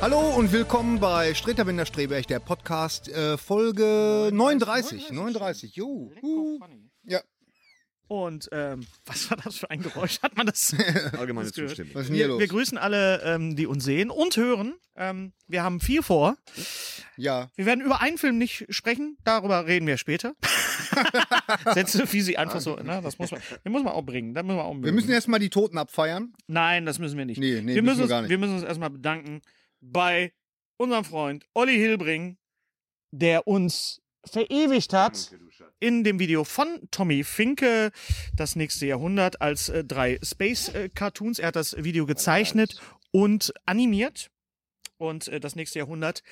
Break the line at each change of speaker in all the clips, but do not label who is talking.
Hallo und willkommen bei Streterbinder Streberg, der Podcast, äh, Folge 39. 39, jo. Uh.
funny.
Ja,
Und ähm, was war das für ein Geräusch? Hat man das?
Allgemeine
Das gehört.
Zustimmung.
was ist denn hier
wir,
los?
wir grüßen alle, ähm, die uns sehen und hören. Ähm, wir haben viel vor.
ja,
Wir werden über einen Film nicht sprechen, darüber reden wir später. Sätze, wie sie einfach so, ne, das muss man, den muss man auch bringen. Das müssen wir auch
wir müssen erstmal die Toten abfeiern.
Nein, das müssen wir nicht.
Nee, nee,
wir,
müssen wir
uns,
gar nicht.
wir müssen uns erstmal bedanken bei unserem Freund Olli Hilbring, der uns verewigt hat in dem Video von Tommy Finke, das nächste Jahrhundert, als äh, drei Space-Cartoons. er hat das Video gezeichnet und animiert. Und äh, das nächste Jahrhundert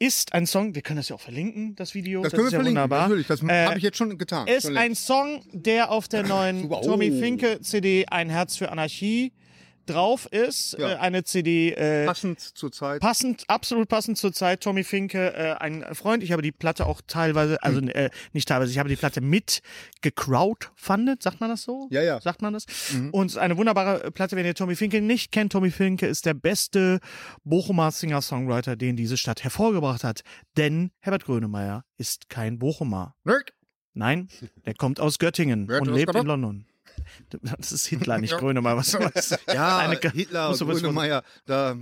ist ein Song, wir können das ja auch verlinken, das Video.
Das, können wir
ist ja
verlinken,
wunderbar.
natürlich. Das
Äh,
habe ich jetzt schon getan.
ist
schon
ein Song, der auf der neuen
Super.
Tommy
Oh.
Finke CD Ein Herz für Anarchie drauf ist.
Ja.
Äh, eine CD äh,
passend zur Zeit.
passend, absolut passend zur Zeit. Tommy Finke, äh, ein Freund. Ich habe die Platte auch teilweise,
Hm.
also äh, nicht teilweise, ich habe die Platte mit gecrowdfundet, sagt man das so?
Ja, ja. Mhm.
Sagt man das? Und es ist eine wunderbare äh, Platte, wenn ihr Tommy Finke nicht kennt. Tommy Finke ist der beste Bochumer Singer-Songwriter, den diese Stadt hervorgebracht hat. Denn Herbert Grönemeyer ist kein Bochumer.
Nerd.
Nein, der kommt aus Göttingen
Wer hat
und
das
lebt in
gemacht?
London. Das ist Hitler, nicht
Ja.
Grönemeyer. Was was-
Ja,
eine Ge-
Hitler,
musst du was-
Grönemeyer, da,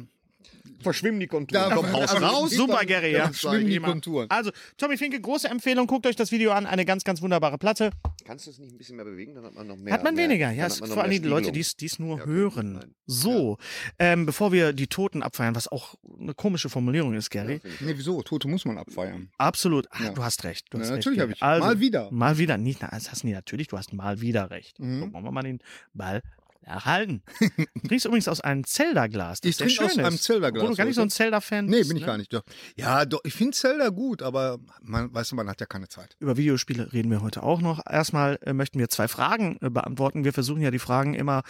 Verschwimmen die Konturen.
da
Komm, raus,
also
raus.
raus,
Hitler-
super, Gary, ja.
da schwimmen die
Immer.
Konturen.
Also, Tommy Finke, große Empfehlung. Guckt euch das Video an. Eine ganz, ganz wunderbare Platte.
Kannst du es nicht ein bisschen mehr bewegen? Dann hat man noch mehr.
hat man
mehr-
weniger. Ja,
dann
es,
hat man noch
vor allem
mehr
die Leute,
Spiegelung.
die es die es nur
Ja, könnte sein.
hören. So, ähm, bevor wir die Toten abfeiern, was auch eine komische Formulierung ist, Gary.
Nee, wieso? Tote muss man abfeiern.
Absolut. Ah,
Hm. Ja.
Du hast recht. Du
Ja,
hast
natürlich
recht,
hab ich.
Gary.
Mal wieder.
Mal wieder. Nicht, na, das hast du nicht natürlich. Du hast mal wieder recht.
Mhm.
So, wollen wir mal den Ball erhalten. Du trinkst übrigens aus einem Zelda-Glas. das
Ich
sehr
trinke aus
schön
einem
ist.
Zelda-Glas
Obwohl du gar nicht so ein
heute.
Zelda-Fan
Nee,
bist,
bin ich
ne?
gar nicht. doch. Ja, doch, ich finde Zelda gut, aber man, weißt du, man hat ja keine Zeit.
Über Videospiele reden wir heute auch noch. Erstmal äh, möchten wir zwei Fragen äh, beantworten. Wir versuchen ja die Fragen immer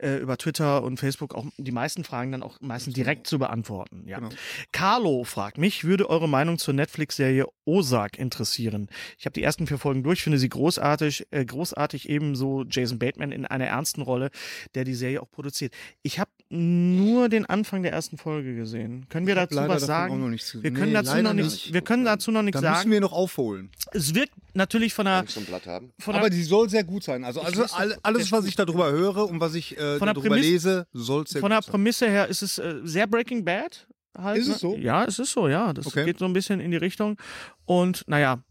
äh, über Twitter und Facebook auch die meisten Fragen dann auch meistens direkt zu beantworten. Ja.
Genau.
Carlo fragt mich, würde eure Meinung zur Netflix-Serie Ozark interessieren? Ich habe die ersten vier Folgen durch, finde sie großartig, äh, großartig ebenso Jason Bateman in einer ernsten Rolle, der die Serie auch produziert. Ich habe nur den Anfang der ersten Folge gesehen. Können wir
Ich hab
dazu
leider
was
davon auch noch
sagen?
nichts-
Wir
nee,
können dazu
leider
noch nicht,
nicht.
wir können dazu noch nichts
Da
sagen.
müssen wir noch aufholen.
Es wirkt natürlich von der
Kannst du ein Blatt haben?
von
Aber
der,
die soll sehr gut sein. Also, also
lese-
all- alles, was ich darüber höre und was ich äh,
Von der
darüber
Prämisse-
lese, soll sehr
von der
gut sein.
Prämisse her ist es äh, sehr Breaking Bad. Halt,
Ist
ne?
es so?
Ja, es ist so, ja. Das
Okay.
geht so ein bisschen in die Richtung. Und naja,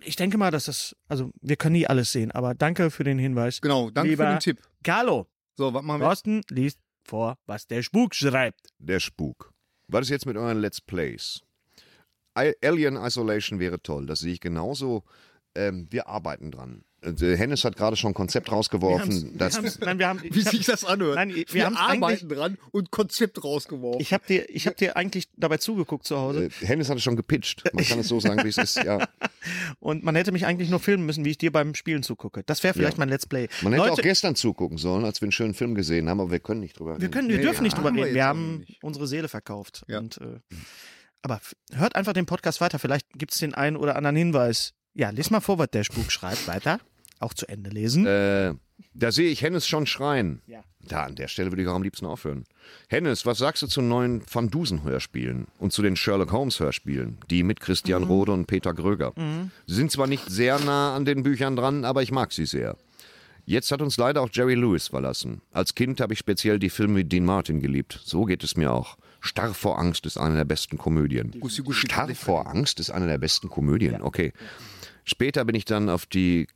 ich denke mal, dass das, also wir können nie alles sehen, aber danke für den Hinweis.
Genau, danke
Lieber
für den Tipp.
Carlo,
So, was machen wir?
Thorsten liest vor, was der Spuk schreibt.
Der Spuk. Was ist jetzt mit euren Let's Plays? I- Alien Isolation wäre toll, das sehe ich genauso. Ähm, wir arbeiten dran. Und, äh, Hennes hat gerade schon ein Konzept rausgeworfen.
Wir haben's-
Das,
nein, wir haben,
Wie
ich hab-
sich das anhört.
Nein, wir
wir
haben's
arbeiten
eigentlich-
dran und Konzept rausgeworfen.
Ich habe dir, ich hab dir eigentlich dabei zugeguckt zu Hause
äh, Hennes hat es schon gepitcht. Man kann es so sagen, wie es ist. Ja.
und man hätte mich eigentlich nur filmen müssen, wie ich dir beim Spielen zugucke. Das wäre vielleicht mein Let's Play.
Man hätte
Leute,
auch gestern zugucken sollen, als wir einen schönen Film gesehen haben, aber wir können nicht drüber
wir,
reden.
können, wir
Also Nee,
dürfen nicht
ja,
drüber
haben wir
reden.
jetzt
Wir
auch
haben
nicht.
unsere Seele verkauft.
Ja.
Und, äh, aber f- hört einfach den Podcast weiter. Vielleicht gibt es den einen oder anderen Hinweis. Ja, lies mal vor, was der Spuk schreibt. Weiter. Auch zu Ende lesen.
Äh, da sehe ich Hennes schon schreien.
Ja.
Da, an der Stelle würde ich auch am liebsten aufhören. Hennes, was sagst du zu neuen Van Dusen-Hörspielen und zu den Sherlock Holmes-Hörspielen? Die mit Christian Rode und Peter Gröger. Sie sind zwar nicht sehr nah an den Büchern dran, aber ich mag sie sehr. Jetzt hat uns leider auch Jerry Lewis verlassen. Als Kind habe ich speziell die Filme mit Dean Martin geliebt. So geht es mir auch. Starr vor Angst ist eine der besten Komödien.
Gussi, Gussi,
Starr
Gussi.
vor Angst ist eine der besten Komödien. Okay. Später bin ich dann auf die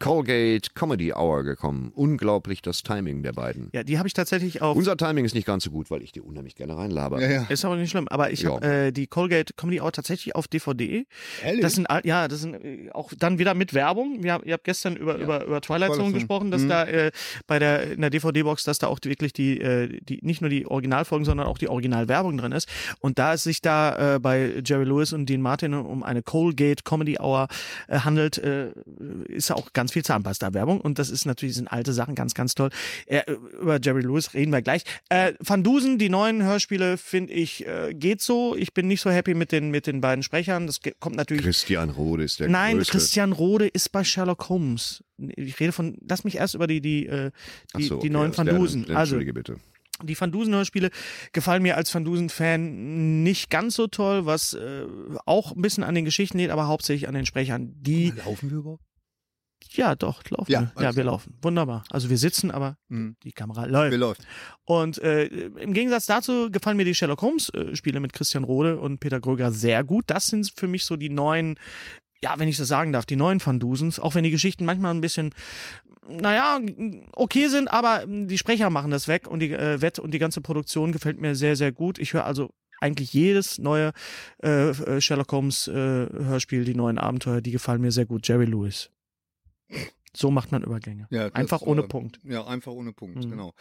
Colgate Comedy Hour gekommen. Unglaublich das Timing der beiden.
ja, die habe ich tatsächlich auf.
Unser Timing ist nicht ganz so gut, weil ich dir unheimlich gerne reinlaber.
ja, ja.
Ist aber nicht schlimm. Aber ich habe äh, die Colgate Comedy Hour tatsächlich auf DVD.
Ehrlich?
Das sind all- ja, das sind äh, auch dann wieder mit Werbung. Wir, haben- ihr habt gestern über über, über Twilight Zone
Zone.
gesprochen, dass da äh, bei der in der DVD Box, dass da auch die, wirklich die äh, die nicht nur die Originalfolgen, sondern auch die Originalwerbung drin ist. Und da es sich da äh, bei Jerry Lewis und Dean Martin um eine Colgate Comedy Hour äh, handelt, äh, ist auch ganz viel Zahnpasta Werbung und das ist natürlich sind alte Sachen ganz ganz toll. Äh, über Jerry Lewis reden wir gleich. Äh, Van Dusen, die neuen Hörspiele finde ich äh, geht so. Ich bin nicht so happy mit den mit den beiden Sprechern. Das ge- kommt natürlich
Christian Rode ist der
Nein,
größte.
Christian Rode ist bei Sherlock Holmes. Ich rede von, lass mich erst über die, die, äh,
Ach
die,
so,
die
okay,
neuen
das-
Van
ja, dann-
Dusen.
dann
Also,
Entschuldige bitte.
die Van Dusen-Hörspiele gefallen mir als Van Dusen-Fan nicht ganz so toll, was äh, auch ein bisschen an den Geschichten liegt, aber hauptsächlich an den Sprechern. Die,
Laufen wir überhaupt?
ja, doch, laufen.
Ja,
wir.
alles
ja wir
klar.
laufen. Wunderbar. Also, wir sitzen, aber
Mhm.
die Kamera läuft.
Wir läuft.
Und äh, im Gegensatz dazu gefallen mir die Sherlock Holmes-Spiele mit Christian Rode und Peter Gröger sehr gut. Das sind für mich so die neuen, ja, wenn ich das sagen darf, die neuen Van Dusens, auch wenn die Geschichten manchmal ein bisschen, naja, okay sind, aber mh, die Sprecher machen das weg und die äh, Wett und die ganze Produktion gefällt mir sehr, sehr gut. Ich höre also eigentlich jedes neue äh, äh, Sherlock Holmes äh, Hörspiel, die neuen Abenteuer, die gefallen mir sehr gut. Jerry Lewis. So macht man Übergänge.
Ja, das,
Einfach ohne
äh,
Punkt.
Ja, einfach ohne Punkt,
Mhm.
genau.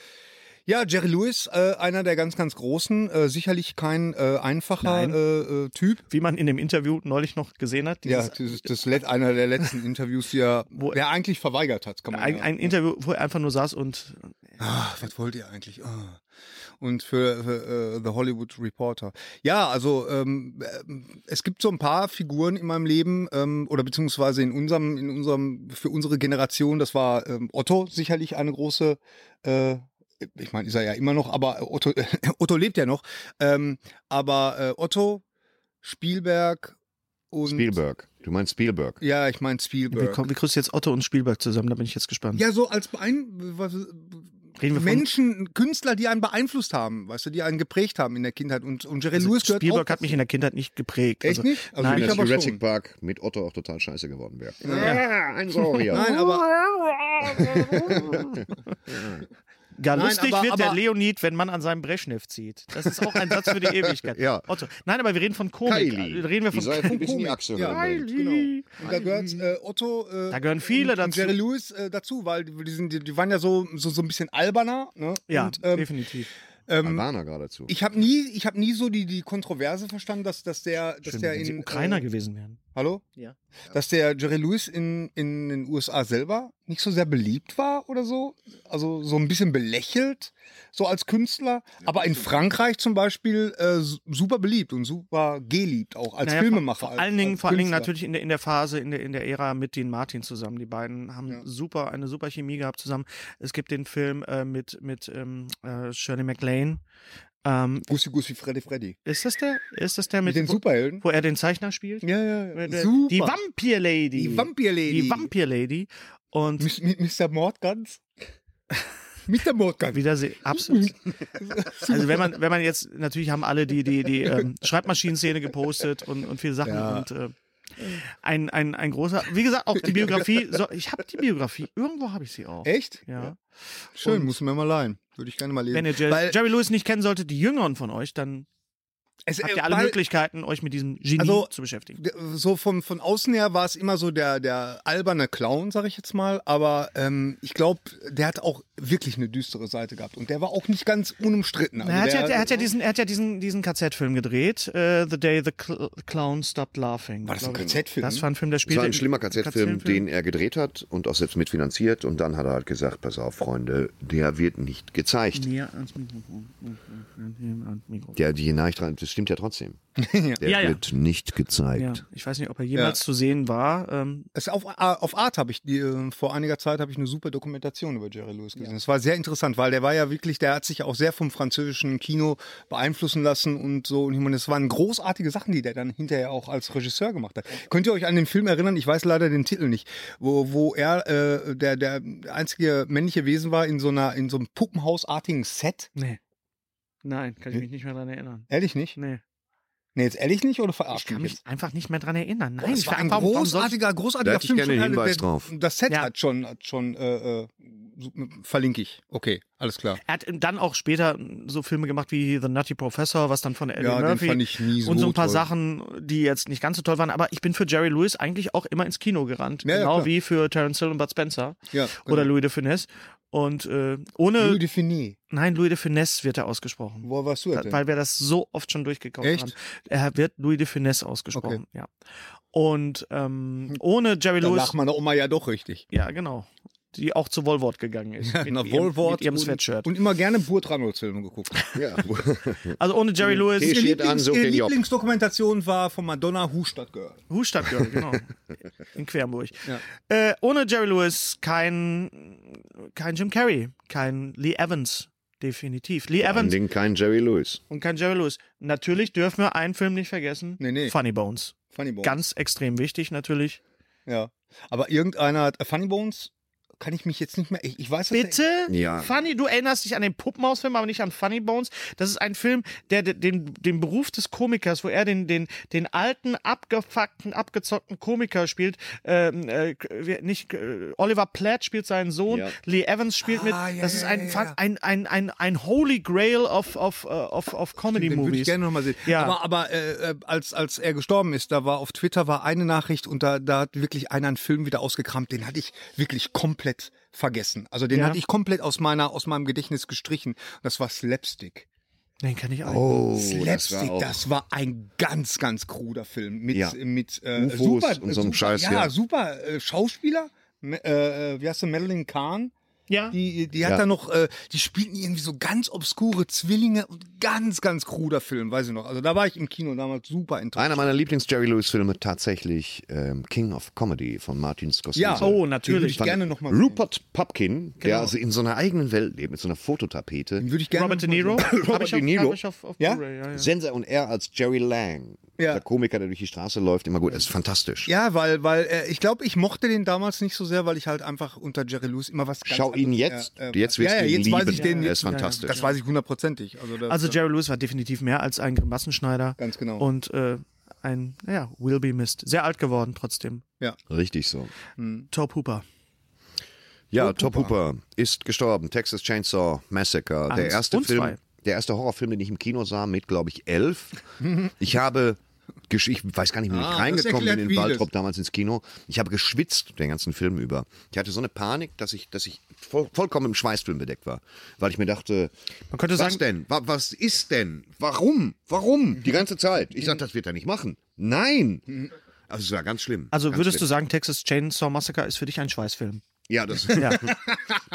Ja, Jerry Lewis, äh, einer der ganz, ganz großen, äh, sicherlich kein äh, einfacher
Nein.
äh, äh, Typ.
Wie man in dem Interview neulich noch gesehen hat,
Ja,
dieses
das ist das let, einer der letzten Interviews, die er,
Wo-
der eigentlich verweigert hat, kann man
Ein,
ja.
ein Interview, wo er einfach nur saß und
Ah, was wollt ihr eigentlich? Ah. Und für, für äh, The Hollywood Reporter. Ja, also ähm, ähm, es gibt so ein paar Figuren in meinem Leben ähm, oder beziehungsweise in unserem, in unserem, für unsere Generation, das war ähm, Otto sicherlich eine große, äh, ich meine, ist er ja immer noch, aber äh, Otto, Otto lebt ja noch. Ähm, aber äh, Otto, Spielberg und
Spielberg. Du meinst Spielberg.
Ja, ich meine
wir,
Spielberg.
kommen, wir grüßen jetzt Otto und Spielberg zusammen, da bin ich jetzt gespannt.
Ja, so als ein was,
Reden wir von-
Menschen, Künstler, die einen beeinflusst haben, weißt du, die einen geprägt haben in der Kindheit. Und, und Jerry
Also
Lewis gehört
Spielberg
auch
hat mich in der Kindheit nicht geprägt.
Echt
also,
nicht? Also
nein,
mich
Wenn
das-
das
aber
Jurassic
schon.
Park mit Otto auch total scheiße geworden wäre.
Ja.
Ah, ein Saurier.
Nein, aber
ja,
Nein,
lustig
aber-
wird der
aber-
Leonid, wenn man an seinem Breschneff zieht. Das ist auch ein Satz für die Ewigkeit.
Ja.
Otto. Nein, aber wir reden von Komik.
Kylie.
Reden wir
die
von
Seife ein bisschen die
Komik.
Achse
Ja.
hören.
genau. Und da gehört äh, Otto. Äh,
Da gehören viele
und, Und
dazu.
Jerry Lewis äh, dazu, weil die, die, sind, die, die waren ja so, so, so ein bisschen alberner. Ne?
Ja,
Und, ähm,
definitiv.
Albaner geradezu.
ich habe nie, ich hab nie so die, die Kontroverse verstanden, dass, dass der, dass
Schön,
der
wenn sie
in
Ukrainer
äh,
gewesen wären.
Hallo?
Ja.
Dass der Jerry Lewis in, in den USA selber nicht so sehr beliebt war oder so. Also so ein bisschen belächelt, so als Künstler. Aber in Frankreich zum Beispiel äh, su- super beliebt und super geliebt, auch als
Naja,
Filmemacher.
Vor, vor
als-
allen Dingen,
als
vor allen Dingen
Künstler.
natürlich in der, in der Phase, in der, in der Ära mit Dean Martin zusammen. Die beiden haben super, eine super Chemie gehabt zusammen. Es gibt den Film äh, mit, mit ähm, äh, Shirley MacLaine. Ähm,
Gussi Gussi Freddy Freddy.
ist das der? Ist das der
Mit
mit,
den
wo,
Superhelden.
wo er den Zeichner spielt?
Ja, ja,
Mit
ja.
der-
Super.
Die Vampir Lady.
Die Vampir Lady.
Die Vampir Lady. Und
Mis- mi- Mr. Mordgans. Mr. Mordgans.
Wiedersehen. Absolut. Also wenn man, wenn man jetzt, natürlich haben alle die, die, die ähm, Schreibmaschinenszene gepostet und, und viele Sachen
Ja.
und äh, ein, ein, ein großer, wie gesagt, auch die Biografie, so, ich habe die Biografie, irgendwo habe ich sie auch.
Echt?
Ja.
Schön,
Und-
muss man mal leihen. Würde ich gerne mal lesen.
Wenn ihr Jer
Weil-
Jerry Lewis nicht kennen solltet, die Jüngeren von euch, dann
Es,
Habt
äh,
ihr alle
weil-
Möglichkeiten, euch mit diesem Genie
Also,
zu beschäftigen.
D- So von, von außen her war es immer so der, der alberne Clown, sag ich jetzt mal. Aber ähm, ich glaube, der hat auch wirklich eine düstere Seite gehabt. Und der war auch nicht ganz unumstritten. Also
er, hat
der,
ja, er hat ja diesen, er hat ja diesen, diesen KZ-Film gedreht, äh, The Day the Cl Clown Stopped Laughing.
war das ein
glaub ich.
KZ-Film?
Das war ein Film, der
Das
spielte.
war ein
im
schlimmer KZ-Film, den er gedreht hat und auch selbst mitfinanziert. Und dann hat er halt gesagt, pass auf, Freunde, der wird nicht gezeigt.
Näher ans Mikrofon. Oh, Näher ans Mikrofon.
Der, die Nachricht, das stimmt ja trotzdem. Der
Ja, ja.
wird nicht gezeigt.
Ja, ich weiß nicht, ob er jemals zu sehen war. Ähm,
Es auf, auf Art habe ich die, äh, vor einiger Zeit habe ich eine super Dokumentation über Jerry Lewis gesehen. Das war sehr interessant, weil der war ja wirklich, der hat sich auch sehr vom französischen Kino beeinflussen lassen und so. Und ich meine, das waren großartige Sachen, die der dann hinterher auch als Regisseur gemacht hat. Könnt ihr euch an den Film erinnern? Ich weiß leider den Titel nicht, wo, wo er äh, der, der einzige männliche Wesen war in so einer in so einem Puppenhausartigen Set.
nee. Nein, kann ich
Hm?
mich nicht mehr dran erinnern.
Ehrlich nicht?
Nee.
Nee, jetzt ehrlich nicht oder
Ich
verarscht
kann
mich
mich
jetzt?
einfach nicht mehr dran erinnern. Nein,
Ah, Das
ich
war ein
warum- warum soll ich-
großartiger,
Da
großartiger
hätte ich
Film.
gerne
schon
einen
alleine,
Hinweis
der-
drauf.
Das Set
Ja.
hat schon, hat schon äh, äh, so- verlinke ich. Okay, alles klar.
Er hat dann auch später so Filme gemacht wie The Nutty Professor, was dann von Eddie
Ja, den
Murphy
fand ich nie so
und so ein paar
toll.
Sachen, die jetzt nicht ganz so toll waren. Aber ich bin für Jerry Lewis eigentlich auch immer ins Kino gerannt,
Ja, ja,
genau
klar.
wie für Terence Hill und Bud Spencer
Ja,
oder Louis de Funès. Und äh, ohne,
Louis de Finet.
nein, Louis de Funès wird er ausgesprochen.
Wo warst du
Da-
denn?
weil wir das so oft schon durchgekauft
Echt?
haben. Er wird Louis de Funès ausgesprochen, ja. Und ähm, ohne Jerry
da
Lewis,
lacht meine Oma ja doch richtig.
ja genau, die auch zu Woolworth gegangen ist. mit
Na,
ihrem-
Wohlwort
mit ihrem Sweatshirt.
und, und immer gerne Burt Reynolds Filme geguckt.
Ja.
Also ohne Jerry Lewis,
Tee
Ihre
steht an, sucht
ihre
den Job.
Lieblingsdokumentation war von Madonna Hustadt Girl.
Hustadt Girl, genau. In Querburg. Äh, ohne Jerry Lewis kein, kein Jim Carrey, kein Lee Evans, definitiv. Lee
An
Evans
den kein Jerry Lewis.
und kein Jerry Lewis. Natürlich dürfen wir einen Film nicht vergessen.
Nee, nee.
Funny Bones.
Funny Bones.
Ganz extrem wichtig natürlich.
Ja. Aber irgendeiner hat. äh, Funny Bones kann ich mich jetzt nicht mehr. Ich, ich weiß dass der-
Bitte?
Ja.
Funny, du erinnerst dich an den Puppenhausfilm, aber nicht an Funny Bones. Das ist ein Film, der de- den, den Beruf des Komikers, wo er den, den, den alten, abgefuckten, abgezockten Komiker spielt. Ähm, äh, k- wie- nicht, äh, Oliver Platt spielt seinen Sohn,
Ja.
Lee Evans spielt mit.
Ah, ja,
das
ja,
ist ein,
ja,
Fun-
ja.
ein, ein, ein, ein Holy Grail of, of, äh, of, of
Den würde ich
Comedy-Movies.
gerne nochmal sehen.
Ja.
Aber, aber äh, äh, als, als er gestorben ist, da war auf Twitter war eine Nachricht und da, da hat wirklich einer einen Film wieder ausgekramt, den hatte ich wirklich komplett vergessen. Also den
Ja.
hatte ich komplett aus meiner, aus meinem Gedächtnis gestrichen. Das war Slapstick.
Den kann ich auch.
Oh,
Slapstick,
auch-
das war ein ganz, ganz kruder Film mit,
Ja.
mit äh,
UFOs
super,
und so einem
super,
Scheiß,
ja,
ja.
super äh, Schauspieler, M- äh, äh, wie heißt der, Madeline Kahn,
Ja.
die, die hat
Ja.
da noch, äh, die spielten irgendwie so ganz obskure Zwillinge und ganz, ganz kruder Film, weiß ich noch. Also da war ich im Kino damals super interessant.
Einer meiner Lieblings-Jerry Lewis-Filme tatsächlich ähm, King of Comedy von Martin Scorsese.
Ja.
Oh,
Den würde ich
natürlich.
Fand-
gerne nochmal
Rupert Pupkin, der also in so einer eigenen Welt lebt, mit so einer Fototapete.
Den würde ich gerne
Robert De
noch mal
Niro?
sehen.
Hab ich
De
auf,
Niro.
Hab ich auf, auf
Ja?
Blu-ray, ja, ja.
Senser und er als Jerry Lang.
Ja.
Der Komiker, der durch die Straße läuft, immer gut. Das ist fantastisch.
Ja, weil, weil äh, ich glaube, ich mochte den damals nicht so sehr, weil ich halt einfach unter Jerry Lewis immer was ganz
Schau ihn
anderes-
jetzt.
Ja, äh,
jetzt wirst
ja, ja,
du ihn
jetzt
lieben.
weiß ich den.
er
Jetzt,
ist fantastisch.
das weiß ich hundertprozentig. Also, das,
Also Jerry Lewis war definitiv mehr als ein Grimassenschneider.
Ganz genau.
Und äh, ein, ja, Will Be Missed. Sehr alt geworden trotzdem.
Richtig so.
Top Hooper.
Ja, Top Hooper ist gestorben. Texas Chainsaw Massacre. der
Eins
erste
und
Film,
zwei.
der erste Horrorfilm, den ich im Kino sah, mit glaube ich elf. ich habe, gesch- ich weiß gar nicht, wie ich
Ah,
reingekommen
das
bin
erklärt
in den
vieles.
Waldrop damals ins Kino. Ich habe geschwitzt den ganzen Film über. Ich hatte so eine Panik, dass ich, dass ich voll, vollkommen im Schweißfilm bedeckt war, weil ich mir dachte,
Man könnte
was
sagen-
denn? Wa- Was ist denn? Warum? Warum? Die ganze Zeit. Ich sagte, das wird er nicht machen. Nein. Also es war ganz schlimm.
Mhm. Also
ganz
würdest du
schlimm.
sagen, Texas Chainsaw Massacre ist für dich ein Schweißfilm?
Ja, das.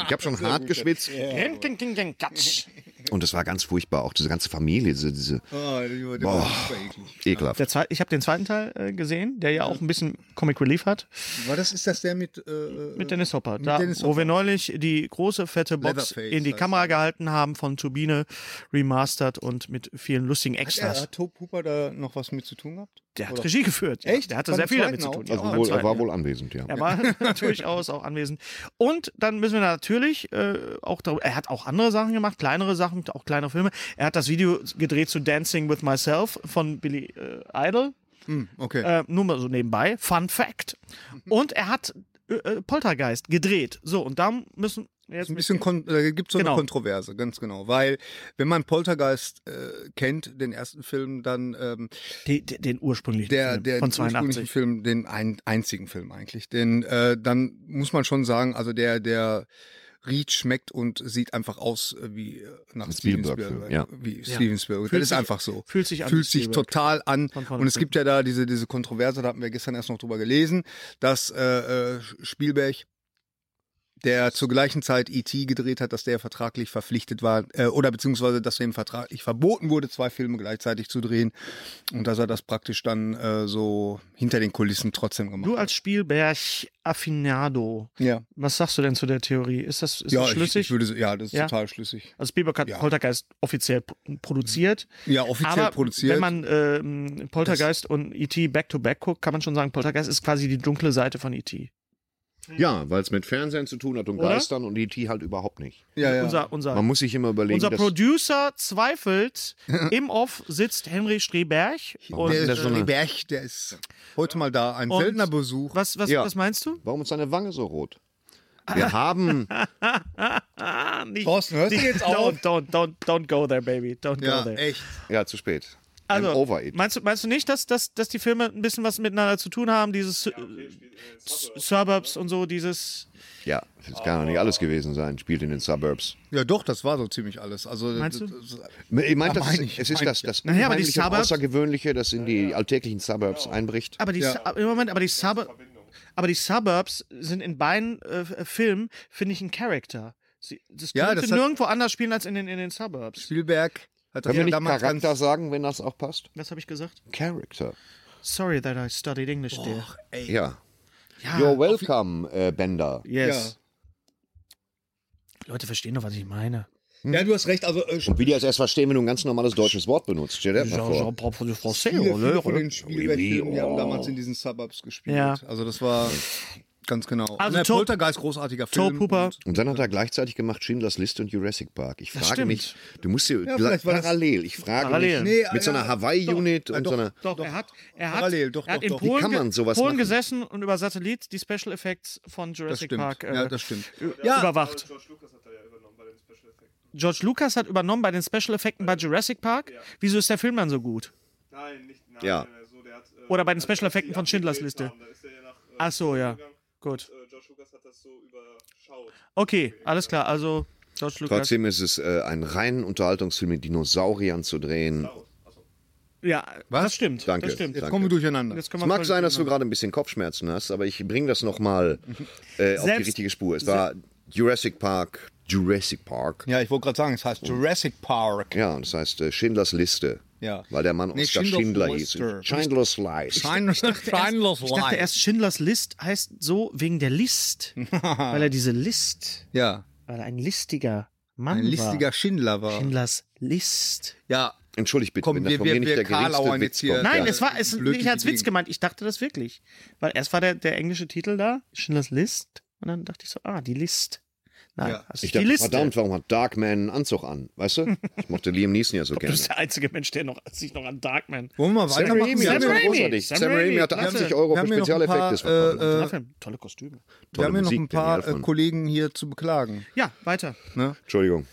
ich habe schon hart geschwitzt.
Ding, ding, ding, ding, katsch.
Und das war ganz furchtbar, auch diese ganze Familie, diese, diese
Oh, die war- die war
boah,
super eklig.
ekelhaft.
Der zwei, ich habe den zweiten Teil äh, gesehen, der ja auch ein bisschen Comic Relief hat,
War das, ist das der mit, äh, äh,
mit Dennis Hopper. Da,
Dennis
Wo wir neulich die große, fette Box
Leatherface
in die
heißt
Kamera gehalten haben von Turbine, remastered und mit vielen lustigen
Hat,
Extras.
hat Top Hooper da noch was mit zu tun gehabt?
Der hat
Oder-
Regie geführt. Ja.
Echt?
Der hatte
Beim
sehr viel damit
zweiten
zu
auch?
tun.
Also
beim
wohl, er
zweiten,
war
ja.
wohl anwesend, ja.
Er war natürlich aus, auch anwesend. Und dann müssen wir natürlich äh, auch darüber, er hat auch andere Sachen gemacht, kleinere Sachen, auch kleinere Filme. Er hat das Video gedreht zu Dancing with Myself von Billy äh, Idol.
Okay.
Äh, nur mal so nebenbei. Fun Fact. Und er hat äh, äh, Poltergeist gedreht. So, und da müssen Jetzt
Ein bisschen kon da gibt es so
Genau.
eine Kontroverse, ganz genau. Weil, wenn man Poltergeist äh, kennt, den ersten Film, dann ähm,
die, die, den ursprünglichen
der,
Film
der
von
ursprüngliche
82.
Film, den ein, einzigen Film eigentlich, den äh, dann muss man schon sagen, also der, der Reed schmeckt und sieht einfach aus äh, wie äh, nach
Ein
Steven
Spielberg-Film,
Spielberg.
ja.
Wie Steven Spielberg.
Fühlt
das ist
sich-
einfach so.
fühlt sich an wie
Fühlt sich
Spielberg.
total an.
Von vorne
Und es
bis
gibt ja da diese, diese Kontroverse, da hatten wir gestern erst noch drüber gelesen, dass äh, äh, Spielberg der zur gleichen Zeit E.T. gedreht hat, dass der vertraglich verpflichtet war äh, oder beziehungsweise, dass ihm vertraglich verboten wurde, zwei Filme gleichzeitig zu drehen und dass er das praktisch dann äh, so hinter den Kulissen trotzdem gemacht
Du
hat.
als Spielberg-Affinado,
Ja,
was sagst du denn zu der Theorie? Ist das, ist
ja
das
ich-
schlüssig?
Ich würde, so- ja, das ist
Ja.
total schlüssig.
also Spielberg hat
Ja.
Poltergeist offiziell pro- produziert.
Ja, offiziell
aber
produziert.
Wenn man ähm, Poltergeist und E.T. Back-to-Back guckt, kann man schon sagen, Poltergeist ist quasi die dunkle Seite von E E.T.
Ja, weil es mit Fernsehen zu tun hat und
Oder?
Geistern und E.T. halt überhaupt nicht.
ja, ja.
Unser, unser,
Man muss sich immer überlegen,
unser
dass...
Producer zweifelt. Im Off sitzt Henry Streberg. Und,
ist
der,
der
äh,
so eine-
Berg, der ist heute mal da. Ein
Und-
seltener Besuch.
was, was,
Ja.
was meinst du?
Warum ist deine Wange so rot? Wir haben
Ah, nicht.
Thorsten, hörst du jetzt auf?
Don't, don't, don't, don't go there, baby. Don't
Ja,
go there.
echt.
Ja, zu spät. I'm
Also,
over it.
Meinst, du, meinst du nicht, dass, dass, dass die Filme ein bisschen was miteinander zu tun haben? Dieses äh, S- Suburbs und so, dieses.
Ja, das kann doch nicht alles gewesen sein. Spielt in den Suburbs.
Ja, doch, das war so ziemlich alles. Also,
Meinst du?
das- das-
Ich meine, das
Ja,
ist,
mein ich,
es ist
mein
das,
ich.
das
Naja, aber die
Unheimliche und
Suburbs-
Außergewöhnliche, das in die alltäglichen Suburbs einbricht.
Aber die,
Ja.
Su- im Moment, aber die, Sub, aber die Suburbs sind in beiden äh, F- Filmen, finde ich, ein Charakter. Sie, das
Ja,
könnte
das hat-
nirgendwo anders spielen als in den, in den Suburbs.
Spielberg hat das
Können wir nicht
damals ganz-
Charakter sagen, wenn das auch passt?
Was habe ich gesagt?
Character.
Sorry that I studied English, dear.
Och, ey.
Ja.
Ja,
You're welcome, äh, Bender.
yes. Leute verstehen doch, was ich meine.
Ja, du hast recht. Also, äh,
Und wie die das erst verstehen, wenn du ein ganz normales deutsches Wort benutzt. Stell dir das mal vor.
Jean-Paul Français,
viele,
ne?
viele von
oder?
den Spielberg-Filmen,
oh.
die haben damals in diesen Suburbs gespielt.
Ja.
Also das war ganz genau.
Also
Ne,
Toe-
Poltergeist, großartiger
Toe
Film.
Pooper.
und-
Und dann hat er gleichzeitig gemacht Schindlers Liste und Jurassic Park. Ich frage
stimmt.
mich, du musst dir
Ja,
gla-
vielleicht war das-
parallel, ich frage
Parallel.
mich,
Nee,
mit so
ja,
einer Hawaii-Unit
doch,
und
ja,
so
doch.
einer...
Doch, er hat, er hat,
Parallel, doch,
er hat
doch,
in
doch. Wie
Polen,
kann
ge-
man sowas
Polen
machen?
gesessen und über Satellit die Special Effects von
Das
Jurassic
stimmt.
Park äh,
ja, das stimmt.
überwacht. George Lucas hat übernommen bei den Special Effekten bei Jurassic Park. Wieso ist der Film dann so gut?
Nein, nicht nein,
Ja.
nein, nein, so, der hat, äh,
Oder bei den Special
als die
Effekten von
abgedreht
Schindlers Liste.
haben, da ist er ja nach, äh,
Ach so, ja.
gegangen.
Gut.
Äh, George Lucas hat das so überschaut.
Okay, alles klar. Also George Lucas.
Trotzdem ist es äh, ein rein Unterhaltungsfilm mit Dinosauriern zu drehen.
Genau.
Ja,
Was?
das stimmt.
Danke.
Das stimmt.
Jetzt
Jetzt kommen wir durcheinander.
Jetzt
Es
können wir genau.
mag
voll-
sein, dass du gerade ein bisschen Kopfschmerzen hast, aber ich bringe das nochmal äh, auf die
Selbst-
richtige Spur. Es war Jurassic Park, Jurassic Park.
Ja, ich wollte gerade sagen, es
Oh.
heißt Jurassic Park.
Ja, und das heißt äh, Schindlers Liste.
Ja.
Weil der Mann
Nee,
Oskar
Schindler's
Schindler hieß.
Liste.
Schindler's List.
Scheinlos
Ich dachte erst, Schindlers List heißt so wegen der List. weil er diese List,
Ja,
weil er ein listiger Mann
ein listiger
war.
Schindler war.
Schindlers List.
Ja,
Entschuldigt bitte,
Komm,
wenn da
wir-
von mir
wir-
nicht
wir
der geringste
Karlauern
Witz
jetzt hier.
kommt.
Nein,
ja.
es war es,
Blöd
nicht als
gediegen.
Witz gemeint. Ich dachte das wirklich. Weil erst war der, der englische Titel da, Schindlers List. Und dann dachte ich so, ah, die List. Nein,
Ja.
also
Ich
die
dachte,
Liste.
verdammt, warum hat Darkman einen Anzug an? Weißt du? Ich mochte Liam Neeson ja so
Du
gerne.
bist der einzige Mensch, der noch, sich noch an Darkman.
wollen wir mal
Sam
weitermachen?
Raimi
Wir
hat
haben
so
ja-
Raimi, also
großartig.
Sam
Sam Raimi
Raimi,
hatte
klasse.
80 Euro
Wir
für
haben hier noch ein
Spezialeffekte.
paar,
Das war toll.
äh,
Toller Film, tolle Kostüme.
wir
Tolle
haben hier noch
Musik,
ein paar
Daniel
äh,
Elfman.
Kollegen hier zu beklagen.
Ja, weiter.
Entschuldigung.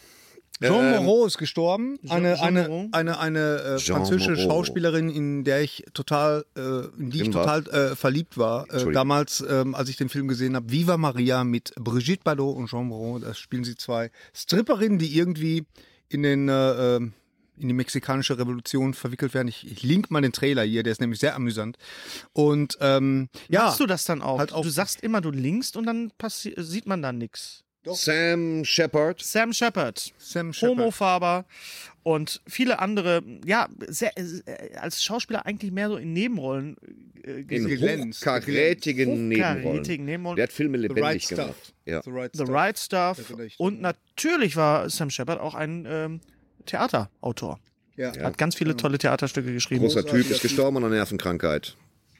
Jean Moreau ist gestorben, eine,
ähm, Jean
eine,
Moreau?
eine, eine äh,
Jean
französische
Moreau.
Schauspielerin, in der ich total, äh, in die ich
In was?
total äh, verliebt war. Äh,
Entschuldigung.
damals, ähm, als ich den Film gesehen habe, Viva Maria mit Brigitte Bardot und Jean Moreau, da spielen sie zwei Stripperinnen, die irgendwie in den äh, ähm, in die mexikanische Revolution verwickelt werden. Ich, ich link mal den Trailer hier, der ist nämlich sehr amüsant. Und ähm, ja,
Machst du das dann auch?
Halt auf-
du sagst immer, du linkst und dann passi- sieht man dann nichts.
Sam Shepard.
Sam Shepard,
Sam Shepard.
Homo Faber und viele andere, ja, sehr, äh, als Schauspieler eigentlich mehr so in Nebenrollen äh,
In
gesehen.
Geglänzt,
hochkarätigen
Hochkarätigen
Nebenrollen.
Nebenrollen.
Der hat Filme
The Right
lebendig gemacht.
Stuff.
Ja.
The Right
The
Stuff.
Right Stuff.
Erinnere ich
Und natürlich war Sam Shepard auch ein ähm, Theaterautor.
Ja.
Hat ganz viele tolle Theaterstücke geschrieben.
Großer Typ ist gestorben an einer Nervenkrankheit.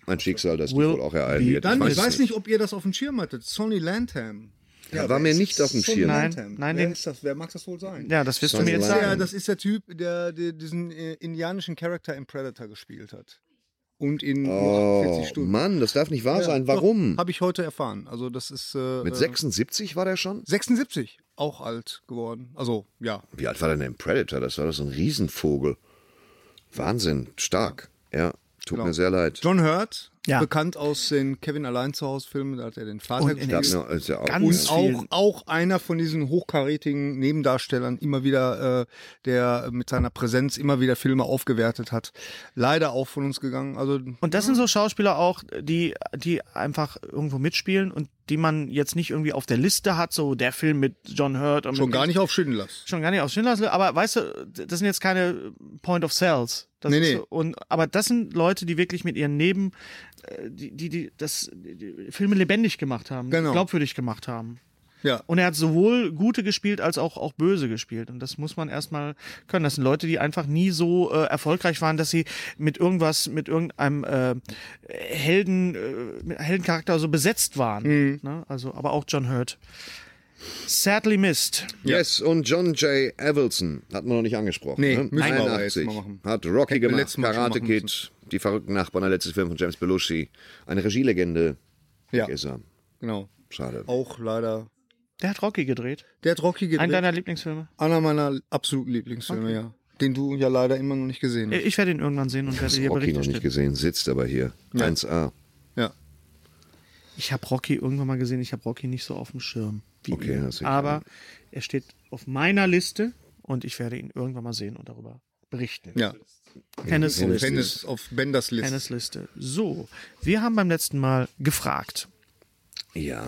Ein Schicksal, das dich
Will
wohl auch ereilen wird.
Dann,
Ich
ich weiß nicht, ob ihr das auf dem Schirm hattet. Sonny Landham.
Ja, war mir nicht auf dem
Sonny
Schirm.
Nein,
Landham.
nein,
wer,
den-
ist das? wer mag das wohl sein?
Ja, das wirst du
Sonny
mir jetzt
äh, Das ist
sagen.
Landham.
der, das ist der Typ, der, der diesen äh, indianischen Charakter im Predator gespielt hat. und in nur 48
Oh,
Stunden.
Mann, das darf nicht wahr sein. Warum?
Habe ich heute erfahren. Also das ist äh,
Mit
äh,
76 war der schon?
76 auch alt geworden. Also ja,
Wie alt war denn der im Predator? Das war doch so ein Riesenvogel. Wahnsinn, stark. Ja, tut mir sehr leid.
Genau. John Hurt,
Ja.
bekannt aus den Kevin allein zu Hause Filmen, da hat er den Vater
Und in
gespielt.
Stark, ne? Ist ja auch,
Ganz-
Und
ganz ja.
auch,
vielen-
auch einer von diesen hochkarätigen Nebendarstellern immer wieder, äh, der mit seiner Präsenz immer wieder Filme aufgewertet hat. Leider auch von uns gegangen. Also
Und das sind so Schauspieler auch, die, die einfach irgendwo mitspielen und die man jetzt nicht irgendwie auf der Liste hat, so der Film mit John Hurt und
schon
mit
gar nicht auf Schindlers.
schon gar nicht aus Schindlers, Liste, aber weißt du, das sind jetzt keine Point of Sales. Das
Nee,
ist
nee.
so- Und, aber das sind Leute, die wirklich mit ihren Neben, äh, die, die, die das die- die Filme lebendig gemacht haben,
Genau.
glaubwürdig gemacht haben.
Ja.
Und er hat sowohl gute gespielt als auch, auch böse gespielt. Und das muss man erstmal können. Das sind Leute, die einfach nie so äh, erfolgreich waren, dass sie mit irgendwas, mit irgendeinem äh, Helden, äh, mit Heldencharakter so besetzt waren.
Mhm.
Ne? Also, aber auch John Hurt. Sadly missed.
Yes, und John J. Evelson hat man noch nicht angesprochen.
Nee,
ne?
müssen wir aber jetzt
81.
mal machen.
Hat Rocky
Hätten wir
gemacht,
letztes Mal schon
Karate
machen
Kid, Die verrückten Nachbarn, der letzte Film von James Belushi. Eine Regielegende
Ja,
ist er.
genau.
Schade.
Auch leider.
Der hat Rocky gedreht.
Der hat Rocky
Einen
gedreht.
deiner Lieblingsfilme?
Einer meiner absoluten Lieblingsfilme, ja. Den du ja leider immer noch nicht gesehen hast.
Ich werde ihn irgendwann sehen und werde hier
Rocky
Bericht
noch nicht
erstatten.
gesehen, sitzt aber hier. 1A.
Ja.
Ich habe Rocky irgendwann mal gesehen, ich habe Rocky nicht so auf dem Schirm. Wie
Okay,
ihn.
das sehe ich
Aber er steht auf meiner Liste und ich werde ihn irgendwann mal sehen und darüber berichten.
Ja.
Hennes
Hennes
Liste.
Wenn es auf Benders List.
Hennes Liste. So, wir haben beim letzten Mal gefragt,
Ja.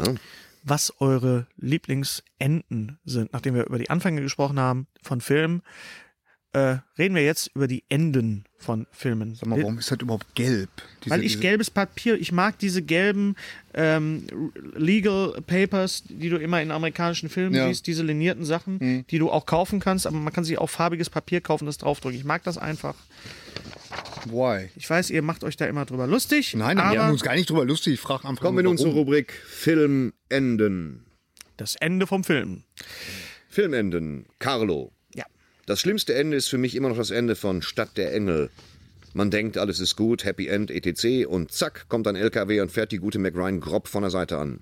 was eure Lieblingsenden sind. Nachdem wir über die Anfänge gesprochen haben von Filmen, äh, reden wir jetzt über die Enden von Filmen.
Sag mal, warum ist das überhaupt gelb? Diese-
Weil ich
diese-
gelbes Papier, ich mag diese gelben ähm, Legal Papers, die du immer in amerikanischen Filmen
Ja. Mhm.
siehst, diese linierten Sachen, die du auch kaufen kannst, aber man kann sich auch farbiges Papier kaufen, das draufdrücken. Ich mag das einfach.
Why?
Ich weiß, ihr macht euch da immer drüber lustig.
Nein,
aber
wir haben uns gar nicht drüber lustig. Ich frage einfach
Kommen wir
nur,
nun zur
warum.
Rubrik Filmenden.
das Ende vom Film.
Filmenden. Carlo.
Ja.
Das schlimmste Ende ist für mich immer noch das Ende von Stadt der Engel. Man denkt, alles ist gut, Happy End, etc. Und zack, kommt ein LKW und fährt die gute McRyan grob von der Seite an.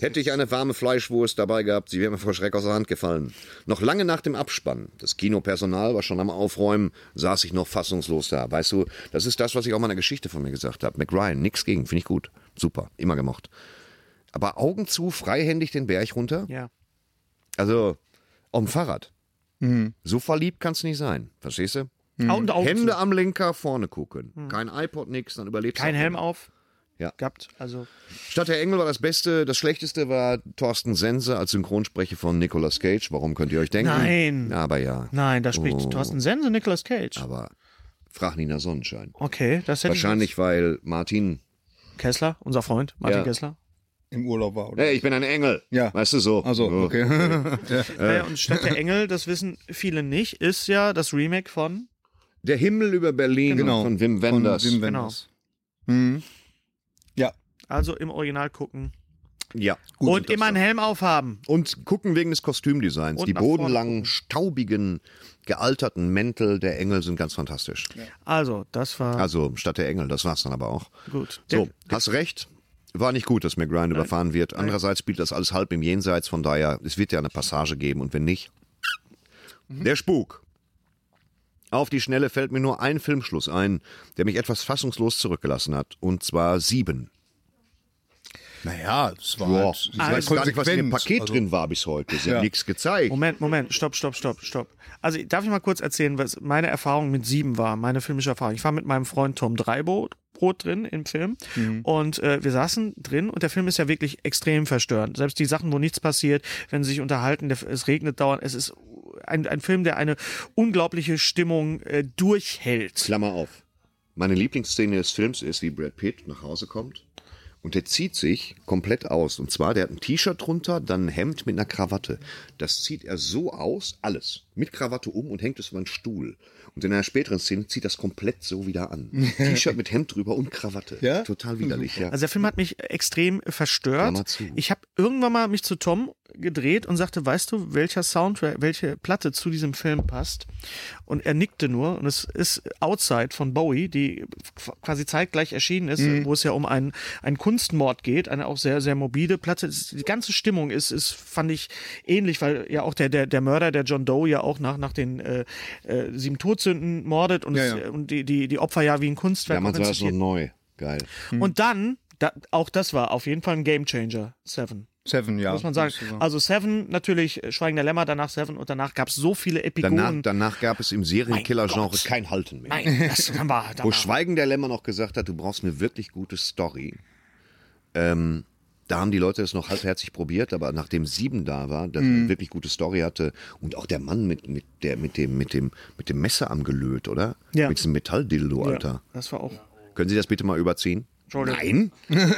Hätte ich eine warme Fleischwurst dabei gehabt, sie wäre mir vor Schreck aus der Hand gefallen. Noch lange nach dem Abspann, das Kinopersonal war schon am Aufräumen, saß ich noch fassungslos da. Weißt du, das ist das, was ich auch meiner Geschichte von mir gesagt habe. McRyan, nix gegen, finde ich gut. Super, immer gemocht. Aber Augen zu, freihändig den Berg runter.
Ja.
Also, auf dem Fahrrad.
Mhm.
So verliebt kannst du nicht sein. Verstehst du?
Und Augen
Mhm. Hände
zu.
am Lenker, vorne gucken. Kein iPod, nix, dann überlebst
Mhm. Kein
du.
Helm auf.
Ja.
Gehabt. Also,
Statt der Engel war das Beste, das Schlechteste war Thorsten Sense als Synchronsprecher von Nicolas Cage. Warum könnt ihr euch denken?
Nein.
Aber ja.
nein, da spricht
Oh.
Thorsten Sense, Nicolas Cage.
Aber frag Nina Sonnenschein.
Okay, das hätte ich
Wahrscheinlich, weil Martin.
jetzt- Kessler, unser Freund, Martin
Ja.
Kessler.
im Urlaub war, oder?
Hey, ich bin ein Engel.
Ja.
Weißt du so.
Also,
Oh.
okay.
Äh.
Naja, und Stadt der Engel, das wissen viele nicht, ist ja das Remake von
Der Himmel über Berlin
Genau.
von Wim Wenders.
Von Wim
Genau.
Wenders. Mhm. Ja.
Also im Original gucken.
Ja.
Gut,
und immer einen Helm aufhaben.
Und gucken wegen des Kostümdesigns.
Und
Die
nach vorne
bodenlangen,
gucken.
staubigen, gealterten Mäntel der Engel sind ganz fantastisch.
Also, das war
Also statt der Engel, das war's dann aber auch.
gut.
So,
Der-
hast recht. War nicht gut, dass McGrind überfahren wird. Andererseits spielt das alles halb im Jenseits, von daher, es wird ja eine Passage geben und wenn nicht.
Mhm.
Der Spuk. Auf die Schnelle fällt mir nur ein Filmschluss ein, der mich etwas fassungslos zurückgelassen hat. Und zwar sieben.
Naja, es war,
Boah,
halt, es
ich
war
weiß gar nicht, was in
konsequent.
dem Paket
Also,
drin war bis heute. Sie haben
Ja.
nichts gezeigt.
Moment, Moment, stopp, stopp, stopp, stopp. Also darf ich mal kurz erzählen, was meine Erfahrung mit sieben war, meine filmische Erfahrung. Ich war mit meinem Freund Tom Dreibrot Brot drin im Film und äh, wir saßen drin und der Film ist ja wirklich extrem verstörend. Selbst die Sachen, wo nichts passiert, wenn sie sich unterhalten, der, es regnet dauernd, es ist ein, ein Film, der eine unglaubliche Stimmung äh, durchhält.
Klammer auf. Meine Lieblingsszene des Films ist, wie Brad Pitt nach Hause kommt und der zieht sich komplett aus. Und zwar, der hat ein T-Shirt drunter, dann ein Hemd mit einer Krawatte. Das zieht er so aus, alles, mit Krawatte um und hängt es über einen Stuhl. Und in einer späteren Szene zieht das komplett so wieder an. T-Shirt mit Hemd drüber und Krawatte.
Ja?
Total widerlich, ja.
Also der Film Also hat mich extrem
Klammer
verstört.
zu.
Ich habe irgendwann mal mich zu Tom gedreht und sagte, weißt du, welcher Soundtrack, welche Platte zu diesem Film passt? Und er nickte nur und es ist Outside von Bowie, die quasi zeitgleich erschienen ist, wo es ja um einen, einen Kunstmord geht, eine auch sehr, sehr mobile Platte. Es- Die ganze Stimmung ist, ist, fand ich ähnlich, weil ja auch der, der, der Mörder, der John Doe, ja auch nach, nach den äh, äh, sieben Todsünden mordet und,
Ja,
es,
ja.
und die, die, die Opfer ja wie ein Kunstwerk
Damals war das noch
konzipiert.
neu. Geil.
Und dann, da, auch das war auf jeden Fall ein Gamechanger, Seven.
Seven, ja.
Muss man sagen. Also Seven, natürlich äh, Schweigen der Lämmer, danach Seven und danach gab es so viele
Danach,
Epigonen.
danach gab es im Serienkiller-Genre
Gott.
kein Halten mehr.
Nein, das war da
Wo
war-
Schweigen der Lämmer noch gesagt hat, du brauchst eine wirklich gute Story. Ähm, da haben die Leute es noch halbherzig probiert, aber nachdem sieben da war, das eine wirklich gute Story hatte und auch der Mann mit, mit, der, mit, dem, mit, dem, mit dem Messer am Gelöt, oder?
Ja.
Mit diesem Metalldildo,
ja,
Alter.
Das war auch.
Können Sie das bitte mal überziehen?
Entschuldigung.
Nein?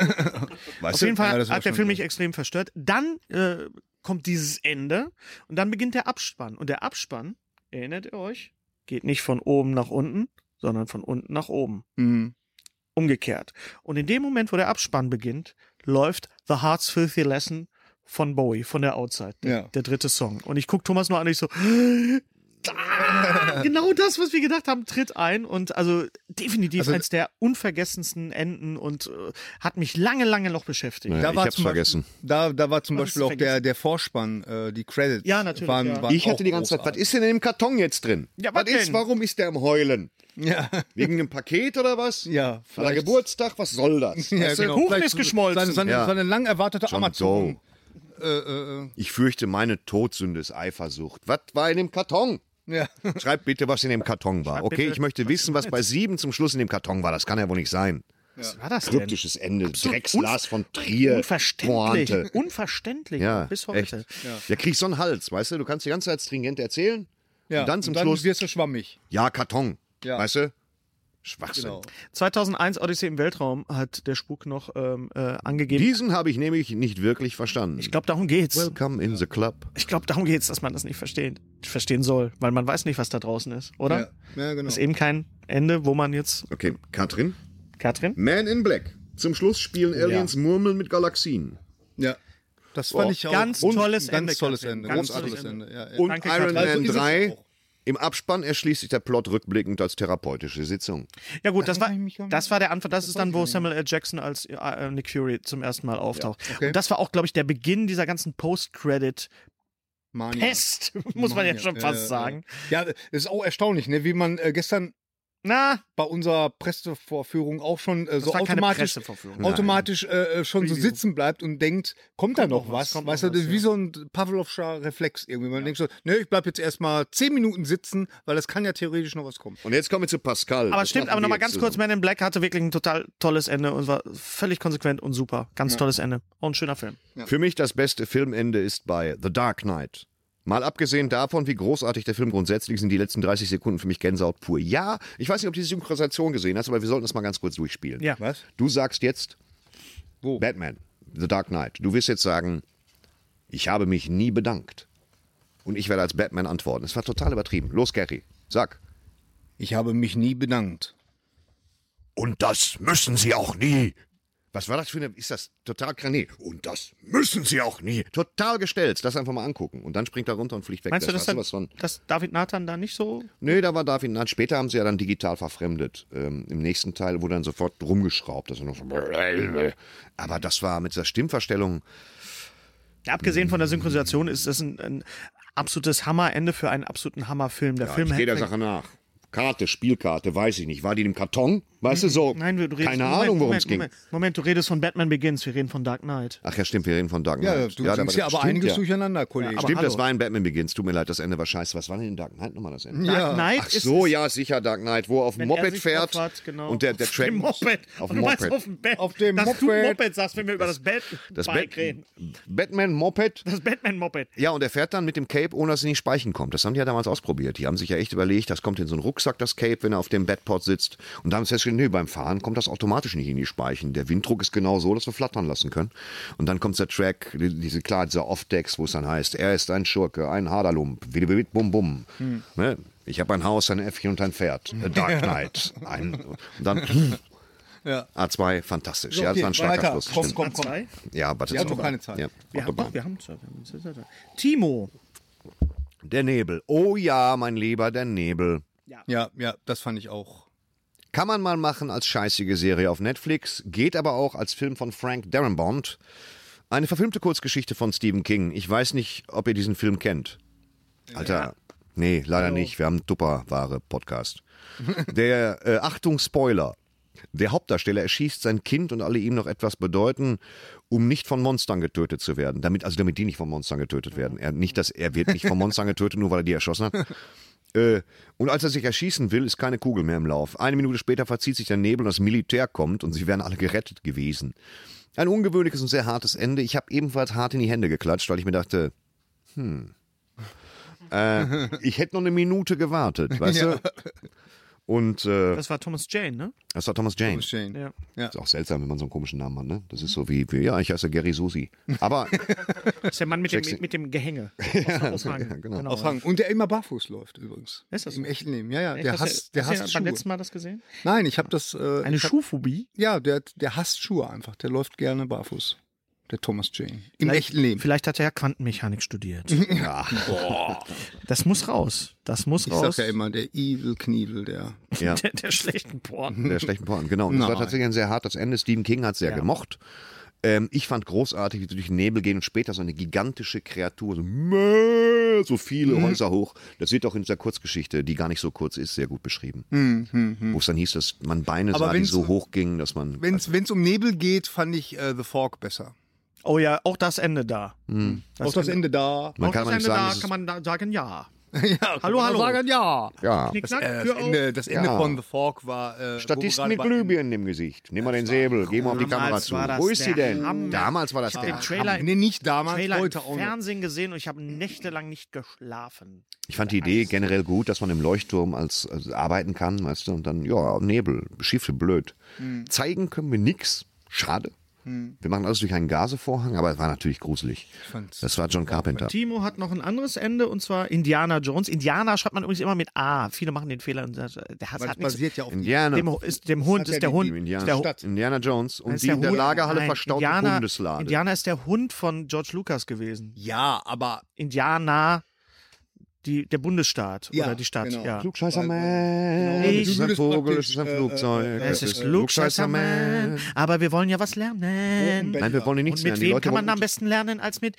weißt
Auf jeden
du?
Fall
das war
hat der
schon
Film
so.
mich extrem verstört. Dann äh, kommt dieses Ende und dann beginnt der Abspann. Und der Abspann, erinnert ihr euch, geht nicht von oben nach unten, sondern von unten nach oben.
Mhm.
Umgekehrt. Und in dem Moment, wo der Abspann beginnt, läuft The Heart's Filthy Lesson von Bowie, von der Outside, der,
Ja.
der dritte Song. Und ich gucke Thomas nur an und ich so, Ah, genau das, was wir gedacht haben, tritt ein und also definitiv
Also-
eins der unvergessensten Enden und äh, hat mich lange, lange noch beschäftigt.
Naja,
Da
ich
war
hab's
zum Beispiel-
vergessen.
Da, da war zum
Was
Beispiel
ist
auch der,
vergessen?
der Vorspann, äh, die Credits.
Ja, natürlich,
Waren,
ja.
Waren
Ich hatte
auch
die ganze Zeit, was
großartig.
ist denn im Karton jetzt drin?
Ja,
was
was
ist,
denn?
warum ist der am Heulen?
Ja,
Wegen einem Paket oder was?
ja.
Oder Geburtstag, was soll das?
Ja,
Weißt du?
Kuchen
genau. Vielleicht
ist
so-
geschmolzen.
Seine, seine,
Ja.
seine lang erwartete
John
Amazon. Äh, äh, äh,
Ich fürchte, meine Todsünde ist Eifersucht. Was war in dem Karton?
ja.
Schreibt bitte, was in dem Karton war. Okay,
bitte,
ich möchte wissen, was bei sieben zum Schluss in dem Karton war. Das kann ja wohl nicht sein.
Was war das denn?
Kryptisches Ende.
Absolut
Dreckslas
unver-
von Trier.
Unverständlich.
Pointe.
Unverständlich.
Ja,
bis
echt.
heute.
Ja. kriegst so einen Hals, weißt du? Du kannst die ganze Zeit stringent erzählen.
ja.
Und dann zum
Und dann
Schluss,
wirst du schwammig.
ja, Karton.
Ja.
Weißt du? Schwachsinn.
Genau.
2001 Odyssee im Weltraum hat der Spuk noch ähm, äh, angegeben.
Diesen habe ich nämlich nicht wirklich verstanden.
Ich glaube, darum geht's.
Welcome in the club.
Ich glaube, darum geht's, dass man das nicht verstehen, verstehen soll, weil man weiß nicht, was da draußen ist, oder?
Ja, ja genau.
Ist eben kein Ende, wo man jetzt
Okay, Katrin.
Katrin
Man in Black. Zum Schluss spielen Aliens Murmeln mit Galaxien.
Ja. Das fand ich auch
ganz
und-
tolles
ganz
Ende,
tolles
Katrin.
Ende.
Ganz
Ganz
tolles
tolles Ende. Ja, ja.
Und
Äh, Danke,
Iron
Katrin.
Man
Also ist es
3.
auch.
Im Abspann erschließt sich der Plot rückblickend als therapeutische Sitzung.
Ja gut, das war,
kann ich mich gar nicht-
das war der Anfang. Das ist dann, wo Samuel L. Jackson als äh, äh, Nick Fury zum ersten Mal auftaucht.
okay.
Und das war auch, glaube ich, der Beginn dieser ganzen Post-Credit-Pest,
Mania.
muss man ja
Mania.
schon fast
ja,
sagen.
Ja, Ja, das ist auch erstaunlich, ne? wie man äh, gestern
Na,
bei unserer Pressevorführung auch schon äh, so
war keine
automatisch,
Pressevorführung.
automatisch äh, äh, schon so sitzen bleibt und denkt, kommt da noch
noch was,
was?
kommt
Weißt
noch
du, das
was,
ist wie so ein Pavlovscher Reflex irgendwie. Man denkt so, ne, ich bleib jetzt erstmal zehn Minuten sitzen, weil das kann ja theoretisch noch was kommen.
Und jetzt kommen wir zu Pascal.
aber
Das
stimmt,
machen
aber
wir
nochmal
jetzt
ganz kurz,
zusammen.
Man in Black hatte wirklich ein total tolles Ende und war völlig konsequent und super. Ganz tolles Ende. Auch ein schöner Film.
Für mich das beste Filmende ist bei The Dark Knight. Mal abgesehen davon, wie großartig der Film grundsätzlich ist, sind die letzten 30 Sekunden für mich Gänsehaut pur. Ja, ich weiß nicht, ob du die Synchronisation gesehen hast, aber wir sollten das mal ganz kurz durchspielen.
Ja.
Was?
Du sagst jetzt
Wo?
Batman, The Dark Knight. Du wirst jetzt sagen, ich habe mich nie bedankt. Und ich werde als Batman antworten. Es war total übertrieben. Los, Gary, sag.
Ich habe mich nie bedankt.
Und das müssen sie auch nie. Was war das für eine, ist das total krané? Und das müssen sie auch nie. Total gestellt. Das einfach mal angucken. Und dann springt er runter und fliegt weg.
Meinst du, dass,
war
dann,
sowas von,
dass David Nathan da nicht so.
Nö, da war David Nath. Später haben sie ja dann digital verfremdet. Ähm, Im nächsten Teil wurde dann sofort rumgeschraubt. Also noch so Aber das war mit dieser Stimmverstellung.
Ja, Abgesehen von der Synchronisation ist das ein, ein absolutes Hammerende für einen absoluten Hammerfilm. Der Film
ich gehe der
hätte-
Sache nach. Karte, Spielkarte, weiß ich nicht. War die in dem Karton? Weißt du so?
Hm, Nein, wir- du redest.
Keine
Moment,
Ahnung, worum
Moment,
es ging. Ah,
Moment, Moment, du redest von Batman Begins, wir reden von Dark Knight.
Ach ja, stimmt, wir reden von Dark
Ja,
Knight.
du bringst hier
das
aber
stimmt,
einiges
ja.
durcheinander, Kollege.
aber-
Stimmt, das
hallo.
war in Batman Begins. Tut mir leid, das Ende war scheiße. Was war denn in Dark Knight nochmal das Ende?
Dark Knight
Ach
ist-
so, ja, sicher, Dark Knight, wo er auf dem
Wenn
Moped
er sich
fährt
opfert, genau.
und der, der
auf
Track-
dem Moped.
Auf
Und
dem
du meinst
Moped.
auf dem Bett.
Auf dem
Dass du
Moped.
Moped sagst, wenn wir über das Bett
Das
Bike
Bat
reden.
Batman Moped.
Das Batman-Moped.
Ja, und er fährt dann mit dem Cape, ohne dass es in die Speichen kommt. Das haben die ja damals ausprobiert. Die haben sich ja echt überlegt, das kommt in so einen Rucksack, das Cape, wenn er auf dem Bedpod sitzt. Und da haben sie festgestellt, nee, beim Fahren kommt das automatisch nicht in die Speichen. Der Winddruck ist genau so, dass wir flattern lassen können. Und dann kommt der Track, die- diese, klar, dieser Off-Decks, wo es dann heißt, er ist ein Schurke, ein Haderlump, widibidibi, bum bum.
Hm.
Ne? Ich habe ein Haus, ein Äffchen und ein Pferd. A Dark Knight. Ein, und dann,
Ja.
A2, fantastisch.
So,
ja, das
okay,
war ein starker
weiter.
Schluss.
Komm,
stimmt.
komm, komm.
Zwei.
Ja, aber das
Wir
ist
hatten
auch-
doch keine Zeit.
Ja,
Wir haben,
Autobahn.
doch, wir haben Zeit. Wir haben Zeit. Timo.
Der Nebel. Oh ja, mein Lieber, der Nebel.
Ja, ja, das fand ich auch.
Kann man mal machen als scheißige Serie auf Netflix, geht aber auch als Film von Frank Darabont. Eine verfilmte Kurzgeschichte von Stephen King. Ich weiß nicht, ob ihr diesen Film kennt. Alter, nee, leider nicht. Wir haben einen Tupperware-Podcast. Der, äh, Achtung, Spoiler. Der Hauptdarsteller erschießt sein Kind und alle ihm noch etwas bedeuten, um nicht von Monstern getötet zu werden. Damit, also damit die nicht von Monstern getötet werden. Er, nicht, dass er wird nicht von Monstern getötet, nur weil er die erschossen hat. Äh, und als er sich erschießen will, ist keine Kugel mehr im Lauf. Eine Minute später verzieht sich der Nebel und das Militär kommt und sie wären alle gerettet gewesen. Ein ungewöhnliches und sehr hartes Ende. Ich habe ebenfalls hart in die Hände geklatscht, weil ich mir dachte, hm, äh, ich hätte noch eine Minute gewartet, weißt du? Und äh,
Das war Thomas Jane, ne?
das war Thomas Jane.
Shane.
Ja.
Ist auch seltsam, wenn man so einen komischen Namen hat, ne? Das ist so wie, wie ja, ich heiße Gary Susi. Aber
Das ist der Mann mit, dem,
Jackson.
mit dem Gehänge. Ja, aus Hagen.
ja, genau.
Auf Hang. Und der immer barfuß läuft übrigens.
Ist das so?
Im echten Leben, ja, ja.
Echt,
Der
hast
hasst,
du-
der
hast du
hasst
beim
Schuhe.
letzten Mal das gesehen?
Nein, ich habe das. Äh,
Eine
ich hab,
Schuhphobie?
Ja, der, der hasst Schuhe einfach. Der läuft gerne barfuß. Der Thomas Jane. Im
Vielleicht-
echten Leben.
Vielleicht hat er ja Quantenmechanik studiert.
Ja,
Das muss raus. Das muss
Ich
raus.
sag ja immer, der Evil Knievel, der.
ja.
Der, der schlechten Porn.
der schlechten Porn, genau. Und das war
Nein.
tatsächlich ein sehr hartes Ende. Stephen King hat es sehr gemocht. Ähm, ich fand großartig, wie sie durch den Nebel gehen und später so eine gigantische Kreatur, so, mäh, so
Mhm.
viele Häuser hoch. Das wird auch in dieser Kurzgeschichte, die gar nicht so kurz ist, sehr gut beschrieben.
Mhm,
Wo es dann hieß, dass man Beine
Aber
sah, die
wenn's-
so hoch gingen, dass man. also
Wenn es um Nebel geht, fand ich äh, The Fork besser.
Oh ja, auch das Ende da.
Auch das Ende da.
man
auch das
kann aber nicht
Ende
sagen,
da
dass es-
kann man da sagen, ja.
ja,
Hallo, hallo.
Sagen, ja.
ja.
Knick, knack,
Äh,
Tür
das
auf.
Ende, das Ende
Ja.
von The Fork war. Äh, wo wir
Statisten
gerade
mit
bei-
Glühbirnen im Gesicht. Nimm mal den Säbel, geh mal auf die Kamera
Damals
zu.
war das
Wo ist sie
der
denn?
Hammer.
Damals war das
Ich hab
der
den Trailer
Nee, nicht damals,
Trailer
heute
im
auch nicht.
Fernsehen gesehen und ich habe nächtelang nicht geschlafen.
Ich fand die Idee generell gut, dass man im Leuchtturm als, als arbeiten kann, weißt du, und dann, ja, Nebel, Schiffe, blöd.
Hm.
Zeigen können wir nix, schade. Wir machen alles durch einen Gasevorhang, aber es war natürlich gruselig.
fand's-
Das war John Carpenter.
Timo hat noch ein anderes Ende und zwar Indiana Jones. Indiana schreibt man übrigens immer mit A. Viele machen den Fehler und sagen, der hat,
Weil
hat
es
nichts.
basiert ja auf.
Indiana,
Dem, Ho- ist, dem Hund
hat ja
ist der
die-
Hund.
die
ist
Indiana,
der Hu-
Stadt. Indiana Jones und
ist
die in der
Hund.
Lagerhalle
Nein,
verstaute
Indiana,
Bundeslade.
Indiana ist der Hund von George Lucas gewesen.
Ja, aber.
Indiana, die, der Bundesstaat
Ja,
oder die Stadt.
genau.
Ja.
Klugscheißer
Weil-
Man.
Genau,
es ist
du
ein
würdest
Vogel, es
praktisch,
ist ein
äh,
Flugzeug.
äh,
Es ist Luke Scheißermann, aber wir wollen ja was lernen.
Nein, wir wollen hier nichts
Und
lernen.
mit
Die
wem
Leute
kann man am
wollen-
besten lernen als mit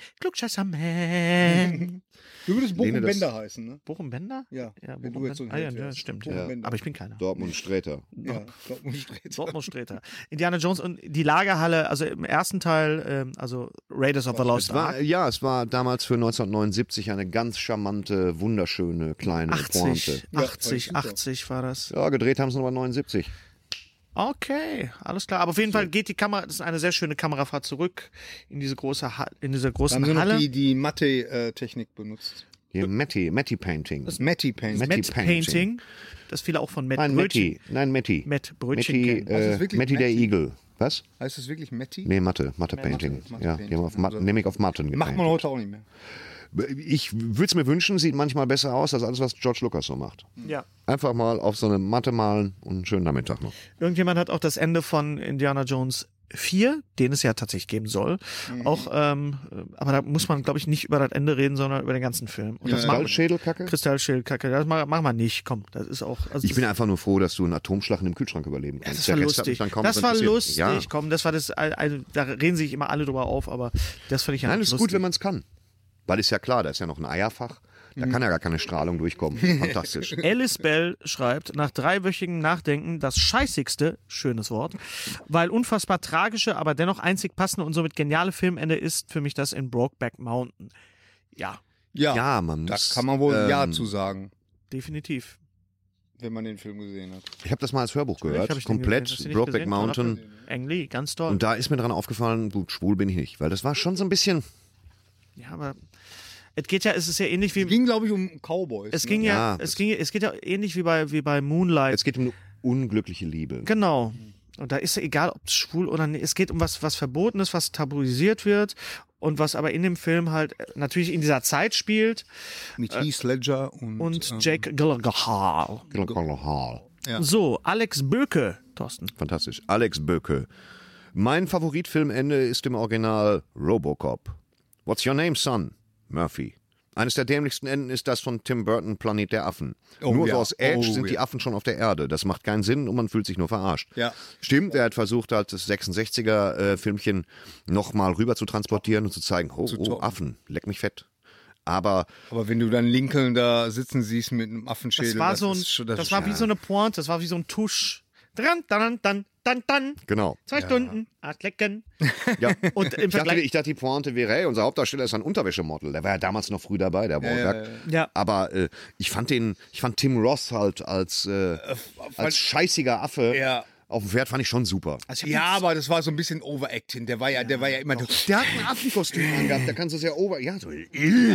Klugscheißermann?
Du würdest
Lehne
Bochum
das-
Bender heißen, ne?
Bochum Bender?
Ja,
ja
wenn du
Bochum
jetzt so ein
Bender. ah, ja,
Held
ja,
wärst.
stimmt.
Bochum
Ja.
Bender.
Aber ich bin keiner.
Dortmund Sträter.
Ja, Dortmund steht.
Dortmund steht da. Indiana Jones und die Lagerhalle, also im ersten Teil, ähm, also Raiders of the Lost
Es war,
Ark.
ja, es war damals für 1979 eine ganz charmante, wunderschöne kleine Pointe.
80,
Ja, fand ich
80,
super.
80 war das.
Ja, gedreht haben sie nochmal 79.
Okay, alles klar. Aber auf jeden Fall geht die Kamera, das ist eine sehr schöne Kamerafahrt zurück in diese große, Ha- in
Da
diese
haben
großen
sie noch
Halle.
die, die Mathe-Technik benutzt.
Hier, Matty, Matty Painting.
Matty Paint.
Matt-
Matt
Painting.
Painting, das viele auch von Matt
Nein,
Brötchen.
Matty. Nein, Matty.
Matt Brötchen
Matty,
kennen.
Was ist
äh,
wirklich
Matty der
Matty?
Igel. Was?
Heißt es wirklich Matty?
Nee, Mathe, Mathe Painting.
Mathe
ja, die
Painting.
haben auf Matten,
Also-
nämlich auf Matten
Macht man heute auch nicht mehr.
gepaintet. Ich würde es mir wünschen, sieht manchmal besser aus als alles, was George Lucas so macht.
Ja.
Einfach mal auf so eine Matte malen und einen schönen Nachmittag noch.
Irgendjemand hat auch das Ende von Indiana Jones 4, den es ja tatsächlich geben soll,
Mhm.
auch, ähm, äh, aber da muss man, glaube ich, nicht über das Ende reden, sondern über den ganzen Film. Und das machen wir nicht.
Schädelkacke?
Kristallschildkacke, das ma- machen wir nicht, komm, das ist auch. Also
Ich bin
das,
einfach nur froh, dass du einen Atomschlag in einem Kühlschrank überleben
das
kannst.
war
Der Rest hat
lustig.
mich dann kaum
Das war
interessiert.
lustig,
Ja.
komm, das war das, ein- ein- da reden sich immer alle drüber auf, aber das fand ich ja
Nein,
lustig.
ist gut, wenn man es kann. Weil ist ja klar, da ist ja noch ein Eierfach. Da
Mhm.
kann ja gar keine Strahlung durchkommen. Fantastisch.
Alice Bell schreibt, nach dreiwöchigem Nachdenken das scheißigste, schönes Wort, weil unfassbar tragische, aber dennoch einzig passende und somit geniale Filmende ist für mich das in Brokeback Mountain. Ja,
Ja, man
Da
muss.
kann man wohl
ähm,
Ja zu sagen,
definitiv.
wenn man den Film gesehen hat.
Ich habe das mal als Hörbuch
Natürlich
gehört.
hab ich den
komplett.
gesehen. Hast du den nicht
Brokeback
gesehen?
Mountain.
Ang Lee, ganz toll.
Und da ist mir dran aufgefallen, gut, schwul bin ich nicht. Weil das war schon so ein bisschen.
ja, aber es geht ja, es ist ja ähnlich wie
Ging, glaube ich, um Cowboys.
es
ne?
ging ja,
Ja,
es ging, es geht ja ähnlich wie bei wie bei Moonlight.
Es geht um eine unglückliche Liebe.
Genau. Und da ist ja egal, ob schwul oder nicht. Es geht um was, was verboten ist, was tabuisiert wird und was aber in dem Film halt äh, natürlich in dieser Zeit spielt.
Mit Heath Ledger und,
äh,
äh,
und
ähm,
Jake Gyllenhaal.
Hall.
Ja.
So, Alex Böke Thorsten.
Fantastisch. Alex Böke. Mein Favoritfilmende ist im Original Robocop. What's your name, son? Murphy. Eines der dämlichsten Enden ist das von Tim Burton Planet der Affen.
Oh
nur
ja.
so aus Edge
Oh
sind die
ja.
Affen schon auf der Erde. Das macht keinen Sinn und man fühlt sich nur verarscht.
Ja.
Stimmt, er hat versucht, halt das äh, 66er-Filmchen nochmal rüber zu transportieren und zu zeigen, oh, oh
toppen.
Affen, leck mich fett. Aber
Aber wenn du dann Lincoln da sitzen siehst mit einem Affenschädel,
Das war so ein,
ist schon-
das,
ist
war
schon-
wie so eine Pointe, das war wie so ein Tusch. Dran, dann, dann, dann, dann.
genau.
Zwei Stunden, acht Lecken.
Ja.
Und im
ich, dachte,
Vergleich.
ich dachte, die Pointe wäre, hey, unser Hauptdarsteller ist ein Unterwäschemodel. Der war ja damals noch früh dabei, der Borgak.
ja.
Aber äh, ich fand den, ich fand Tim Ross halt als, äh, als scheißiger Affe
Ja.
auf dem Pferd fand ich schon super.
Also ich
ja,
hab
aber das war so ein bisschen Overacting. Der war ja, der war ja immer.
Der hat ein Affenkostüm angehabt, da kannst du es ja over. Ja, so, äh,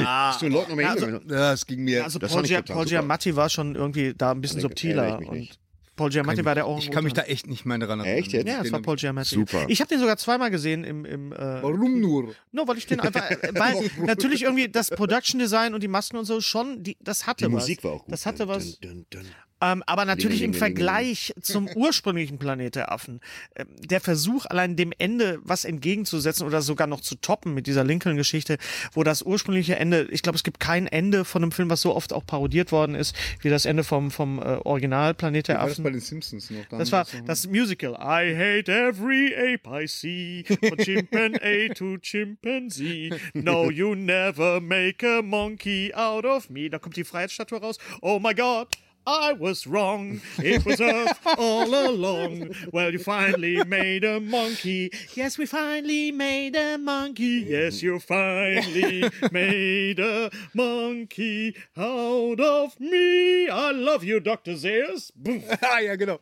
Hast du den Leuten noch mehr
also-
hingegangen?
Das ging mir.
Also
Das
Paul,
fand ich
Gia,
total
Paul
super.
Giamatti war schon irgendwie da ein bisschen
Erinnere
subtiler.
ich mich nicht.
Und Paul Giamatti war der auch. ein
ich kann mich da
guter.
echt nicht mehr dran erinnern.
Echt jetzt?
Ja, das war Paul Giamatti.
Super. Oh.
Ich habe den sogar zweimal gesehen im. im äh,
Warum nur?
no, weil ich den einfach. äh, Weil natürlich irgendwie das Production Design und die Masken und so schon, die, das hatte
Die
was.
Musik war auch gut. ne?
Das hatte
Dun,
was.
dun, dun, dun.
Ähm, aber natürlich
Ding,
im
ding, ding,
Vergleich zum ursprünglichen Planet der Affen. ähm, Der Versuch, allein dem Ende was entgegenzusetzen oder sogar noch zu toppen mit dieser Lincoln-Geschichte, wo das ursprüngliche Ende, ich glaube, es gibt kein Ende von einem Film, was so oft auch parodiert worden ist, wie das Ende vom, vom äh, Original Planet der
War das bei
Affen.
den Simpsons noch? Da
Das war
haben die
das Musical. I hate every ape I see. From chimpanzee to chimpanzee. No, you never make a monkey out of me. Da kommt die Freiheitsstatue raus. Oh my God. I was wrong. It was Earth all along. Well, you finally made a monkey. Yes, we finally made a monkey. Yes, you finally made a monkey out of me. I love you, Dr. Zeus. Boom.
so- Ah, ja, genau.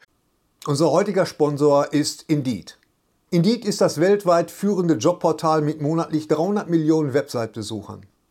Unser heutiger Sponsor ist Indeed. Indeed ist das weltweit führende Jobportal mit monatlich 300 Millionen Website-Besuchern.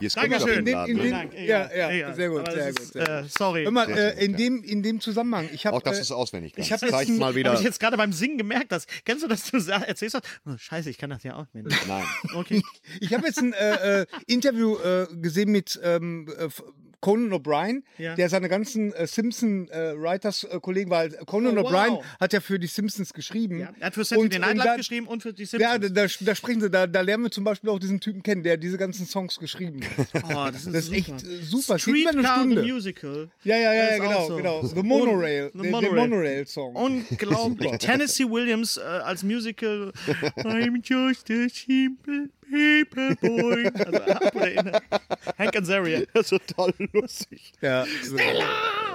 Jetzt komm ich auf
Dankeschön.
den Laden,
In
ne?
dem-
Dank,
ja,
egal,
ja,
egal.
sehr gut,
Aber
sehr
das
gut,
ist,
sehr
äh, sorry.
Hör mal, äh, in, dem, in dem Zusammenhang, ich habe.
Auch das ist
äh,
auswendig.
ich
Ich
hab jetzt
Zeigt
ein-
mal
Habe ich
wieder.
jetzt gerade beim Singen gemerkt, dass kennst du, dass du sa- erzählst, hast, oh, scheiße, ich kann das ja auch nicht.
Nein.
Okay.
ich hab jetzt ein äh, äh, Interview äh, gesehen mit ähm, äh, Conan O'Brien,
Ja.
der seine ganzen äh, Simpson-Writers-Kollegen war. Conan
Oh, wow.
O'Brien hat ja für die Simpsons geschrieben.
Ja, er hat für Saturday
Und-
Night
und
Live
da-
geschrieben und für die
Ja,
Simpsons.
da, da, da sprechen sie, da, da lernen wir zum Beispiel auch diesen Typen kennen, der diese ganzen Songs geschrieben hat.
oh, das ist,
Das ist echt
super.
äh, super. Es geht über eine
Streetcar the
Stunde.
Musical.
Ja, ja,
Das
ja,
ist
ja
auch
genau,
so.
genau. The
Und-
Monorail.
The
der- Der
Monorail.
Monorail-Song.
Unglaublich. Tennessee Williams äh, als Musical. I'm just a simple paper boy. Also, absoluter Inhalt. Hank Azaria.
Das ist total lustig.
Ja.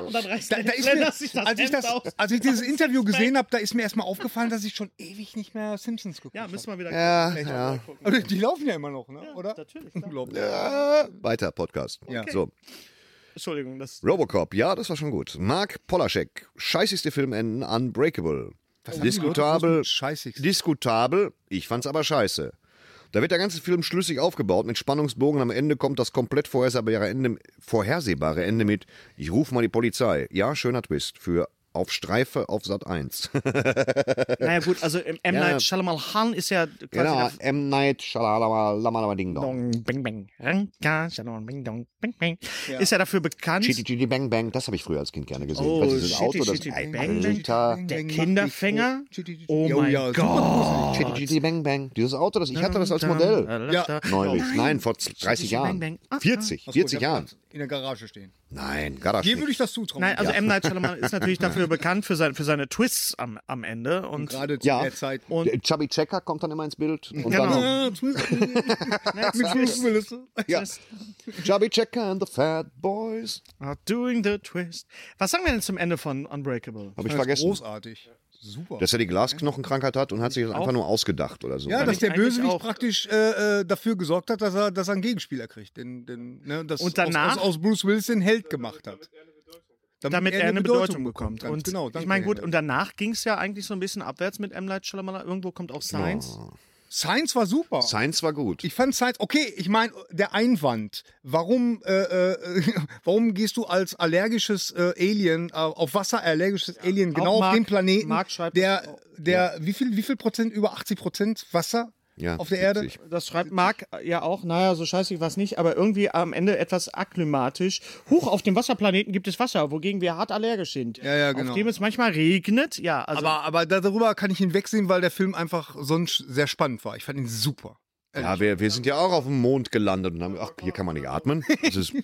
Und dann reißt
Da,
der
da ist
Hitler
mir,
sich das
als, ich
Hemd
das,
aus.
als ich dieses Interview gesehen habe, da ist mir erstmal aufgefallen, dass ich schon ewig nicht mehr Simpsons geguckt
Ja,
habe.
müssen wir wieder
Ja, ja.
Aber die laufen ja immer noch, ne? oder?
natürlich, klar.
Unglaublich.
Weiter, Podcast.
Ja.
So.
Entschuldigung, das
Robocop, ja, das war schon gut. Mark Polaschek, scheißigste Filmenden, Unbreakable.
Was haben die Leute bloß
Diskutabel,
mit scheißigsten?
diskutabel, ich fand's aber scheiße. Da wird der ganze Film schlüssig aufgebaut mit Spannungsbogen. Am Ende kommt das komplett vorhersehbare Ende, vorhersehbare Ende mit Ich ruf mal die Polizei. Ja, schöner Twist für Auf Streife auf Sat 1.
Naja, gut, also M. M.
Ja.
Night Shyamalan Han ist ja quasi
genau,
der
M. Night, Shalalama, Lamalama Ding Dong.
Dong, bing, bing, ranka, shalom, bing, dong, bing, bing. Ist ja dafür bekannt.
Chitty Chitty Bang Bang, das habe ich früher als Kind gerne gesehen.
Oh,
Weil dieses
Chitty,
Auto, das
Chitty,
Alter,
Bang, Bang. Der
Bang,
Kinderfänger?
mach mich froh.
Oh
Ja,
mein
ja, super
Gott.
Chitty Chitty Bang Bang. Dieses Auto, das, ich hatte das als Modell.
Ja.
Neulich.
Nein.
Nein, vor 30
Bang,
Jahren.
bang. Ah, ah.
40,
Hast
40
gut, ich hab
Jahren.
In der Garage stehen.
Nein, Garasch.
Hier würde ich das zutrauen.
Nein, also M. Night Shyamalan ist natürlich dafür bekannt für, sein, für seine Twists am, am Ende. Und
Gerade zu
Ja.
der Zeit.
Und-
Der Chubby Checker kommt dann immer ins Bild. Und
Genau.
Ah, Twist. Mit Bruce Willis.
dann, ja. Chubby Checker and the Fat Boys.
Are Ah, doing the twist. Was sagen wir denn zum Ende von Unbreakable?
Habe
Das
ich
ist
vergessen.
großartig. Super.
Dass er die Glasknochenkrankheit hat und hat sich das einfach nur ausgedacht oder so.
ja, dass
ich
der
eigentlich
Bösewicht
auch.
praktisch äh, äh, dafür gesorgt hat, dass er, dass er einen Gegenspieler kriegt. Den, den, ne, das
Und danach-
aus, aus, aus Bruce Willis den Held gemacht hat.
Damit er eine Bedeutung bekommt.
Ganz
Und
genau,
ich
danke,
meine, gut,
Henrik.
und danach ging es ja eigentlich so ein bisschen abwärts mit M. Night Shyamalan. Irgendwo kommt auch
Genau.
Science.
Science war super.
Science war gut.
Ich fand Science, okay, ich meine, der Einwand, warum, äh, äh, warum gehst du als allergisches äh, Alien, äh, auf Wasser allergisches Alien, genau auf
Mark-
dem Planeten,
Mark schreibt-
der, der wie, viel, wie viel Prozent, über 80 Prozent Wasser
Ja,
auf der Erde?
witzig.
Das schreibt Marc ja auch, naja, so scheiße was nicht, aber irgendwie am Ende etwas akklimatisch. Hoch auf dem Wasserplaneten gibt es Wasser, wogegen wir hart allergisch sind.
Ja, ja, genau.
Auf dem es manchmal regnet, ja. Also
Aber, aber da- darüber kann ich hinwegsehen, weil der Film einfach sonst sehr spannend war. Ich fand ihn super.
Ja, wir, wir sind ja auch auf dem Mond gelandet und haben, ach, hier kann man nicht atmen. Das ist,
Hier,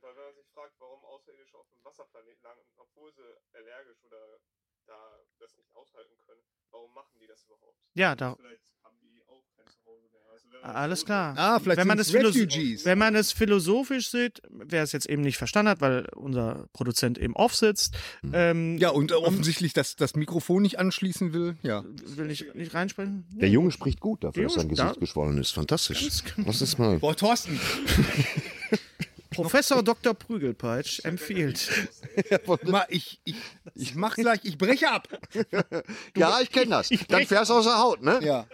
Weil wenn man sich fragt, warum Außerirdische auf dem Wasserplanet landen, obwohl sie allergisch oder da das nicht aushalten können, warum machen die das überhaupt?
ja, da,
Vielleicht haben die auch kein Zuhause mehr. Also wenn man
alles klar.
Ah, vielleicht
wenn man das
sind's
philosoph-
Refugees.
Wenn man es philosophisch sieht, wer es jetzt eben nicht verstanden hat, weil unser Produzent eben off sitzt, ähm,
Ja, und äh, offensichtlich, dass das Mikrofon nicht anschließen will. Ja.
will ich nicht reinsprechen.
der Junge spricht gut
Der
dafür, dass sein
Junge-
Gesicht
da-
geschwollen ist. Fantastisch. Lass uns mal.
Boah, Thorsten,
Professor Dr. Prügelpeitsch empfiehlt.
mal, ich, ich, ich mach gleich, ich breche ab.
Ja, ich kenne das. Dann fährst du aus der Haut, ne?
Ja.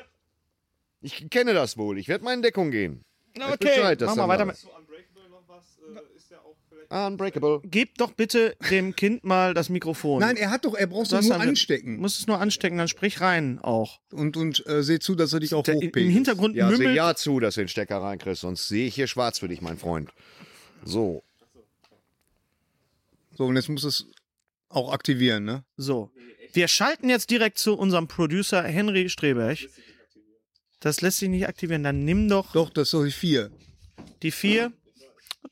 Ich kenne das wohl. Ich werde mal in Deckung gehen.
Na,
Bescheid, dass
machen
dann
wir weiter.
was.
Mit.
so Unbreakable noch was, äh, ist ja auch vielleicht
Unbreakable.
Gebt doch bitte dem Kind mal das Mikrofon.
Nein, er hat doch, er braucht doch
Das
nur
haben wir-
anstecken.
Muss es nur anstecken, dann sprich rein auch.
Und, und äh, seh zu, dass er dich auch
Der,
hochpegelt.
Im Hintergrund
also
Ja, seh
mümmelt.
ja zu, dass du den Stecker reinkriegst, sonst sehe ich hier schwarz für dich, mein Freund. So.
So, und jetzt muss es auch aktivieren, ne?
So. Wir schalten jetzt direkt zu unserem Producer Henry Streberg. Das lässt sich nicht aktivieren. Dann nimm doch
Doch, das ist doch die 4.
die vier.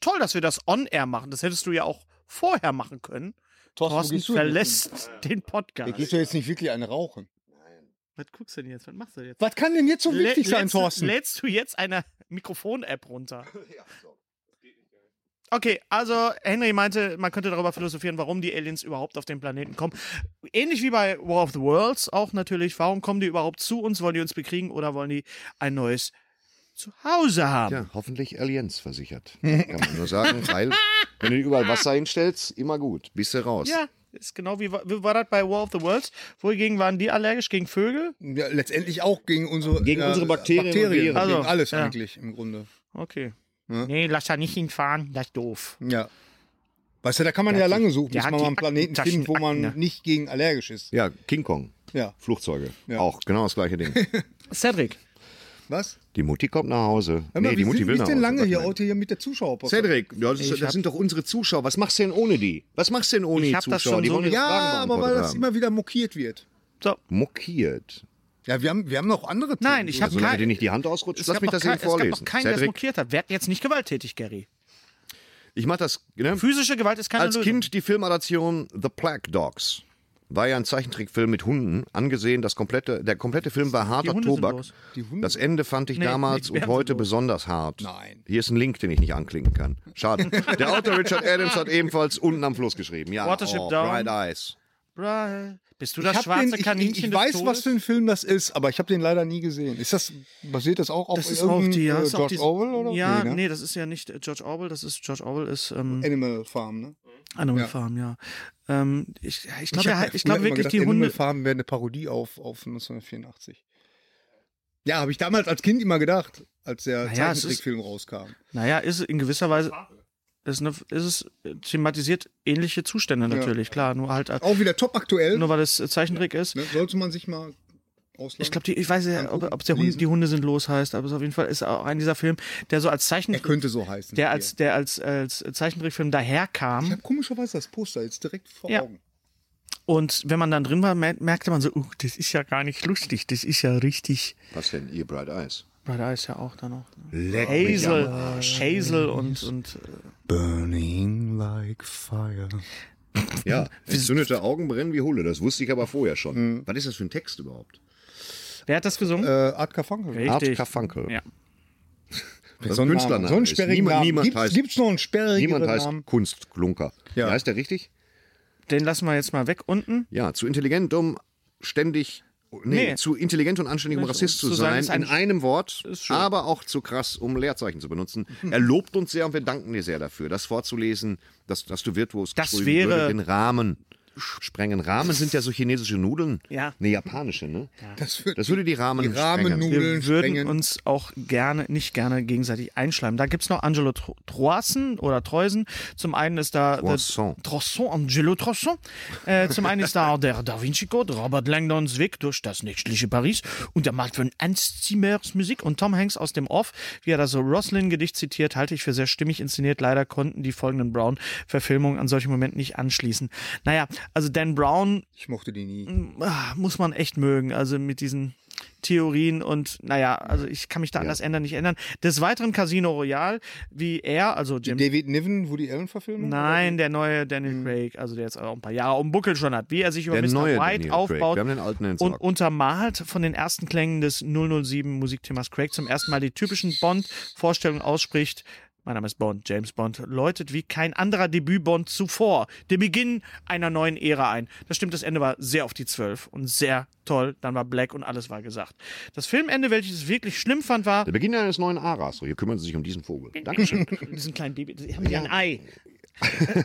Toll, dass wir das on-air machen. Das hättest du ja auch vorher machen können.
Thorsten, wo
Thorsten
gehst du denn
verlässt den
Da
Podcast.
gehst du jetzt nicht wirklich eine rauchen.
Was guckst du denn jetzt? Was machst du jetzt?
Was kann denn jetzt so
Lä-
wichtig sein,
lädst-
Thorsten?
Lädst du jetzt eine Mikrofon-App runter? Okay, also Henry meinte, man könnte darüber philosophieren, warum die Aliens überhaupt auf den Planeten kommen. Ähnlich wie bei War of the Worlds auch natürlich, warum kommen die überhaupt zu uns? Wollen die uns bekriegen oder wollen die ein neues Zuhause haben?
Ja, hoffentlich Allianz versichert. Kann man nur sagen, weil, wenn du überall Wasser hinstellst, immer gut. Bist du raus.
Ja, ist genau wie, wa- wie war das bei War of the Worlds? Wohingegen waren die allergisch gegen Vögel?
Ja, letztendlich auch gegen unsere, äh,
Gegen unsere Bakterien und
Bakterien
Viren.
gegen
Also,
alles
ja.
eigentlich im Grunde.
Okay.
Ja.
Nee, lass da nicht hinfahren, das ist doof.
Ja. Weißt du, da kann man ja,
hat die-
lange suchen,
der
bis
hat
man
die
mal einen Planeten
Aktentaschen-
findet, wo man
Akten, ne?
nicht gegen allergisch ist.
Ja, King Kong.
Ja.
Flugzeuge.
Ja.
Auch genau das gleiche Ding.
Cedric,
Was?
Die Mutti kommt nach Hause.
Hör mal,
nee,
wie
die Mutti
sind
will
wir
nach
denn
Hause.
lange
Gott,
hier
nein.
heute hier mit der Zuschauerpost?
Cedric, ja, das, ist-
Ich
das
hab-
sind doch unsere Zuschauer. Was machst du denn ohne die? Was machst du denn ohne
Ich
die
hab
Zuschauer?
das schon
die
so
wollen jetzt
Ja,
Fragen
aber weil
beantwortet
das
haben.
immer wieder mokiert wird.
Muckiert.
Ja, wir haben, wir haben noch andere Themen.
nein, ich habe
Solange dir
kein.
nicht die Hand ausrutscht,
Es
lass
gab
mich
noch
das
kein-
eben vorlesen.
Es gab noch keinen, der es
Cedric,
mokiert hat. Werd jetzt nicht gewalttätig, Gary.
ich mach das. Ne?
Physische Gewalt ist keine
Als
Lösung.
Kind die Filmadaption The Plague Dogs. War ja ein Zeichentrickfilm mit Hunden. Angesehen, das komplette, der komplette Film war harter
Hunde sind
Tobak.
los.
Das Ende fand ich
Nee,
damals
die werden
und heute
los.
besonders hart.
Nein.
Hier ist ein Link, den ich nicht anklicken kann. Schade. Der Autor Richard Adams hat ebenfalls unten am Fluss geschrieben. Ja,
Watership
oh,
Down.
Bright Eyes.
Brian. Bist du
Ich,
das
hab
schwarze
den, ich,
Kaninchen
ich, ich
des
weiß,
Todes?
was für ein Film das ist, aber ich habe den leider nie gesehen. Ist das, basiert das auch auf
das ist auch
irgendeinem,
die, ja,
äh,
ist auch
George
diese-
Orwell oder?
Ja, nee,
ne?
das ist ja nicht äh, George Orwell, das ist George Orwell ist ähm,
Animal Farm, ne?
Animal
ja.
Farm, ja. Ähm, ich ich glaube,
hab
ja,
ja
ich
früher
glaube
immer
wirklich
gedacht,
die
Animal
Hunde.
Farm wäre eine Parodie auf, auf 1984. Ja, habe ich damals als Kind immer gedacht, als der
Naja, es ist-
Zeichentrickfilm rauskam.
Naja, ist in gewisser Weise ist, eine, ist es äh, thematisiert ähnliche Zustände natürlich, klar. Nur halt, als-
Auch wieder top aktuell.
nur weil es äh, Zeichentrick ist.
Ne? Sollte man sich mal ausleihen.
Ich glaube, ich weiß ja, ob,
Angucken,
ob der Hund,
lesen.
die Hunde sind los heißt, aber es ist auf jeden Fall ist auch ein dieser Film, der so als
er
Zeichentrick,
könnte so heißen.
der als, der als, als äh, Zeichentrickfilm
ich
daherkam.
habe komischerweise das Poster jetzt direkt vor
Ja.
Augen.
Und wenn man dann drin war, mer- merkte man so, uh, das ist ja gar nicht lustig, das ist ja richtig.
Was denn? Ihr Bright Eyes.
Weil da ist ja auch dann noch. Hazel, Hazel und, und äh,
Burning like fire.
Ja, entzündete Augen brennen wie Hulle. Das wusste ich aber vorher
Hm.
schon. Was ist das für ein Text überhaupt?
äh, wer hat das gesungen?
Äh, Art Garfunkel.
Art
richtig.
Carfunkel.
Ja.
Das ist
So
ein
ein
Künstlername.
Name, so einen
ist.
sperrigen
niemand,
Namen.
Niemand
Gibt's-
heißt,
gibt's noch einen sperrigeren
Niemand heißt
Namen?
Kunstklunker.
Ja.
Heißt der richtig?
Den lassen wir jetzt mal weg unten.
Ja, zu intelligent, um ständig. Nee,
Nee.
zu intelligent und anständig, um
Nicht, um
Rassist zu
zu sein,
sein,
ist ein-
in einem Wort,
schön. Hm.
aber auch zu krass, um Leerzeichen zu benutzen. Er lobt uns sehr und wir danken dir sehr dafür, das vorzulesen, dass, dass du virtuos
Das
geschrieben
wäre-
würde, den Rahmen sprengen. Rahmen sind ja so chinesische Nudeln.
Ja.
Nee, japanische, ne?
Das wird
Das würde die Rahmen
die
sprengen.
Rahmennudeln
Wir würden
sprengen.
uns auch gerne, nicht gerne gegenseitig einschleimen. Da gibt es noch Angelo Tro- Troassen oder Treusen. Zum einen ist da
Troisson.
Trosson, Angelo Trosson. Äh, zum einen ist da auch der Da Vinci Code, Robert Langdons Weg durch das nächtliche Paris und der Markt von Ernst Zimmers Musik und Tom Hanks aus dem Off. Wie er das so Roslin-Gedicht zitiert, halte ich für sehr stimmig inszeniert. Leider konnten die folgenden Brown-Verfilmungen an solchen Momenten nicht anschließen. Naja, also Dan Brown
Ich mochte die nie.
ah, muss man echt mögen. Also mit diesen Theorien und naja, also ich kann mich da an das ändern, nicht ändern. Des Weiteren Casino Royale, wie er, also Jim.
David Niven, Woody Allen Verfilmung?
Nein, der neue Daniel Craig, also der jetzt auch ein paar Jahre um Buckel schon hat, wie er sich über
Hm. Der
Mr.
neue
White
Daniel Craig.
aufbaut
Wir haben den alten
und
entsorgt.
untermalt von den ersten Klängen des 007 Musikthemas Craig zum ersten Mal die typischen Bond-Vorstellungen ausspricht. Mein Name ist Bond, James Bond, läutet wie kein anderer Debüt-Bond zuvor den Beginn einer neuen Ära ein. Das stimmt, das Ende war sehr auf die Zwölf und sehr toll. Dann war Black und alles war gesagt. Das Filmende, welches ich wirklich schlimm fand, war
Der Beginn eines neuen Aras. So, hier kümmern Sie sich um diesen Vogel. Dankeschön.
diesen kleinen Baby, die haben ja ein Ei.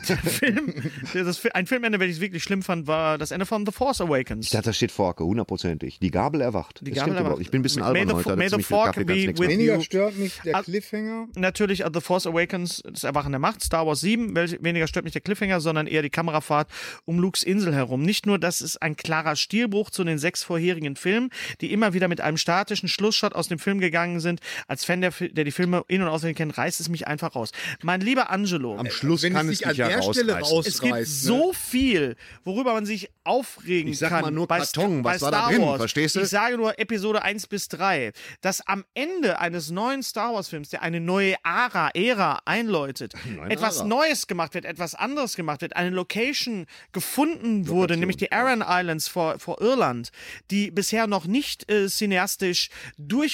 Der Film, das, Fi- ein Filmende, welches ich wirklich schlimm fand, war das Ende von The Force Awakens.
Ich dachte, da steht Forke, hundertprozentig. Die Gabel erwacht.
Die
Das
Gabel
stimmt überhaupt.
erwacht.
Ich bin ein bisschen
May
albern
the-
heute. hatte
may the
ziemlich viel
fork
Kaffee,
be
ganz nichts
with
mehr.
Weniger
You-
stört mich der
Ah.
Cliffhanger.
natürlich uh, The Force Awakens, das Erwachen der Macht, Star Wars 7, welch, weniger stört mich der Cliffhanger, sondern eher die Kamerafahrt um Lukes Insel herum. Nicht nur, das ist ein klarer Stilbruch zu den sechs vorherigen Filmen, die immer wieder mit einem statischen Schlussshot aus dem Film gegangen sind. Als Fan, der, Fi- der die Filme in- und auswendig kennt, reißt es mich einfach raus. Mein lieber Angelo,
Am Schluss
Wenn
kann
es dich
es dich
an
ja
der Stelle
rausreißen.
rausreißt.
es gibt so viel, worüber man sich aufregen
ne? Ich sag
kann.
mal nur
bei
Karton,
Sta-
was
bei
war da
Star
drin,
Wars.
verstehst du?
Ich sage nur Episode 1 bis 3, dass am Ende eines neuen Star Wars-Films, der eine neue Ära, Ära einläutet, etwas
Ära.
Neues gemacht wird, etwas anderes gemacht wird, eine Location gefunden wurde, nämlich die Aran Islands vor, vor Irland, die bisher noch nicht äh, cineastisch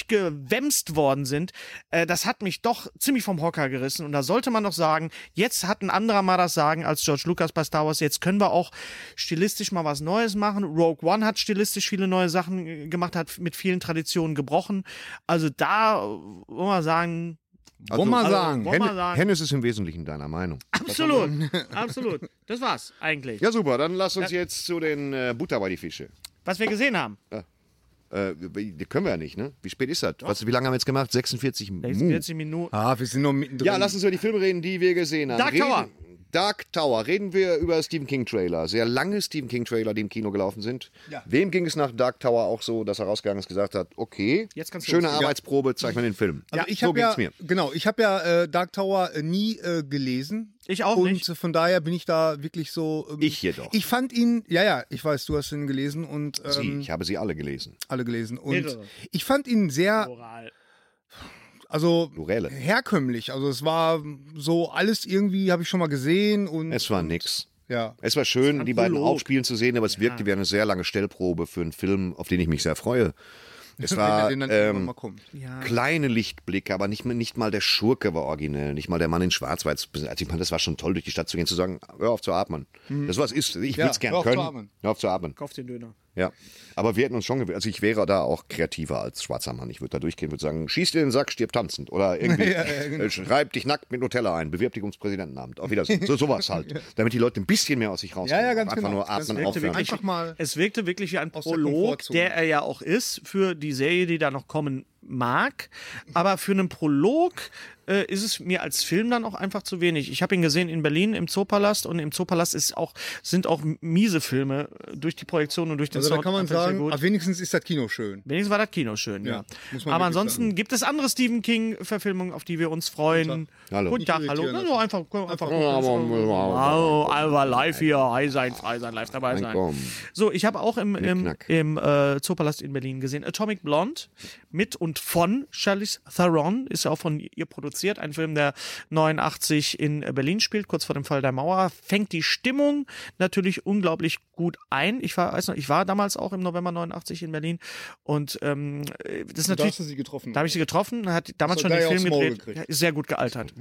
durchgewemst worden sind, äh, das hat mich doch ziemlich vom Hocker gerissen. Und da sollte man doch sagen, jetzt hat ein anderer mal das Sagen als George Lucas bei Star Wars. Jetzt können wir auch stilistisch mal was Neues machen. Rogue One hat stilistisch viele neue Sachen äh, gemacht, hat mit vielen Traditionen gebrochen. Also da, äh, wollen wir sagen,
Wollen wir
also-
sagen.
Wollen wir
Hen-
sagen.
Hennes ist im Wesentlichen deiner Meinung.
absolut, absolut. Das war's eigentlich.
Ja, super. Dann lass uns jetzt zu den äh, Butter bei die Fische.
Was wir gesehen haben.
Äh, die können wir ja nicht, ne? Wie spät ist das? Was, wie lange haben wir jetzt gemacht? 46 Minuten.
46 Minuten.
Ah, wir sind noch mittendrin.
Ja, lass uns über die Filme reden, die wir gesehen haben.
Dark
reden,
Tower.
Dark Tower. Reden wir über Stephen King Trailer. Sehr lange Stephen King Trailer, die im Kino gelaufen sind.
Ja.
Wem ging es nach Dark Tower auch so, dass er rausgegangen ist, gesagt hat, okay,
Jetzt kannst du
schöne
loslegen.
Arbeitsprobe, zeig mal den Film.
Also ich
so
hab ja,
ging's mir.
Genau, ich habe ja äh, Dark Tower äh, nie äh, gelesen.
Ich auch
und
nicht.
äh, von daher bin ich da wirklich so. ähm,
Ich jedoch.
Ich fand ihn, ja, ja, ich weiß, du hast ihn gelesen und ähm,
Sie, ich habe sie alle gelesen.
alle gelesen. Und
Mehrere.
ich fand ihn sehr,
Oral.
also
Plurale.
herkömmlich. Also es war so alles irgendwie, habe ich schon mal gesehen und
Es war nix.
ja.
Es war schön, die beiden
Prolog.
aufspielen zu sehen, aber es wirkte wie eine sehr lange Stellprobe für einen Film, auf den ich mich sehr freue. Es
wenn er
war
denn dann irgendwann
ähm,
mal kommt.
kleine Lichtblicke, aber nicht, nicht mal der Schurke war originell, nicht mal der Mann in Schwarz war jetzt, also ich meine, das war schon toll, durch die Stadt zu gehen, zu sagen, hör auf zu atmen. Das was ist,
Mhm. Ja,
ich würde es gern
hör auf zu
können.
atmen.
Hör auf zu atmen.
Kauf den Döner.
Ja, aber wir hätten uns schon, gew- also ich wäre da auch kreativer als schwarzer Mann. Ich würde da durchgehen, würde sagen, schieß dir den Sack, stirb tanzend oder irgendwie
genau.
äh, schreib dich nackt mit Nutella ein, bewirb dich ums Präsidentenamt. Auf Wiedersehen. So sowas halt, damit die Leute ein bisschen mehr aus sich rauskriegen.
Ja, ja, ganz
Einfach
genau.
nur
Das
atmen,
wirkte
aufhören.
wirklich- Einfach mal
Es wirkte wirklich wie ein
aus der
Prolog,
Komfortzone.
der er ja auch ist, für die Serie, die da noch kommen mag. Aber für einen Prolog äh, ist es mir als Film dann auch einfach zu wenig. Ich habe ihn gesehen in Berlin im Zoopalast und im Zoopalast ist auch, sind auch miese Filme äh, durch die Projektion und durch den
Also da
Sound
kann man
einfach sehr
sagen,
gut.
aber wenigstens ist das Kino schön.
Wenigstens war das Kino schön, ja.
Ja, muss man
Aber
wirklich
ansonsten
sagen.
gibt es andere Stephen King-Verfilmungen, auf die wir uns freuen.
Hallo.
Guten Tag,
Nicht
hallo.
irritieren
Also einfach, einfach.
Wow.
Wow, Alva live hier, high sein, frei sein, live dabei sein.
Komm.
So, ich habe auch im, im,
Knack.
im äh, Zoopalast in Berlin gesehen Atomic Blonde mit und von Charlize Theron, ist ja auch von ihr produziert, ein Film, der 89 in äh, Berlin spielt, kurz vor dem Fall der Mauer, fängt die Stimmung natürlich unglaublich gut ein. Ich war, weiß noch, ich war damals auch im November 89 in Berlin und ähm, äh, das ist
Da
natürlich
hast du sie getroffen.
da habe ich sie getroffen, hat damals
Hast du
schon den
gleich
Film
aufs Maul
gedreht.
gekriegt.
Ja, ist sehr gut gealtert.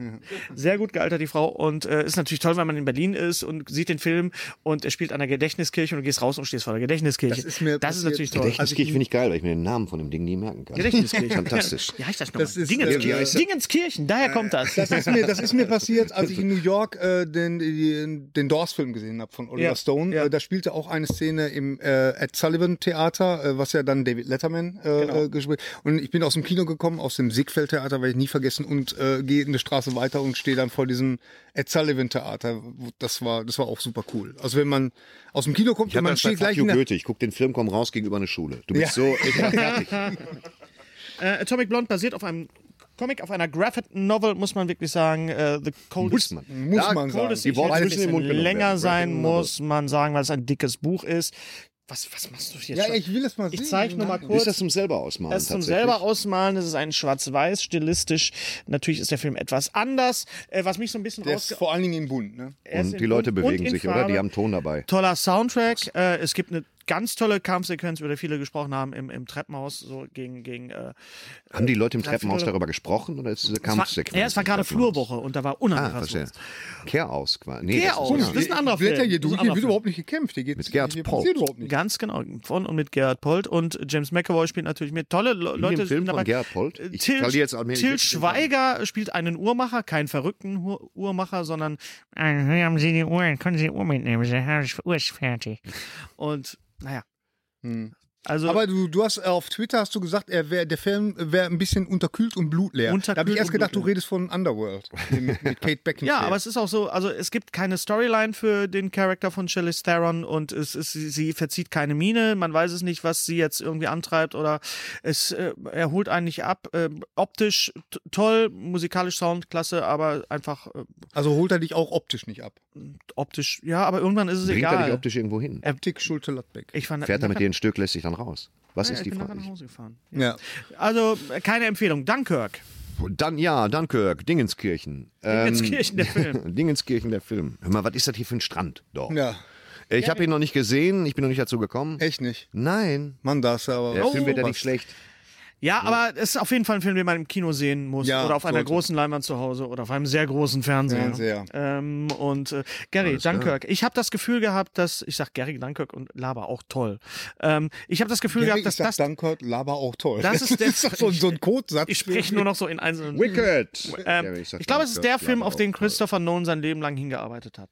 Sehr gut gealtert, die Frau. Und äh, ist natürlich toll, wenn man in Berlin ist und sieht den Film und er spielt an der Gedächtniskirche und du gehst raus und stehst vor der Gedächtniskirche.
Das ist mir
das ist
passiert.
natürlich toll. Also,
Gedächtniskirche finde ich geil, weil ich mir den Namen von dem Ding nie merken kann.
Gedächtniskirche.
Fantastisch.
Wie heißt das nochmal?
Das ist,
äh, wie heißt
Dingenskirchen.
das?
Dingenskirchen, daher kommt das.
Das ist, mir, das ist mir passiert, als ich in New York äh, den, den, den Doors-Film gesehen habe von Oliver
Ja,
Stone.
ja.
Äh, da spielte auch eine Szene im äh, Ed Sullivan Theater, äh, was ja dann David Letterman äh,
Genau.
äh, gespielt Und ich bin aus dem Kino gekommen, aus dem Siegfeld Theater, werde ich nie vergessen, und äh, gehe eine Straße weiter und stehe dann vor diesem Ed Sullivan Theater. Das war, das war auch super cool. Also wenn man aus dem Kino kommt,
Ich
und
habe
man
das bei
steht
Fuck
gleich
you
in der,
Goethe. Ich gucke den Film, komm raus gegenüber eine Schule. Du bist so, ich war fertig.
Äh, Atomic Blonde basiert auf einem Comic, auf einer Graphic Novel, muss man wirklich sagen. Äh, the
Muss
Coldest
man.
muss man sagen.
Die
Worte
Worte
müssen in den Mund genommen
länger
werden.
sein,
Graphic Novel.
muss man sagen, weil es ein dickes Buch ist. Was, was machst du jetzt?
Ja,
schon?
ich will das mal sehen. ne?
Ich zeige nur mal
Nein.
Ist
kurz.
das zum selber ausmalen?
Das ist zum
tatsächlich?
selber ausmalen, das ist ein schwarz-weiß, stilistisch. Natürlich ist der Film etwas anders. Äh, was mich so ein bisschen
der ist
rausge...
vor allen Dingen in Bunt, ne?
er ist
Und
in
die Leute
Bunt und
bewegen
in
sich, oder? Die
Farbe.
haben Ton dabei.
Toller Soundtrack. Äh, es gibt eine ganz tolle Kampfsequenz, über die viele gesprochen haben, im, im Treppenhaus, so gegen, gegen äh,
Haben die Leute im
Dreiviertel-
Treppenhaus darüber gesprochen oder ist diese
es war,
Kampfsequenz?
ja, es war gerade
im Treppenhaus?
Flurwoche und da war
Ah,
unheimlich was
verstehe.
los.
Kehr aus. qua- Nee,
Kehr
das ist
aus.
gar
Das ist ein anderer
Blätter
Film.
hier
Das ist
durch, hier
ein anderer
wird
Film.
überhaupt nicht gekämpft. Hier, geht's,
Mit Gerhard
hier
Polt.
passiert überhaupt nichts.
Ganz genau, von und mit Gerhard Polt und James McAvoy spielt natürlich mit. Tolle Le
In
Leute
dem Film
sind
von
dabei.
Gerhard Polt?
Äh,
Ich
Till,
verliere jetzt allmählich
Till
wirklich den Faden.
Schweiger spielt einen Uhrmacher, keinen verrückten Hu- Uhrmacher, sondern "Ah, hier haben Sie die Uhr, können Sie die Uhr mitnehmen, Sie haben die Uhr ist fertig. Und naja,
Hm.
also
Aber du, du hast äh, auf Twitter hast du gesagt, er wär, der Film wäre ein bisschen unterkühlt und blutleer.
Unterkühlt
da habe ich
und
erst gedacht, du
blutleer.
redest von Underworld mit, mit Kate Beckinsale.
ja, aber es ist auch so, also es gibt keine Storyline für den Charakter von Charlize Theron und es ist, sie, sie verzieht keine Miene, man weiß es nicht, was sie jetzt irgendwie antreibt oder es äh, er holt einen nicht ab. Äh, optisch t- toll, musikalisch Sound klasse, aber einfach äh,
also holt er dich auch optisch nicht ab.
optisch, ja, aber irgendwann ist es
Bringt er dich
egal.
optisch irgendwo hin?
Optik Schulte Lattbeck.
Ich fand,
Fährt er mit dir ein Stück, lässt sich dann raus. Was
Ja,
ist
ich
die
bin nachher nach
Frage?
Hause gefahren.
Ja.
Also äh, keine Empfehlung. Dunkirk.
Dann, ja, Dunkirk, Dingenskirchen. Ähm,
Dingenskirchen, der Film.
Dingenskirchen, der Film. Hör mal, was ist das hier für ein Strand? Doch. Äh,
Ja,
Ich habe ihn noch nicht gesehen, ich bin noch nicht dazu gekommen.
echt nicht.
Nein.
Mann, da ist er aber.
Der
Oh.
Film wird ja
was.
nicht schlecht.
Ja, aber es ist auf jeden Fall ein Film, den man im Kino sehen muss.
Ja,
oder auf einer
sollte.
großen Leinwand zu Hause oder auf einem sehr großen Fernseher.
Fernseher.
Ähm, und äh, Gary, Dunkirk. Ich habe das Gefühl gehabt, dass, ich sag Gary, Dunkirk und Laber auch toll. Ähm, ich habe das Gefühl
Gary,
gehabt, dass
ich sag
das.
Dankert, laber auch toll.
Das ist der-
doch so, so ein Codesatz.
ich spreche nur noch so in einzelnen.
Wicked!
Ähm,
Gary,
ich
sag
glaube, es ist
Dunkirk,
der Film,
bleibt
auf den
auch toll.
Christopher Nolan sein Leben lang hingearbeitet hat.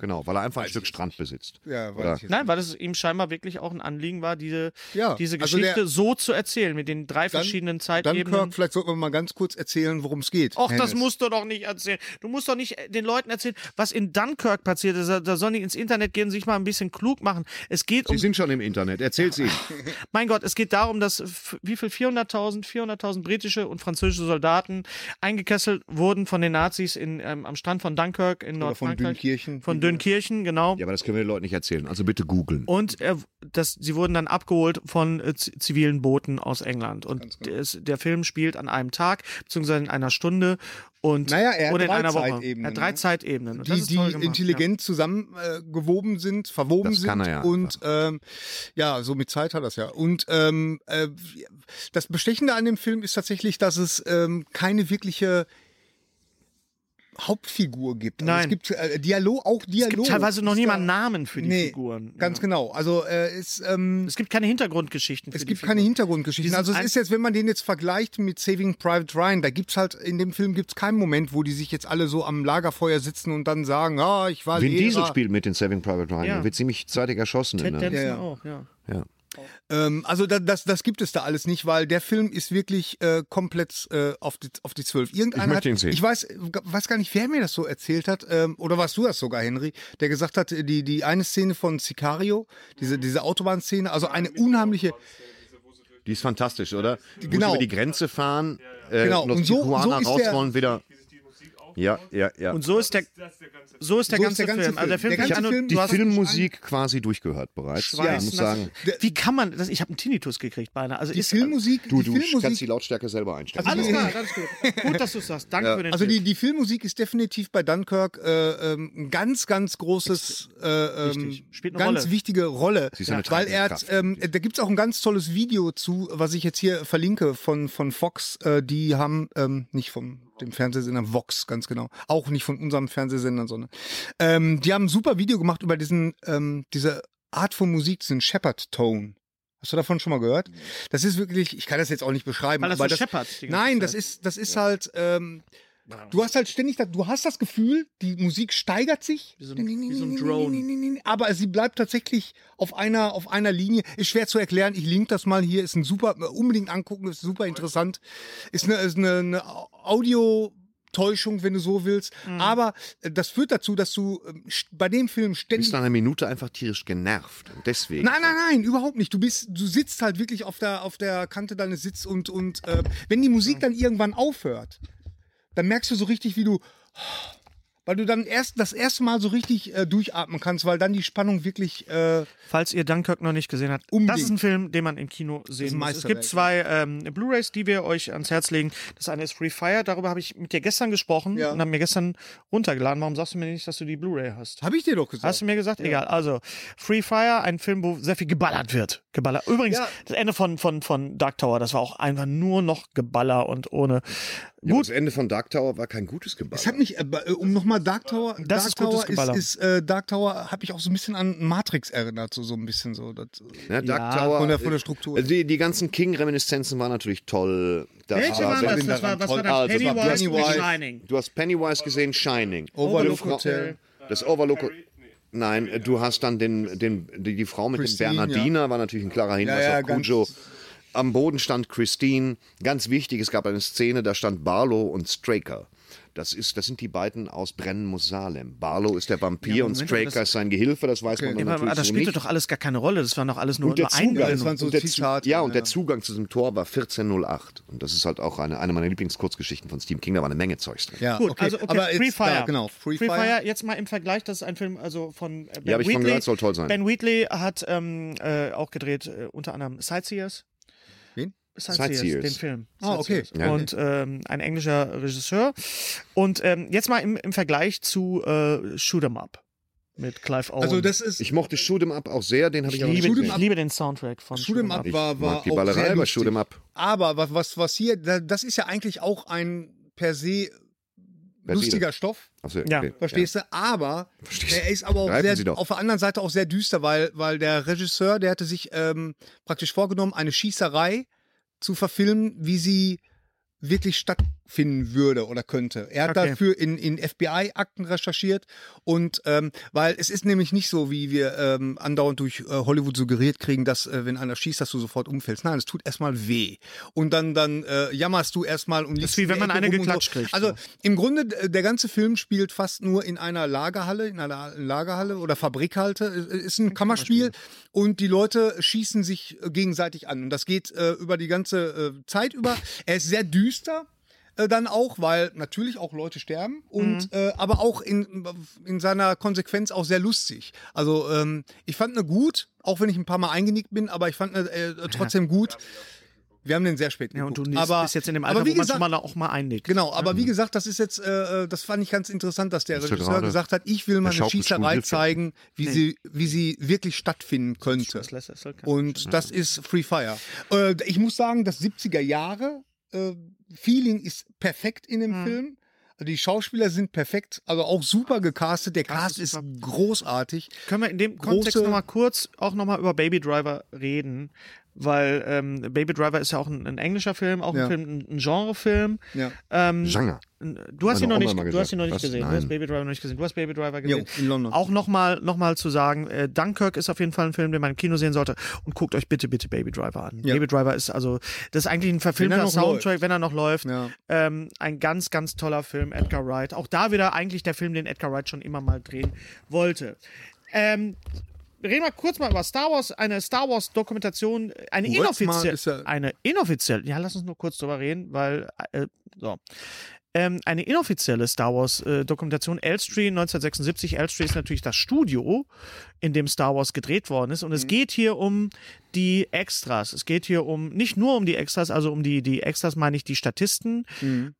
Genau, weil er einfach ein Stück Strand besitzt.
Ja,
Oder?
weiß ich jetzt.
Nein, weil es ihm scheinbar wirklich auch ein Anliegen war, diese,
Ja,
diese
also
Geschichte
der-
so zu erzählen, mit den drei verschiedenen Zeitebenen.
Dunkirk, vielleicht sollten wir mal ganz kurz erzählen, worum es geht.
Och, das
Hennes.
musst du doch nicht erzählen. Du musst doch nicht äh, den Leuten erzählen, was in Dunkirk passiert ist. Da- Da sollen die ins Internet gehen, sich mal ein bisschen klug machen. Es geht
Sie
um,
sind schon im Internet, erzähl's ihnen.
mein Gott, es geht darum, dass f- wie viel 400.000, 400.000 britische und französische Soldaten eingekesselt wurden von den Nazis in, ähm, am Strand von Dunkirk in
Oder von
Nordfrankreich.
Dünkirchen.
Von Dünkirchen, genau.
Ja, aber das können wir den Leuten nicht erzählen. Also bitte googeln.
Oh,
Und er, das, sie wurden dann abgeholt von äh, z- zivilen Booten aus England. Und
genau.
des, der Film spielt an einem Tag, beziehungsweise in einer Stunde und
Naja, er hat
oder in
drei
einer Woche.
Zeitebenen,
er hat drei
ne?
Zeitebenen. Und das
die,
ist
die
toll gemacht,
intelligent zusammengewoben sind, verwoben
Das kann
sind
er ja
und ähm, ja, so mit Zeit hat das ja. Und ähm, äh, das Bestechende an dem Film ist tatsächlich, dass es ähm, keine wirkliche Hauptfigur gibt. Also
Nein.
Es gibt äh, Dialog, auch
Ja.
Dialog.
Es gibt teilweise noch
ist
nie
da-
mal Namen für die
nee,
Figuren.
Ganz
ja.
genau. Also äh, es, ähm,
Es gibt keine Hintergrundgeschichten. für
es
die
gibt keine
Figuren. Die
Hintergrundgeschichten.
sind
Also es
ein-
ist jetzt, wenn man den jetzt vergleicht mit Saving Private Ryan, da gibt's halt, in dem Film gibt's keinen Moment, wo die sich jetzt alle so am Lagerfeuer sitzen und dann sagen, ah, ich war
Vin
Lehrer.
Diesel spielt mit in Saving Private Ryan
Ja.
und wird ziemlich zeitig erschossen.
Ted
In der,
Danson
Ja, ja.
auch, ja.
ja.
Ähm, also da, das, das gibt es da alles nicht, weil der Film ist wirklich äh, komplett äh, auf, die, auf die 12. Irgendeiner
möchte
hat,
ihn sehen.
Ich weiß, g- weiß gar nicht, wer mir das so erzählt hat, ähm, oder warst du das sogar, Henry, der gesagt hat, äh, die, die eine Szene von Sicario, diese, diese Autobahnszene, also eine unheimliche...
Die ist fantastisch, oder? Die
Genau.
Muss über die Grenze fahren, äh,
Genau.
und aus
Und so-
Tijuana
so ist der-
rausrollen, wieder. Ja, ja, ja.
Und so ist der, so ist der,
So
ganze, Film. Also der Film,
Der
fängt
ganze
an und
Film-
die
du hast
Filmmusik quasi durchgehört bereits.
Schweiß,
Ja, ich muss
nass.
sagen,
Wie kann man das? Ich habe einen Tinnitus gekriegt beinahe. Also
Die
ist,
Filmmusik,
du,
die
du
Filmmusik
kannst die Lautstärke selber einstellen.
Alles
die-
klar, alles gut. Gut, dass du sagst. Danke für den
Also die,
Tipp.
die Filmmusik ist definitiv bei Dunkirk äh, ähm, ein ganz, ganz großes, äh, ähm,
Richtig. Spielt eine
ganz
Rolle.
wichtige Rolle.
Sie ist eine
weil er, hat,
treibende Kraft,
ähm,
definitiv.
da gibt's auch ein ganz tolles Video zu, was ich jetzt hier verlinke von, von Fox. Äh, die haben, ähm, nicht von dem Fernsehsender Vox, ganz genau. Auch nicht von unserem Fernsehsender, sondern. Ähm, die haben ein super Video gemacht über diesen, ähm, diese Art von Musik, diesen Shepard-Tone. Hast du davon schon mal gehört? Das ist wirklich, ich kann das jetzt auch nicht beschreiben,
Weil das
aber
so
das,
scheppert die ganze
Nein,
Zeit.
das ist, das ist halt, ähm, Du hast halt ständig, das- du hast das Gefühl, die Musik steigert sich.
Wie so ein- wie so ein Drone.
Aber sie bleibt tatsächlich auf einer, auf einer Linie. Ist schwer zu erklären. Ich link das mal hier. Ist ein super, äh, unbedingt angucken. Ist super interessant. Ist eine, ist eine, eine Audio, Täuschung, wenn du so willst.
Mhm.
Aber äh, das führt dazu, dass du ähm, st- bei dem Film
Du
ständig
bist nach einer Minute einfach tierisch genervt. Und deswegen.
Nein, nein, nein, überhaupt nicht. Du bist, du sitzt halt wirklich auf der, auf der Kante deines Sitz und, und äh, wenn die Musik dann irgendwann aufhört, dann merkst du so richtig, wie du, weil du dann erst das erste Mal so richtig äh, durchatmen kannst, weil dann die Spannung wirklich. Äh,
Falls ihr Dunkirk noch nicht gesehen habt,
Unbedingt.
das ist ein Film, den man im Kino sehen
ein
muss. Es
Meisterwerk.
gibt zwei ähm, Blu-rays, die wir euch ans Herz legen. Das eine ist Free Fire, darüber habe ich mit dir gestern gesprochen
Ja.
und habe mir gestern runtergeladen. Warum sagst du mir nicht, dass du die Blu-ray hast?
Habe ich dir doch gesagt.
Hast du mir gesagt? Egal. Also, Free Fire, ein Film, wo sehr viel geballert wird. Geballert. Übrigens, das Ende von, von, von Dark Tower, das war auch einfach nur noch Geballer und ohne.
Gut. Das Ende von Dark Tower war kein gutes Geballer.
Es hat mich, äh, bei- äh, um nochmal Dark Tower, Dark
ist gutes
Tower
Geballer.
ist, ist äh, Dark Tower, habe ich auch so ein bisschen an Matrix erinnert, so, so ein bisschen so. Das, äh,
Ne, Dark
Ja,
Tower.
von der- von der Struktur.
Also Die, die ganzen King-Reminiszenzen waren natürlich toll. Da
Welche
war-
waren das? Das
da-
war, was war das?
Also, es war
Pennywise mit
Pennywise.
Shining.
Du hast Pennywise gesehen, Shining.
Overlook
Eine Frau-
Hotel.
Das Overlook. Nein, äh, du hast dann den, den, die, die Frau mit
Christine,
dem Bernardiner, war natürlich ein klarer Hinweis
Ja, ja,
auf
ganz-
Cujo. Am Boden stand Christine. Ganz wichtig, es gab eine Szene, da stand Barlow und Straker. Das, ist, das sind die beiden aus Brennen muss Salem. Barlow ist der Vampir
Ja, aber
und
Moment, aber
Straker
das-
ist sein Gehilfe, das weiß man dann
Aber
natürlich
das
so
spielte
nicht.
doch alles gar keine Rolle. Das waren doch alles nur,
Und der
nur
Zugang,
Das waren so
und der Zu-
Zitate,
ja, und
ja.
der Zugang zu diesem Tor war 1408. Und das ist halt auch eine, eine meiner Lieblingskurzgeschichten von Stephen King. Da war eine Menge Zeugs drin.
Ja,
Gut, also okay, Free
jetzt-
Fire.
Ja, genau, Free, Fire.
jetzt mal im Vergleich, das ist ein Film also von äh, Ben
Ja, hab ich von
Wheatley.
gehört, soll toll sein.
Ben Wheatley hat ähm, äh, auch gedreht äh, unter anderem Sightseers.
Wen?
Sightseers,
Sightseers.
den Film.
Ah, okay.
Sightseers.
Ja.
Und ähm, ein englischer Regisseur. Und ähm, jetzt mal im, im Vergleich zu äh, Shoot 'em Up mit Clive Owen.
Also, das ist.
Ich mochte Shoot 'em Up auch sehr, den habe ich,
ich,
aber
liebe,
nicht
Shoot 'em
ich
Up-
gesehen.
liebe den Soundtrack von Shoot 'em Up.
Ich
war, war
mag die
auch
Ballerei
sehr
bei
lustig.
Shoot'em Up.
Aber was, was, was hier, da- das ist ja eigentlich auch ein per se
Wer
lustiger Stoff,
Achso,
Ja.
Also, okay.
verstehst du? Aber
Verstehst du.
er ist aber auch
Greifen Sie
sehr,
doch.
auf der anderen Seite auch sehr düster, weil, weil der Regisseur, der hatte sich ähm, praktisch vorgenommen, eine Schießerei zu verfilmen, wie sie wirklich stattfinden würde oder könnte. Er hat
Okay.
dafür in, in FBI-Akten recherchiert und ähm, weil es ist nämlich nicht so, wie wir ähm, andauernd durch äh, Hollywood suggeriert kriegen, dass äh, wenn einer schießt, dass du sofort umfällst. Nein, es tut erstmal weh und dann dann äh, jammerst du erstmal und
Das
liegst
ist wie
in
wenn
der
man
Ecke
eine
rum und
geklatscht
so.
kriegt.
Also im Grunde, d- der ganze Film spielt fast nur in einer Lagerhalle, in einer Lagerhalle oder Fabrikhalte. Es Ist ein Kammerspiel und die Leute schießen sich äh, gegenseitig an. Und das geht äh, über die ganze äh, Zeit über. Er ist sehr düster. äh, Dann auch, weil natürlich auch Leute sterben
Mhm.
und äh, aber auch in, in seiner Konsequenz auch sehr lustig. Also ähm, ich fand ne gut, auch wenn ich ein paar Mal eingenickt bin, aber ich fand ne äh, trotzdem gut. Wir haben den sehr spät
Ja,
geguckt.
und du
aber,
bist jetzt in dem
aber
Alter,
wie
wo man
gesagt,
schon mal da auch mal einnickt.
Genau, aber wie gesagt, das ist jetzt, äh, äh, das fand ich ganz interessant, dass der
Ähm. Ist ja
Regisseur
gerade
gesagt hat, ich will mal
der
eine
Schaukelstuhl
Schießerei
Hilfe.
zeigen, wie, sie, wie sie wirklich stattfinden könnte.
Das lässt- das soll keiner
Und das ist Free Fire. Äh, ich muss sagen, das 70er Jahre äh, Feeling ist perfekt in dem Film. Die Schauspieler sind perfekt, also auch super gecastet. Der Cast ist großartig.
Können wir in dem
Große-
Kontext nochmal kurz auch nochmal über Baby Driver reden? weil ähm, Baby Driver ist ja auch ein, ein englischer Film, auch ein
Ja.
Film, ein, ein Genrefilm.
Ja.
Ähm,
Genre.
du hast
Meine
ihn noch
Oma
nicht,
immer
du
gesagt.
hast ihn noch nicht
Was?
gesehen. Du
Nein.
hast Baby Driver noch nicht gesehen. Du hast Baby Driver gesehen.
Jo, in London.
Auch nochmal noch mal zu sagen, äh, Dunkirk ist auf jeden Fall ein Film, den man im Kino sehen sollte. Und guckt euch bitte, bitte Baby Driver an.
Ja.
Baby Driver ist also, das ist eigentlich ein
Wenn er
verfilmter
noch
Soundtrack, wenn er noch läuft.
Ja.
Ähm, ein ganz, ganz toller Film, Edgar Wright. Auch da wieder eigentlich der Film, den Edgar Wright schon immer mal drehen wollte. Ähm, reden wir kurz mal über Star Wars, eine Star Wars Dokumentation, eine
Kurz mal
inoffizielle,
ist ja-
eine inoffizielle, ja, lass uns nur kurz drüber reden, weil, äh, so. Ähm, eine inoffizielle Star Wars äh, Dokumentation, Elstree 1976. Elstree ist natürlich das Studio, in dem Star Wars gedreht worden ist. Und es geht hier um die Extras. Es geht hier um, nicht nur um die Extras, also um die, die Extras meine ich die Statisten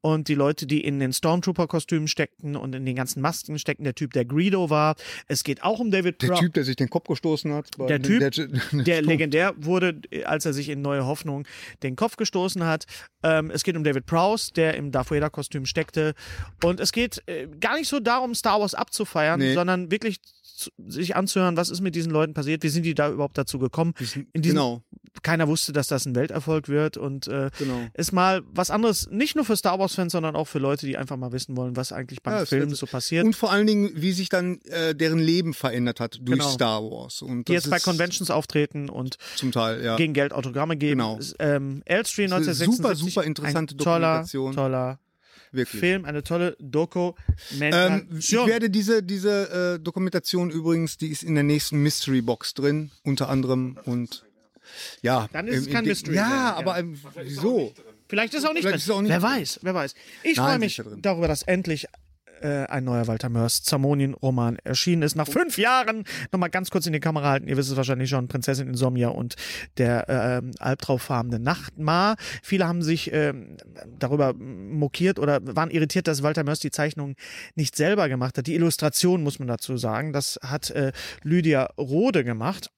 und die Leute, die in den Stormtrooper-Kostümen steckten und in den ganzen Masken steckten. Der Typ, der Greedo war. Es geht auch um David
Der
Pro-
Typ, der sich den Kopf gestoßen hat. bei-
Der Typ,
der,
der legendär wurde, äh, als er sich in Neue Hoffnung den Kopf gestoßen hat. Ähm, es geht um David Prowse, der im Darth Vader-Kostüm steckte. Und es geht äh, gar nicht so darum, Star Wars abzufeiern,
Nee.
sondern wirklich zu, sich anzuhören, was ist mit diesen Leuten passiert, wie sind die da überhaupt dazu gekommen. In diesem,
genau,
Keiner wusste, dass das ein Welterfolg wird und äh,
genau.
ist mal was anderes, nicht nur für Star Wars-Fans, sondern auch für Leute, die einfach mal wissen wollen, was eigentlich beim
Ja, es
Film
Ah, wird-
so passiert.
Und vor allen Dingen, wie sich dann äh, deren Leben verändert hat durch
Genau.
Star Wars. Und
die
das
jetzt bei
ist
Conventions auftreten und
Zum Teil, ja.
gegen Geld Autogramme geben.
Genau.
S- Ähm, Elstree
Das ist eine super,
1976.
super interessante
ein toller,
Dokumentation.
Toller
wirklich.
Film, eine tolle
Ähm, ich
Dokumentation.
werde diese, diese äh, Dokumentation übrigens, die ist in der nächsten Mystery Box drin, unter anderem und ja.
Dann ist es
ähm,
kein
in de-
Mystery
Ja,
mehr, ja.
aber ähm, wieso?
Vielleicht ist er auch nicht
Vielleicht
drin.
ist er auch nicht
wer
drin.
weiß, wer weiß. Ich
Nein,
freue
sie
mich
ist da drin.
darüber, dass endlich äh, ein neuer Walter Mörs Zamonien-Roman erschienen ist. Nach fünf Jahren, nochmal ganz kurz in die Kamera halten, ihr wisst es wahrscheinlich schon, Prinzessin Insomnia und der ähm, albtraumfarbene Nachtmar. Viele haben sich ähm, darüber mokiert oder waren irritiert, dass Walter Mörs die Zeichnung nicht selber gemacht hat. Die Illustration, muss man dazu sagen, das hat äh, Lydia Rode gemacht.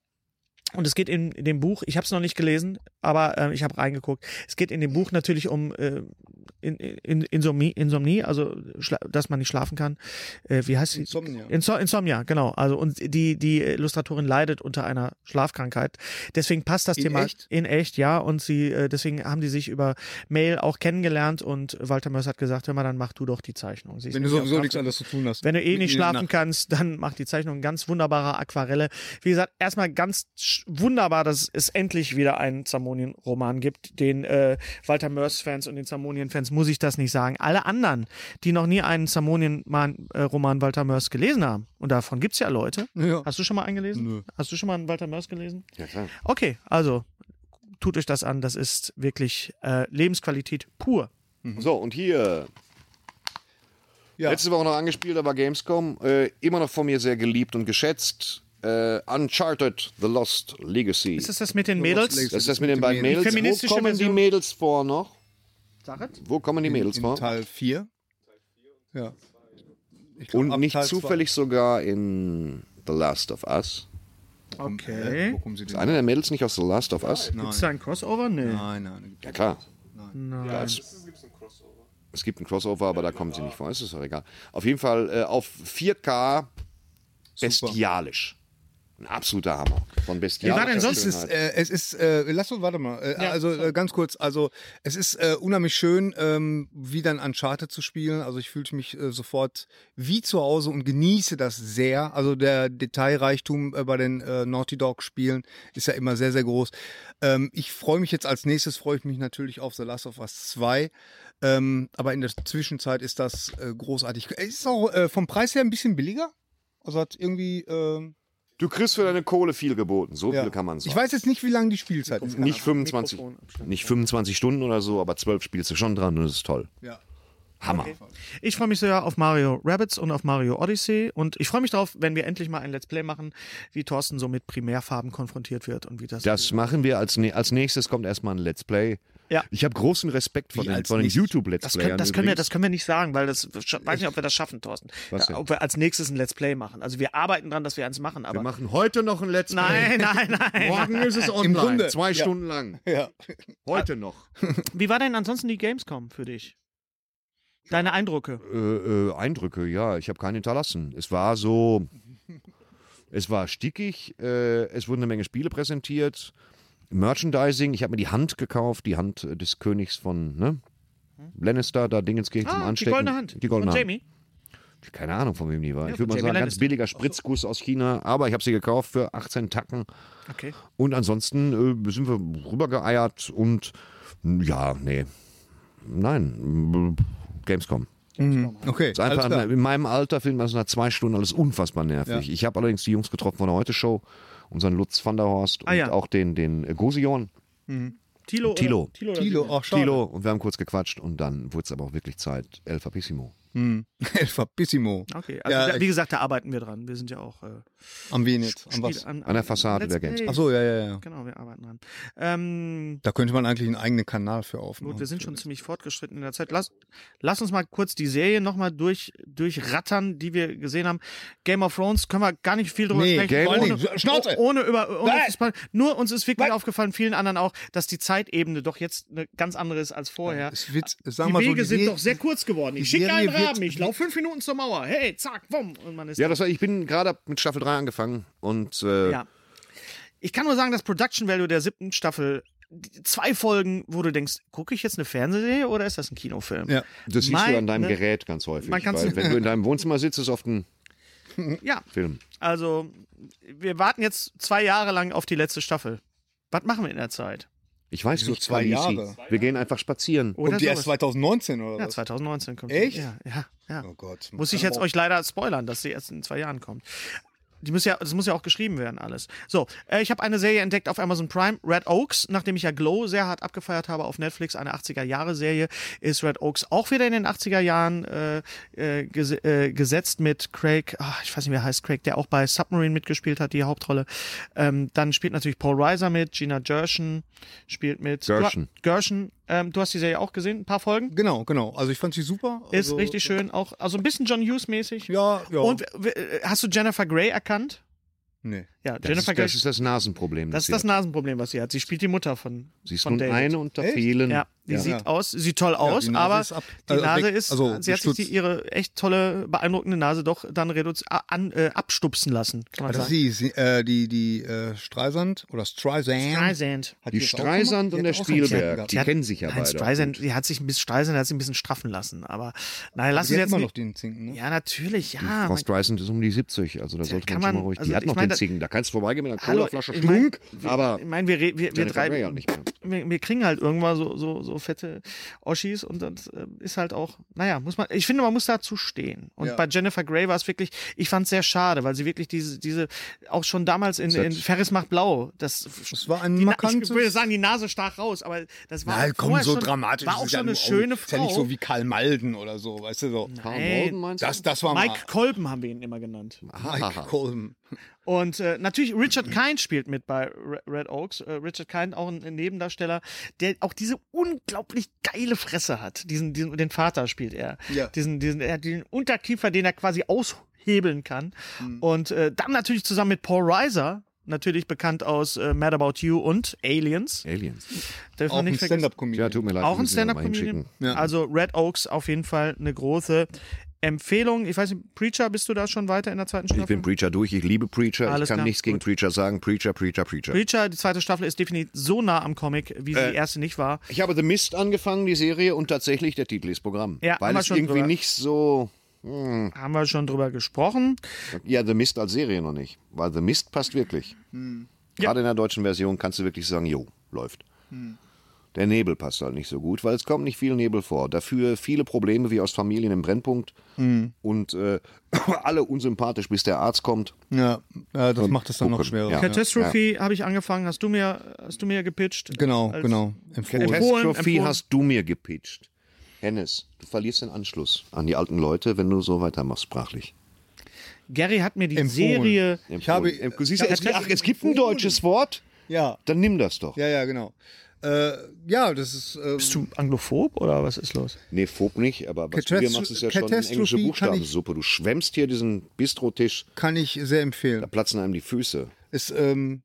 Und es geht in, in dem Buch, ich habe es noch nicht gelesen, aber äh, ich habe reingeguckt. Es geht in dem Buch natürlich um äh, in, in, Insomnie, Insomnie, also schla- dass man nicht schlafen kann. Äh, wie heißt sie?
Insomnia.
Inso Insomnia, genau. Also und die, die Illustratorin leidet unter einer Schlafkrankheit. Deswegen passt das
In
Thema
echt?
in echt, ja. Und sie, äh, deswegen haben die sich über Mail auch kennengelernt und Walter Mörs hat gesagt, hör mal, dann mach du doch die Zeichnung. Sie ist
Wenn du
nämlich auf
sowieso
Kraft-
nichts anderes zu tun hast.
wenn du eh nicht
Mitten in der
schlafen
Nacht.
kannst, dann macht die Zeichnung ganz wunderbare Aquarelle. Wie gesagt, erstmal ganz sch- wunderbar, dass es endlich wieder einen Zamonien-Roman gibt. Den äh, Walter Mörs-Fans und den Zamonien-Fans muss ich das nicht sagen. Alle anderen, die noch nie einen Zamonien-Roman Walter Mörs gelesen haben, und davon gibt es ja Leute.
Ja.
Hast du schon mal einen gelesen?
Nö.
Hast du schon mal einen Walter Mörs gelesen? Ja, klar. Okay, also tut euch das an. Das ist wirklich äh, Lebensqualität pur.
So, und hier.
Mhm. Ja.
Letzte Woche noch angespielt, aber Gamescom. Äh, immer noch von mir sehr geliebt und geschätzt. Äh, Uncharted The Lost Legacy.
Ist das das mit den Mädels?
das ist das mit den beiden
Mädels.
Mädels.
Die feministische
Wo kommen die
Version?
Mädels vor noch?
Sag es.
Wo kommen die Mädels
in
vor?
Teil 4. Ja. Ich glaub,
Und
ab
nicht
Teil
zufällig sogar in The Last of
zwei.
Us.
Äh, wo
Okay.
kommen sie
Ist
denn?
eine der Mädels nicht aus The Last of Us?
Gibt es da ein Crossover? Nee.
Nein, nein.
Ja, klar.
Nein.
Es gibt ein Crossover, aber da kommen sie nicht vor. Es ist doch egal. Auf jeden Fall äh, auf 4K bestialisch. Ein absoluter Hammer. Von bestialisch.
war denn sonst
Schönheit.
Es ist, äh, es ist äh, lass uns, warte mal, äh, also äh, ganz kurz, also es ist äh, unheimlich schön, ähm, wie dann Uncharted zu spielen, also ich fühlte mich äh, sofort wie zu Hause und genieße das sehr, also der Detailreichtum äh, bei den äh, Naughty Dog Spielen ist ja immer sehr, sehr groß. Ähm, ich freue mich jetzt als nächstes, freue ich mich natürlich auf The Last of Us 2, ähm, aber in der Zwischenzeit ist das äh, großartig. Es ist auch äh, vom Preis her ein bisschen billiger, also hat irgendwie... ähm,
Du kriegst für deine Kohle viel geboten. So
ja.
viel kann man sagen.
Ich weiß jetzt nicht, wie lange die Spielzeit ist.
nicht 25, nicht 25 Stunden oder so, aber 12 spielst du schon dran und das ist toll.
Ja.
Hammer.
Ich freue mich sehr auf Mario Rabbits und auf Mario Odyssey und ich freue mich darauf, wenn wir endlich mal ein Let's Play machen, wie Thorsten so mit Primärfarben konfrontiert wird und wie das.
Das machen wir als, nä- als nächstes kommt erstmal ein Let's Play.
Ja.
Ich habe großen Respekt vor
Wie
den,
als
vor den
nächstes?
YouTube Let's
das,
Playern.
können, das, können wir,
übrigens.
das können wir nicht sagen, weil das ich weiß nicht, ob wir das schaffen, Thorsten.
Was denn?
ob wir als nächstes ein Let's Play machen. Also wir arbeiten dran, dass wir eins machen, aber.
wir machen heute noch ein Let's Play.
nein, nein, nein.
Morgen ist es online.
Grunde,
Zwei
ja.
Stunden lang.
Ja.
Ah.
Heute noch.
Wie war denn ansonsten die Gamescom für dich? Deine Eindrücke.
äh, äh, Eindrücke, ja, ich habe keinen hinterlassen. Es war so, es war stickig, äh, es wurden eine Menge Spiele präsentiert. Merchandising, ich habe mir die Hand gekauft, die Hand äh, des Königs von ne? Lannister, da Dingenskirchen zum
Hm? Ah, die
Anstecken.
goldene Hand.
Die goldene
Und
Hand.
Jamie.
Keine Ahnung, von wem die war.
Ja,
ich würde
von
mal
Jamie
sagen, ganz
Lannister.
billiger Spritzguss aus China, aber ich habe sie gekauft für 18 Tacken.
Okay.
Und ansonsten äh, sind wir rübergeeiert und mh, ja, nee. Nein. mh, Gamescom.
Okay,
Ist einfach
alles klar.
in meinem Alter findet man es nach zwei Stunden alles unfassbar nervig. Ich habe allerdings die Jungs getroffen von der Heute-Show, unseren Lutz van der Horst
Ah,
und
ja.
auch den, den äh, Gosion,
Tilo.
Tilo.
Oder, Tilo. oder
Tilo, auch schade.
Tilo und wir haben kurz gequatscht und dann wurde es aber auch wirklich Zeit. El Fabissimo.
Hm. Elfabissimo.
Okay, also
Ja,
da,
ich-
wie gesagt, da arbeiten wir dran. Wir sind ja auch äh,
Am Venitz. Am
Spiel-
was?
An der Fassade der Games.
Ach so, ja, ja, ja.
Genau, wir arbeiten dran. Ähm,
Da könnte man eigentlich einen eigenen Kanal für aufmachen.
gut, wir sind schon ziemlich fortgeschritten in der Zeit. Lass, lass uns mal kurz die Serie nochmal durch, durchrattern, die wir gesehen haben. Game of Thrones können wir gar nicht viel drüber
Nee,
sprechen. oh,
Game-
Olli, Schnauze!
Ohne über, ohne
Nein!
zu spoilern. Nur uns ist wirklich
Nein!
aufgefallen, vielen anderen auch, dass die Zeitebene doch jetzt eine ganz andere ist als vorher.
Es wird, sag
Die
mal
Wege
so,
sind
Se-
doch sehr kurz geworden. Ich
die
schicke einen
Serie wird-
Raben, ich laufe fünf Minuten zur Mauer. Hey, zack, bumm. Und man ist
Ja, das war, ich bin gerade mit Staffel 3 angefangen und äh,
Ja. Ich kann nur sagen, das Production Value der siebten Staffel, die zwei Folgen, wo du denkst, gucke ich jetzt eine Fernsehserie oder ist das ein Kinofilm?
Ja.
das siehst du an deinem
Meine-
Gerät ganz häufig.
ne? Man kann's-
Weil, wenn du in deinem Wohnzimmer sitzt, ist oft ein
Ja,
Film.
also wir warten jetzt zwei Jahre lang auf die letzte Staffel. Was machen wir in der Zeit?
Ich weiß
Wieso
nicht,
zwei
Khaleesi.
Jahre?
Wir gehen einfach spazieren.
Oder
Kommt die erst
sowas.
2019 oder
Ja,
was?
2019 kommt die.
Echt?
Ja, ja, ja.
Oh Gott.
Muss ich jetzt euch leider spoilern, dass sie erst in zwei Jahren kommt. Die muss ja, das muss ja auch geschrieben werden, alles. So, äh, ich habe eine Serie entdeckt auf Amazon Prime, Red Oaks. Nachdem ich ja Glow sehr hart abgefeiert habe auf Netflix, eine 80er-Jahre-Serie, ist Red Oaks auch wieder in den 80er-Jahren äh, äh, ges äh, gesetzt mit Craig, ah, ich weiß nicht, wer heißt Craig, der auch bei Submarine mitgespielt hat, die Hauptrolle. Ähm, dann spielt natürlich Paul Reiser mit, Gina Gershon spielt mit.
Gershon.
Du, Gershon, ähm, du hast die Serie auch gesehen, ein paar Folgen.
Genau, genau. Also ich fand sie super.
Ist
also,
richtig schön, auch also ein bisschen John Hughes mäßig.
Ja, ja.
Und w- w- hast du Jennifer Grey erkannt?
nee.
Ja,
Das,
Jennifer
ist,
Grey.
das ist das Nasenproblem.
das ist
sie
das
hat.
Nasenproblem, was sie hat. Sie spielt die Mutter von.
Sie ist
von
nun
David.
eine unter
Echt?
vielen.
Ja, die
Ja.
sieht
Ja.
aus, sieht toll aus,
die Nase
aber
ist ab-
die
also
Nase
weg,
ist,
also
sie hat sich die,
gestutzt.
ihre echt tolle, beeindruckende Nase doch dann reduzi a- an, äh, abstupsen lassen, kann man
Das ist
sagen.
die, sie- äh, die, die äh, Streisand oder Streisand.
Streisand.
Hat
Die
das auch
Streisand
gemacht?
und
Die
der
hat auch so einen Zwerg
Spielberg,
gehabt.
die
Die hat-
kennen sich ja
Nein,
beide.
Streisand, die hat sich ein bisschen, Streisand hat sich ein bisschen straffen lassen, aber naja, lass
Die
uns
hat
jetzt
immer
nicht.
noch den Zinken, ne?
Ja, natürlich, ja.
Frau
Ah, mein
Streisand ist um die 70, also da sollte
kann
man schon
man-
mal ruhig.
also
die hat
ich
noch
meine, da-
den Zingen, da kannst du vorbeigehen mit einer
Hallo,
Colaflasche
ich meine-
Stunk,
Ah.
aber
Ich meine, wir, re- wir, wir
Jennifer
drei,
Grey hat nicht mehr.
wir, wir kriegen halt irgendwann so, so, so fette Oschis und das äh, ist halt auch, naja, muss man, ich finde, man muss dazu stehen. Und
Ja.
bei Jennifer Grey war es wirklich, ich fand es sehr schade, weil sie wirklich diese, diese, auch schon damals in, in Ferris macht blau, das,
Das war ein
die, Na- ich
markantes.
würde sagen, die Nase stach raus, aber das war
Na, komm,
vorher
so
schon,
dramatisch.
war
ist
auch
es
schon
ja
eine
nur
schöne
Ist ja nicht
Frau.
so wie Karl Malden oder so, weißt du so.
Karl
Nein.
Malden meinst du?
Das, das war
Mike Kolben haben wir ihn immer genannt.
mal. Mike Colm.
Und äh, natürlich Richard Kind spielt mit bei Re- Red Oaks. Äh, Richard Kind auch ein, ein Nebendarsteller, der auch diese unglaublich geile Fresse hat. Diesen, diesen den Vater spielt er.
Ja.
Diesen, diesen, er hat den Unterkiefer, den er quasi aushebeln kann.
Mhm.
Und äh, dann natürlich zusammen mit Paul Reiser, natürlich bekannt aus äh, Mad About You und Aliens.
Aliens.
Dürfen wir
Auch ein
nicht vergessen.
Ja,
Stand-Up-Comedian.
tut mir leid.
Auch
wir
ein
müssen ihn noch mal
Stand-Up-Comedian.
hinschicken.
Ja.
Also Red Oaks auf jeden Fall eine große Empfehlung. Ich weiß nicht, Preacher, bist du da schon weiter in der zweiten Staffel?
Ich bin Preacher durch, ich liebe Preacher,
Alles
ich kann
klar,
nichts gegen
gut.
Preacher sagen. Preacher, Preacher, Preacher.
Preacher, die zweite Staffel ist definitiv so nah am Comic, wie
Äh.
sie die erste nicht war.
Ich habe The Mist angefangen, die Serie, und tatsächlich der Titel ist Programm.
Ja, haben
weil
wir
es
schon
irgendwie
drüber.
nicht so.
Haben wir schon drüber gesprochen.
Ja, The Mist als Serie noch nicht. Weil The Mist passt wirklich.
Hm.
Gerade in der deutschen Version kannst du wirklich sagen, jo, läuft.
Hm.
Der Nebel passt halt nicht so gut, weil es kommt nicht viel Nebel vor. Dafür viele Probleme wie aus Familien im Brennpunkt
Hm.
und äh, alle unsympathisch, bis der Arzt kommt.
Ja, äh, das macht es dann noch
gucken.
schwerer.
Ja.
Ja.
Catastrophe habe ich angefangen, hast du mir, hast du mir gepitcht.
Genau,
Als-
genau. Empfohlen.
Empfohlen.
Catastrophe
empfohlen.
hast du mir gepitcht. Hennes, du verlierst den Anschluss an die alten Leute, wenn du so weitermachst sprachlich.
Gary hat mir die
Empfohlen.
Serie.
Ich habe.
Empfohlen. Em- siehst du, es,
Catastrophe-
ach, es gibt ein deutsches Wort,
Ja,
dann nimm das doch.
ja, ja, genau. Äh, ja, das ist. Äh,
Bist du anglophob oder was ist los?
Nee, Phob nicht, aber was
Katastro-
du hier machst, ist ja schon eine
Katastrophe
englische
kann ich-
Buchstabensuppe. Du schwemmst hier diesen Bistrotisch,
kann ich sehr
da
empfehlen.
platzen einem die Füße.
Ist ähm,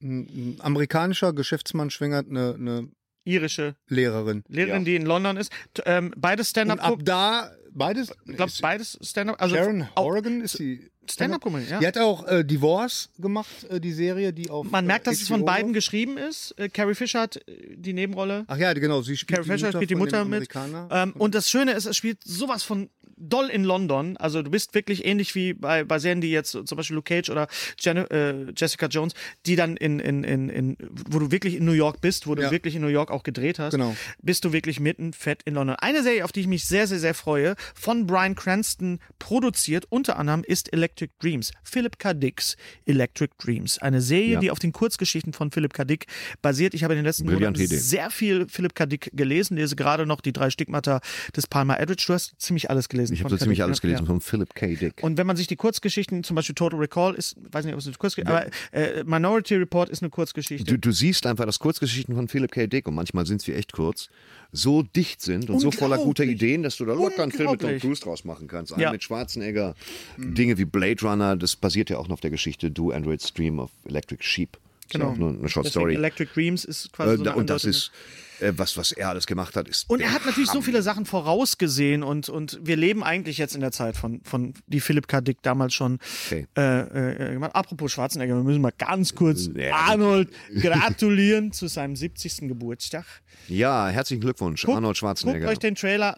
ein, ein amerikanischer Geschäftsmann schwängert eine, eine
Irische
Lehrerin.
Lehrerin,
Ja.
die in London ist. T ähm, beides
Und
Stand-up.
ab da beides.
Ich glaube, beides Stand-up. Also
Sharon
auch-
Horgan ist die
Stand-up-Comedy, ja.
Die hat auch äh, Divorce gemacht, äh, die Serie, die auf.
Man merkt,
äh,
dass es von
HBO
beiden
läuft.
geschrieben ist. Äh, Carrie Fisher hat äh, die Nebenrolle.
Ach ja, genau, sie spielt
Carrie Fisher spielt die
von
Mutter
dem
mit.
Amerikaner.
Ähm, und das Schöne ist, es spielt sowas von doll in London. Also du bist wirklich ähnlich wie bei, bei Serien, die jetzt äh, zum Beispiel Luke Cage oder Jen äh, Jessica Jones, die dann in, in, in, in, wo du wirklich in New York bist, wo du
Ja.
wirklich in New York auch gedreht hast,
Genau.
bist du wirklich mitten fett in London. Eine Serie, auf die ich mich sehr, sehr, sehr freue, von Brian Cranston produziert, unter anderem ist Electric Dreams. Philip K. Dick's Electric Dreams. Eine Serie,
Ja.
die auf den Kurzgeschichten von Philip K. Dick basiert. Ich habe in den letzten Monaten
Brillante Idee.
sehr viel Philipp K. Dick gelesen, lese gerade noch die drei Stigmata des Palmer Edwards. Du hast ziemlich alles gelesen.
Ich habe
von
so
K.
ziemlich
Dick,
alles
ne?
gelesen
Ja.
von Philip K. Dick.
Und wenn man sich die Kurzgeschichten, zum Beispiel Total Recall ist, weiß nicht, ob es eine Kurzgeschichte, aber äh, Minority Report ist eine Kurzgeschichte.
Du, du siehst einfach, dass Kurzgeschichten von Philip K. Dick, und manchmal sind sie echt kurz, so dicht sind und so voller guter
Unglaublich.
Ideen, dass du da locker einen Film mit Tom
Unglaublich.
Cruise draus machen kannst.
Ja.
Einen mit Schwarzenegger, Dinge wie Blade Runner, das basiert ja auch noch auf der Geschichte Do Android Stream of Electric Sheep. Genau. Ist ja auch nur eine Short
Deswegen
Story.
Electric Dreams ist quasi
Äh,
so
da-
eine
und das
Andeutung.
ist, äh, was, was er alles gemacht hat, ist.
Und
der
er hat natürlich so
Hammer.
viele Sachen vorausgesehen und, und wir leben eigentlich jetzt in der Zeit von, von die Philipp K. Dick damals schon
Okay.
äh, äh, gemacht. Apropos Schwarzenegger, wir müssen mal ganz kurz
Ja.
Arnold gratulieren zu seinem 70. Geburtstag.
Ja, herzlichen Glückwunsch,
Guckt-
Arnold Schwarzenegger.
Guckt euch den Trailer.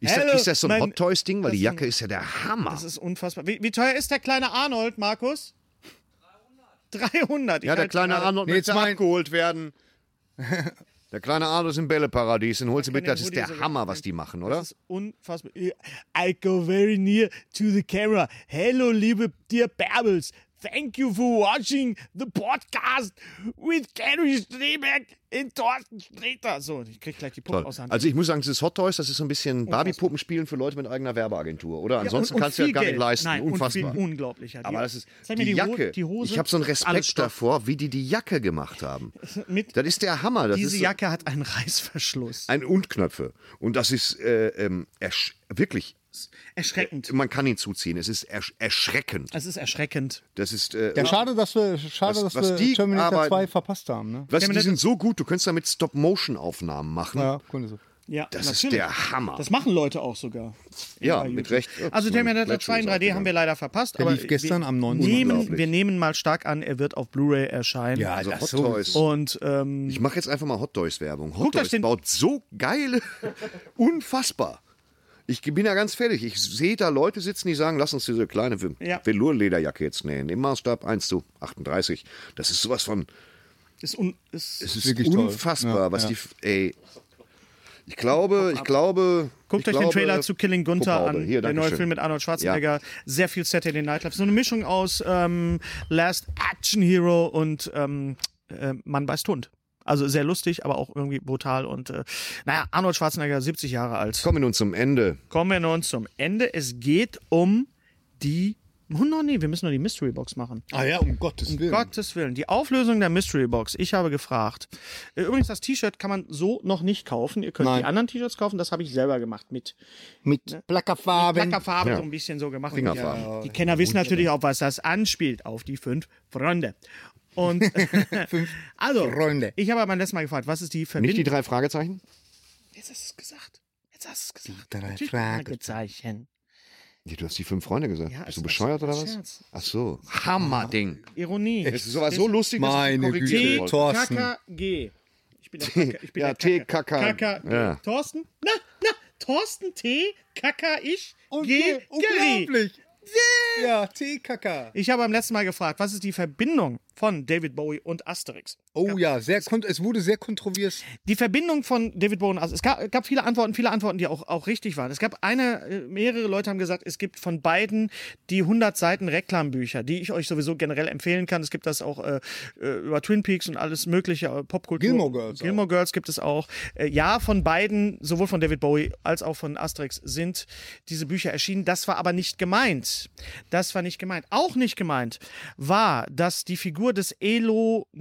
ist,
Hello,
das, ist das so ein
mein-
Hot Toys Ding? Weil die
das ist ein-
Jacke ist ja der Hammer.
Das ist unfassbar. Wie, wie teuer ist der kleine Arnold, Markus? 300. 300. Ich
ja, der
halte
kleine
gerade-
Arnold
Nee,
möchte
jetzt mein-
abgeholt werden. Der kleine Arnold ist im Bälleparadies in Holzenbeck.
kann
Das
den
ist
Hoodie
der
sogar
Hammer,
mitnehmen.
was die machen, oder?
Das ist unfassbar. I go very near to the camera. Hello, liebe dear Bärbels. Thank you for watching the podcast with Gary Strebeck in Thorsten Sträter. So, ich krieg gleich die Puppe
Toll.
aus der Hand.
Also ich muss sagen, dieses Hot Toys, das ist so ein bisschen Barbie-Puppen spielen für Leute mit eigener Werbeagentur, oder? Ansonsten
und- und
kannst du ja
viel
gar nicht
Geld.
leisten.
Nein, und
Unfassbar.
viel- unglaublich, ja. Die-
Aber das ist
Zeig mir
die
die Ho-
Jacke.
die Hose.
ich habe so einen
Alles
Respekt
Stoff.
davor, wie die die Jacke gemacht haben.
Mit
Das ist der Hammer. Das
diese
ist so
Jacke hat einen Reißverschluss.
ein und Knöpfe. Und das ist äh, ähm, ersch wirklich,
Erschreckend.
man kann ihn zuziehen. Es ist ersch erschreckend.
Es ist erschreckend.
Das ist äh,
ja, schade, dass wir, schade,
Was-
dass
was
wir
die
Terminator
arbeiten-
2 verpasst haben. Ne?
Weißt du, die sind so gut, du könntest damit Stop-Motion-Aufnahmen machen.
Ja, konnte so.
Ja,
Das ist
natürlich.
der Hammer.
Das machen Leute auch sogar.
Ja,
Bei
mit
YouTube.
Recht. Ups,
Also
meine
Terminator
Plätze
2 in
ist
3D haben wir
aufgegangen.
leider verpasst.
Der
aber
lief gestern
wir
am 19.
Nehmen,
Unglaublich.
wir nehmen mal stark an, er wird auf Blu-ray erscheinen.
Also Hot
sowieso.
Toys.
Und ähm,
Ich mache jetzt einfach mal Hot Toys Werbung. Hot
Guckt euch
Toys
den-
baut so geile, unfassbar. Ich bin ja ganz fertig. Ich sehe da Leute sitzen, die sagen, lass uns diese kleine Vel-
Ja.
Velour-Lederjacke jetzt nähen. Im Maßstab 1 zu 38. Das ist sowas von,
ist un, ist,
es ist
Wirklich toll.
unfassbar,
Ja,
was
ja.
die, f- ey. Ich glaube, ich glaube.
guckt
ich
euch
glaube,
den Trailer zu Killing Gunther
Popaude.
an,
Hier,
der neue
Dankeschön.
Film mit Arnold Schwarzenegger. Sehr viel Saturday Night Live. So eine Mischung aus ähm, Last Action Hero und ähm, äh, Mann beißt Hund. Also sehr lustig, aber auch irgendwie brutal. Und äh, naja, Arnold Schwarzenegger, 70 Jahre alt.
Kommen wir nun zum Ende.
kommen wir nun zum Ende. Es geht um die. Oh, no, nee, wir müssen noch die Mystery Box machen.
Ah ja, um Gottes Willen.
Gottes Willen. Die Auflösung der Mystery Box. Ich habe gefragt. Äh, Übrigens, das T-Shirt kann man so noch nicht kaufen. Ihr könnt
Nein.
die anderen T-Shirts kaufen. Das habe ich selber gemacht mit Ne?
Mit Plackerfarben.
Lackerfarbe so ein bisschen so gemacht.
Fingerfarben.
Und Die, die Kenner wissen natürlich auch, was das anspielt auf die fünf Freunde. Und also,
Freunde.
ich habe beim letzten Mal gefragt, was ist die
Nicht die
Verbindung?
drei Fragezeichen?
Jetzt hast du es gesagt. Jetzt hast du es gesagt.
drei
Natürlich Fragezeichen.
Nee, du hast die fünf Freunde gesagt.
Ja,
Bist
es-
du
es-
bescheuert oder
es-
was?
Scherz.
Ach so. Hammerding.
Ironie.
Es ist sowas so lustig, dass
Meine
ich korrigiert
Güte.
wurde.
Thorsten.
TKG. Ich bin der Kacker. Ich bin
Ja,
der
T, Kacker.
KKG.
Ja.
Thorsten? Na, na, Thorsten T, Kacker, ich, G,
Okay,
Gary.
unglaublich. Ja, TKK.
Ich habe beim letzten Mal gefragt, was ist die Verbindung von David Bowie und Asterix?
Oh ja, sehr kont es wurde sehr kontrovers.
Die Verbindung von David Bowie und Asterix. Es gab, gab viele Antworten, viele Antworten, die auch, auch richtig waren. Es gab eine, äh, mehrere Leute haben gesagt, es gibt von beiden die 100 Seiten Reklambücher, die ich euch sowieso generell empfehlen kann. Es gibt das auch äh, äh, über Twin Peaks und alles mögliche, äh, Popkultur.
Gilmore Girls auch.
Gilmore Gilmore Girls gibt es auch. Äh, ja, von beiden, sowohl von David Bowie als auch von Asterix, sind diese Bücher erschienen. Das war aber nicht gemeint. Das war nicht gemeint. Auch nicht gemeint war, dass die Figur des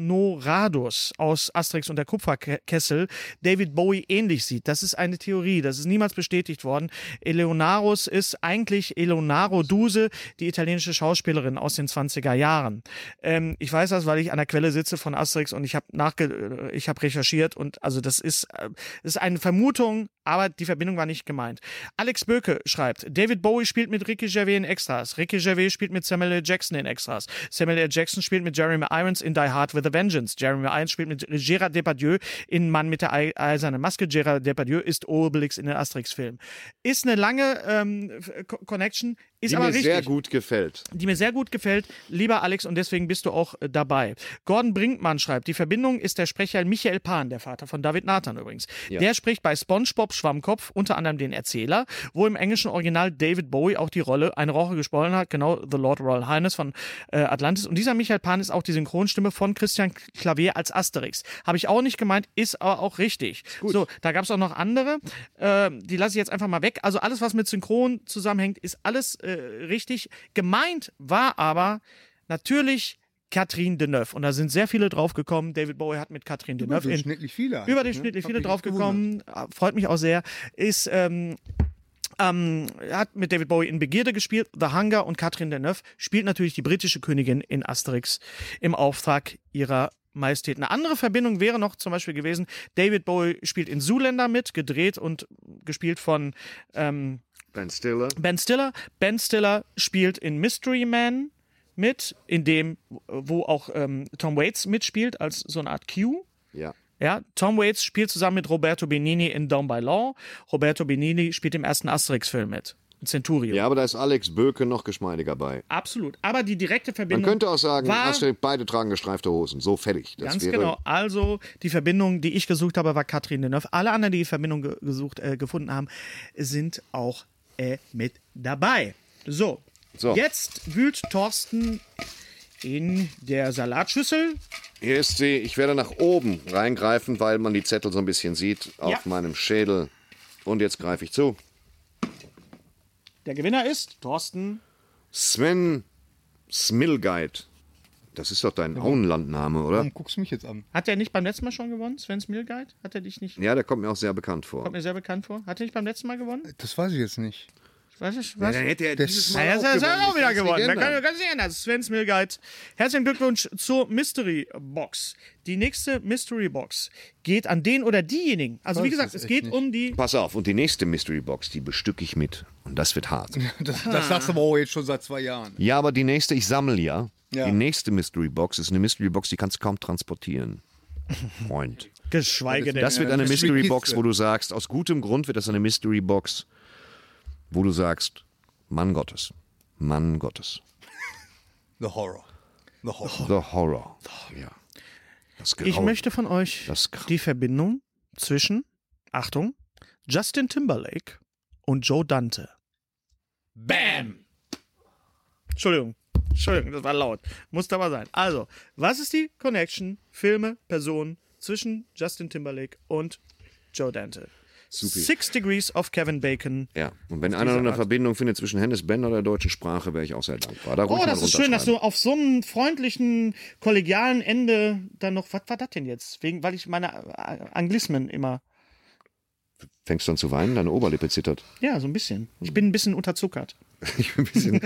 Elonoradus aus Asterix und der Kupferkessel David Bowie ähnlich sieht. Das ist eine Theorie. Das ist niemals bestätigt worden. Eleonarus ist eigentlich Eleonaro Duse, die italienische Schauspielerin aus den 20er Jahren. Ähm, ich weiß das, weil ich an der Quelle sitze von Asterix und ich habe nachge ich habe recherchiert und also das ist äh, das ist eine Vermutung, Aber die Verbindung war nicht gemeint. Alex Böke schreibt, David Bowie spielt mit Ricky Gervais in Extras. Ricky Gervais spielt mit Samuel L. Jackson in Extras. Samuel L. Jackson spielt mit Jeremy Irons in Die Hard with a Vengeance. Jeremy Irons spielt mit Gerard Depardieu in Mann mit der Ei- eisernen Maske. Gerard Depardieu ist Obelix in den Asterix-Filmen. Ist eine lange ähm, F- Co- Connection, ist
Die
aber
mir
richtig
sehr gut gefällt.
die mir sehr gut gefällt. Lieber Alex, und deswegen bist du auch äh, dabei. Gordon Brinkmann schreibt, die Verbindung ist der Sprecher Michael Pan, der Vater von David Nathan übrigens. Der spricht bei SpongeBob Schwammkopf unter anderem den Erzähler, wo im englischen Original David Bowie auch die Rolle eine Roche gesprochen hat, genau The Lord Royal Highness von äh, Atlantis. Und dieser Michael Pan ist auch die Synchronstimme von Christian Klavier als Asterix. Habe ich auch nicht gemeint, ist aber auch richtig. So, da gab es auch noch andere. Ähm, die lasse ich jetzt einfach mal weg. Also alles, was mit Synchron zusammenhängt, ist alles äh, richtig. Gemeint war aber natürlich Catherine Deneuve. Und da sind sehr viele draufgekommen. David Bowie hat mit Catherine Deneuve in
Überdurchschnittlich Also viele. eigentlich,
überdurchschnittlich
ne?
viele
Hab mich echt gewundert.
draufgekommen. Ah, Freut mich auch sehr. Ist, ähm, ähm, hat mit David Bowie in Begierde gespielt, The Hunger und Catherine Deneuve spielt natürlich die britische Königin in Asterix im Auftrag ihrer Majestät. Eine andere Verbindung wäre noch zum Beispiel gewesen, David Bowie spielt in Zoolander mit, gedreht und gespielt von ähm,
Ben Stiller.
Ben Stiller. Ben Stiller spielt in Mystery Man mit, in dem, wo auch ähm, Tom Waits mitspielt, als so eine Art Q.
Ja.
Ja, Tom Waits spielt zusammen mit Roberto Benini in Down by Law. Roberto Benini spielt im ersten Asterix-Film mit. Centurio.
Ja, aber da ist Alex Böke noch geschmeidiger bei.
Absolut. Aber die direkte
Man
Verbindung.
könnte auch sagen,
war,
Astrid, beide tragen gestreifte Hosen. So fertig. Das
Ganz
wäre
genau. Also die Verbindung, die ich gesucht habe, war Katrin Deneuve. Alle anderen, die die Verbindung ge gesucht, äh, gefunden haben, sind auch äh, mit dabei. So.
So.
Jetzt wühlt Thorsten in der Salatschüssel.
Hier ist sie. Ich werde nach oben reingreifen, weil man die Zettel so ein bisschen sieht auf
Ja.
meinem Schädel. Und jetzt greife ich zu.
Der Gewinner ist Thorsten.
Sven Smilgeit. Das ist doch dein Auenlandname, oder?
Warum guckst du mich jetzt an?
Hat er nicht beim letzten Mal schon gewonnen? Sven Smilguide? Hat er dich nicht?
Ja, der kommt mir auch sehr bekannt
Kommt
vor.
mir sehr bekannt vor. Hat er nicht beim letzten Mal gewonnen?
Das weiß ich jetzt nicht.
Was ist, was? Ja,
hätte er
Das- dieses Mal
das ist er auch wieder gewonnen. Da
ändern.
kann man ganz nicht ändern. Sven Smilgeit. Herzlichen Glückwunsch zur Mystery Box. Die nächste Mystery Box geht an den oder diejenigen. Also wie gesagt, es geht um die.
Pass auf, und die nächste Mystery Box, die bestücke ich mit. Und das wird hart.
Ah.
Das, das sagst du aber auch jetzt schon seit zwei Jahren.
Ja, aber die nächste, ich sammle ja.
Ja.
Die nächste Mystery Box ist eine Mystery Box, die kannst du kaum transportieren. Freund.
Geschweige denn.
Das wird eine
Mystery
Mystery
Kiste.
Box, wo du sagst, aus gutem Grund wird das eine Mystery Box, wo du sagst, Mann Gottes, Mann Gottes.
The Horror. The Horror.
The Horror. Ja. Das Grauen.
ich möchte von euch
Genau. Das Grauen.
die Verbindung zwischen, Achtung, Justin Timberlake und Joe Dante. Bam! Entschuldigung. Entschuldigung, das war laut. Musste aber sein. Also, was ist die Connection, Filme, Personen zwischen Justin Timberlake und Joe Dante?
Supi.
Six Degrees of Kevin Bacon.
Ja, und wenn einer noch eine Verbindung findet zwischen Hennes Bender der deutschen Sprache, wäre ich auch sehr dankbar. Da ruhig
Oh,
mal
das ist schön, dass
runterschreiben.
du auf so einem freundlichen, kollegialen Ende dann noch. Was war das denn jetzt? Wegen, weil ich meine äh, Anglismen immer.
Fängst du an zu weinen, deine Oberlippe zittert.
Ja, so ein bisschen. Ich bin ein bisschen unterzuckert.
Ich bin ein bisschen...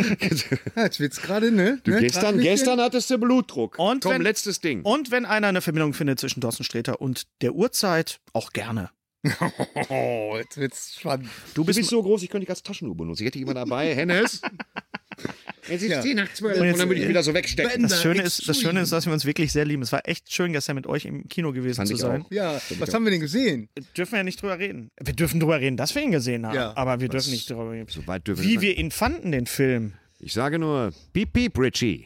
Ja, jetzt wird's gerade, ne? ne? Grad ein
gestern,
bisschen-
gestern hattest du Blutdruck.
Und
Komm,
wenn-
letztes Ding.
Und wenn einer eine Verbindung findet zwischen Thorsten Sträter und der Uhrzeit, auch gerne.
Oh, jetzt wird's spannend.
Du bist, so groß, ich könnte dich als Taschenuhr benutzen. Ich hätte jemand dabei. Hennes. Jetzt ist
Ja.
die nach zwölf.
Und
Und
jetzt-
dann würde ich wieder so wegstecken.
Das Schöne, ist, das
Extreme.
Schöne ist, dass wir uns wirklich sehr lieben. Es war echt schön, gestern mit euch im Kino gewesen
Fand
zu
ich
sein.
auch.
Ja, was haben wir denn gesehen?
Dürfen wir ja nicht drüber reden. Wir dürfen drüber reden, dass wir ihn gesehen haben.
Ja.
aber wir dürfen nicht drüber reden.
So weit dürfen
Wie
wir-
wir ihn fanden, den Film.
Ich sage nur, piep, piep, Richie.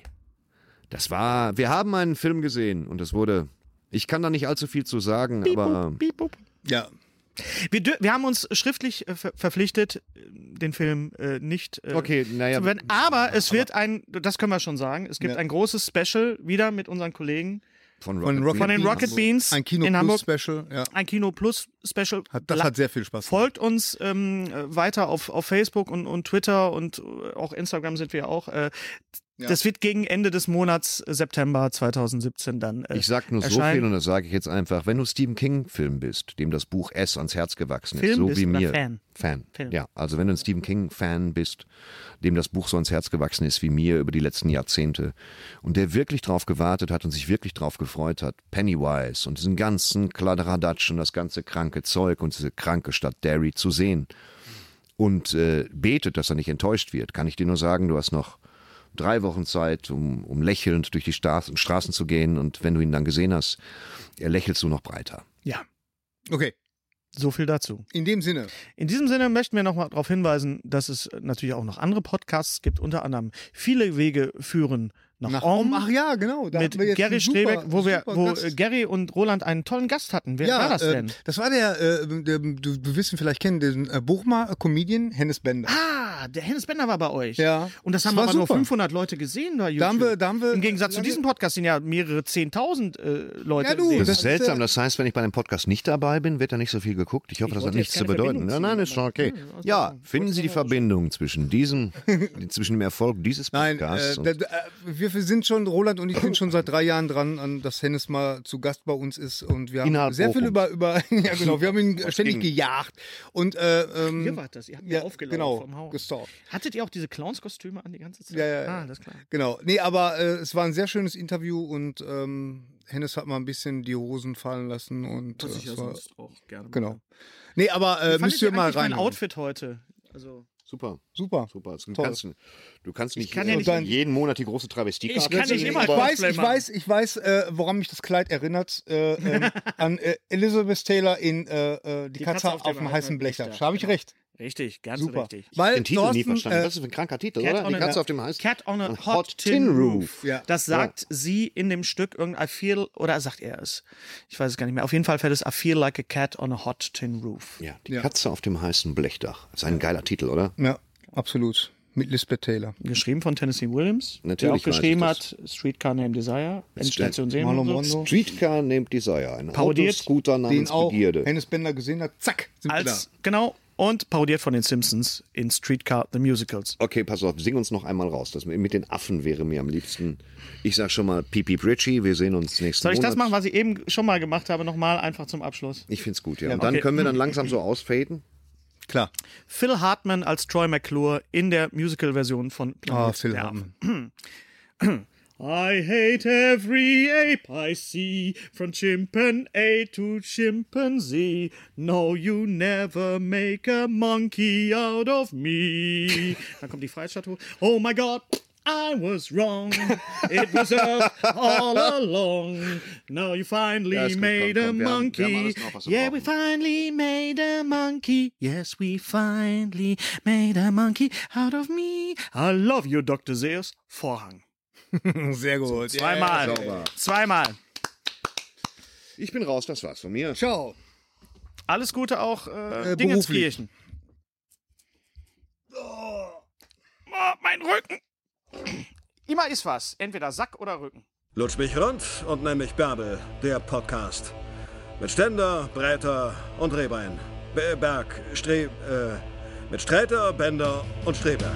Das war, wir haben einen Film gesehen und es wurde, ich kann da nicht allzu viel zu sagen, aber
Piep, bup.
Ja.
Wir, dür- wir haben uns schriftlich äh, ver verpflichtet, äh, den Film äh, nicht äh,
Okay, naja.
zu werden. Aber es wird ein, das können wir schon sagen, es gibt
Ja.
ein großes Special wieder mit unseren Kollegen
von
Von,
Rocket.
von den
Beans.
Rocket Beans
Ein Kino
in Hamburg.
Plus Special. Ja.
ein Kino Plus Special.
Hat, das
La-
hat sehr viel Spaß gemacht.
Folgt uns ähm, äh, weiter auf, auf Facebook und, und Twitter und äh, auch Instagram sind wir auch. Äh,
Ja.
Das wird gegen Ende des Monats äh, September 2017 dann. Äh,
Ich sag nur so
erscheinen.
viel und das sage ich jetzt einfach. Wenn du Stephen King-Film bist, dem das Buch S ans Herz gewachsen ist,
Film
so
bist
wie
oder
mir.
Fan?
Fan.
Film.
Ja, also wenn du ein Stephen King-Fan bist, dem das Buch so ans Herz gewachsen ist wie mir über die letzten Jahrzehnte und der wirklich drauf gewartet hat und sich wirklich drauf gefreut hat, Pennywise und diesen ganzen Kladderadatsch und das ganze kranke Zeug und diese kranke Stadt Derry zu sehen und äh, betet, dass er nicht enttäuscht wird, kann ich dir nur sagen, du hast noch drei Wochen Zeit, um, um lächelnd durch die Sta Straßen zu gehen und wenn du ihn dann gesehen hast, äh, lächelst du noch breiter.
ja,
Okay,
so viel dazu.
in dem Sinne.
In diesem Sinne möchten wir nochmal darauf hinweisen, dass es natürlich auch noch andere Podcasts gibt, unter anderem viele Wege führen nach, Om.
Ach ja, genau. Da
mit
hatten wir jetzt
Gary
einen super,
Strebeck, wo wir,
super
wo
Gast.
äh, Gary und Roland einen tollen Gast hatten. Wer war das
äh,
denn?
Das war der, äh, der du, du wirst ihn vielleicht kennen, den äh, Bochumer Comedian Hennes Bender.
Ah, der Hennes Bender war bei euch.
Ja.
Und das haben
Das war
aber nur
super.
500 Leute gesehen bei YouTube.
haben wir- da haben wir
Im Gegensatz zu
lange-
diesem Podcast sind ja mehrere 10.000 äh, Leute.
Ja, du,
sehen.
Das,
Das
ist
ist,
seltsam.
äh,
Das heißt, wenn ich bei dem Podcast nicht dabei bin, wird da nicht so viel geguckt. Ich hoffe, das hat
wollte
nichts
jetzt
zu
keine
bedeuten.
Verbindung
Nein, nein,
ziehen,
ist schon
aber-
okay.
Hm, also
Ja,
wollte
finden
ich
Sie die
mal
Verbindung zwischen diesem, zwischen dem Erfolg dieses
Nein,
Podcasts?
äh,
und-
da, da, äh, wir, wir sind schon, Roland und ich sind schon seit drei Jahren dran, an, dass Hennes mal zu Gast bei uns ist. Und wir haben
Innerhalb
sehr viel
Bochums.
über, über ja genau, wir haben ihn ständig
ging?
gejagt. Und äh, ähm,
Ihr wart das, ihr habt mir
ja,
aufgelaufen
genau,
vom Haus.
gestalkt.
Hattet ihr auch diese Clownskostüme an die ganze Zeit?
Ja, ja, ja.
Ah, das ist klar.
Genau. Nee, aber äh, es war ein sehr schönes Interview und ähm, Hennes hat mal ein bisschen die Hosen fallen lassen und äh, es war,
auch gerne.
genau. Nee, aber äh, müsst ihr mal rein.
mein Outfit heute. Also,
super,
Super.
super. Du
Toll.
kannst, du kannst nicht,
kann ja
äh,
nicht-
jeden Monat die große Travestie
Ich kann nicht immer
ich
Cosplay
weiß, ich
machen.
weiß, ich weiß, äh, woran mich das Kleid erinnert. Äh, ähm, an äh, Elizabeth Taylor in äh, äh, die, Katze, auf dem heißen Blechdach. Habe ich
Genau.
recht.
richtig, ganz
Super.
richtig.
Weil
den Titel nie
Thorsten,
verstanden.
äh,
das ist ein kranker Titel,
Cat
oder?
on
Die
a-
Katze auf dem heißen
Cat on a
Hot
Hot,
Tin
Tin
Roof.
Roof.
Ja.
Das sagt sie in dem Stück irgendein I feel, oder sagt er es? Ich weiß es gar nicht mehr. Auf jeden Fall fällt es I feel like a cat on a hot tin roof.
Ja, die
Ja.
Katze auf dem heißen Blechdach. Das ist ein geiler Titel, oder?
ja, absolut. Mit Lisbeth Taylor.
Geschrieben von Tennessee Williams, der
Natürlich
auch
weiß ich
geschrieben
das.
hat Streetcar Named Desire, Endstation Sehen.
Marlon
und so.
Brando.
Streetcar named Desire. Ein
Parodiert
Autoscooter
Den
namens
auch
Begierde.
Hennes Bender gesehen hat. Zack, sind
Als, genau, und parodiert von den Simpsons in Streetcar The Musicals.
Okay, pass auf, sing uns noch einmal raus. Das mit den Affen wäre mir am liebsten. Ich sag schon mal Pipi Pritchy, wir sehen uns nächsten
Soll ich das
Monat.
machen, was ich eben schon mal gemacht habe, nochmal einfach zum Abschluss?
Ich find's gut, ja. Und dann
okay.
können wir dann langsam so ausfaden.
da. Klar.
Phil Hartman als Troy McClure in der Musical-Version von
Ah,
Planet
Phil
der
Hartmann.
I hate every ape I see, from chimpanzee to chimpanzee. No, you never make a monkey out of me. Dann kommt die Freiheitsstatue. Oh my God, I was wrong. It was us all along. Now you finally
Ja, ist gut,
made
komm, komm, wir
a
haben- wir haben
monkey.
alles noch, was wir
yeah, we
brauchen.
finally made a monkey. Yes, we finally made a monkey out of me. I love you, Dr. Zeus. Vorhang.
Sehr gut.
Zweimal. Zweimal.
Ich bin raus, das war's von mir.
Ciao.
Alles Gute auch äh,
Äh,
Dingenskirchen. Oh, mein Rücken. Immer ist was. Entweder Sack oder Rücken.
Lutsch mich rund und nenn mich Bärbel, der Podcast. Mit Ständer, Breiter und Rehbein. Be- Berg, Stre... Äh, mit Streiter, Bänder und Streberg.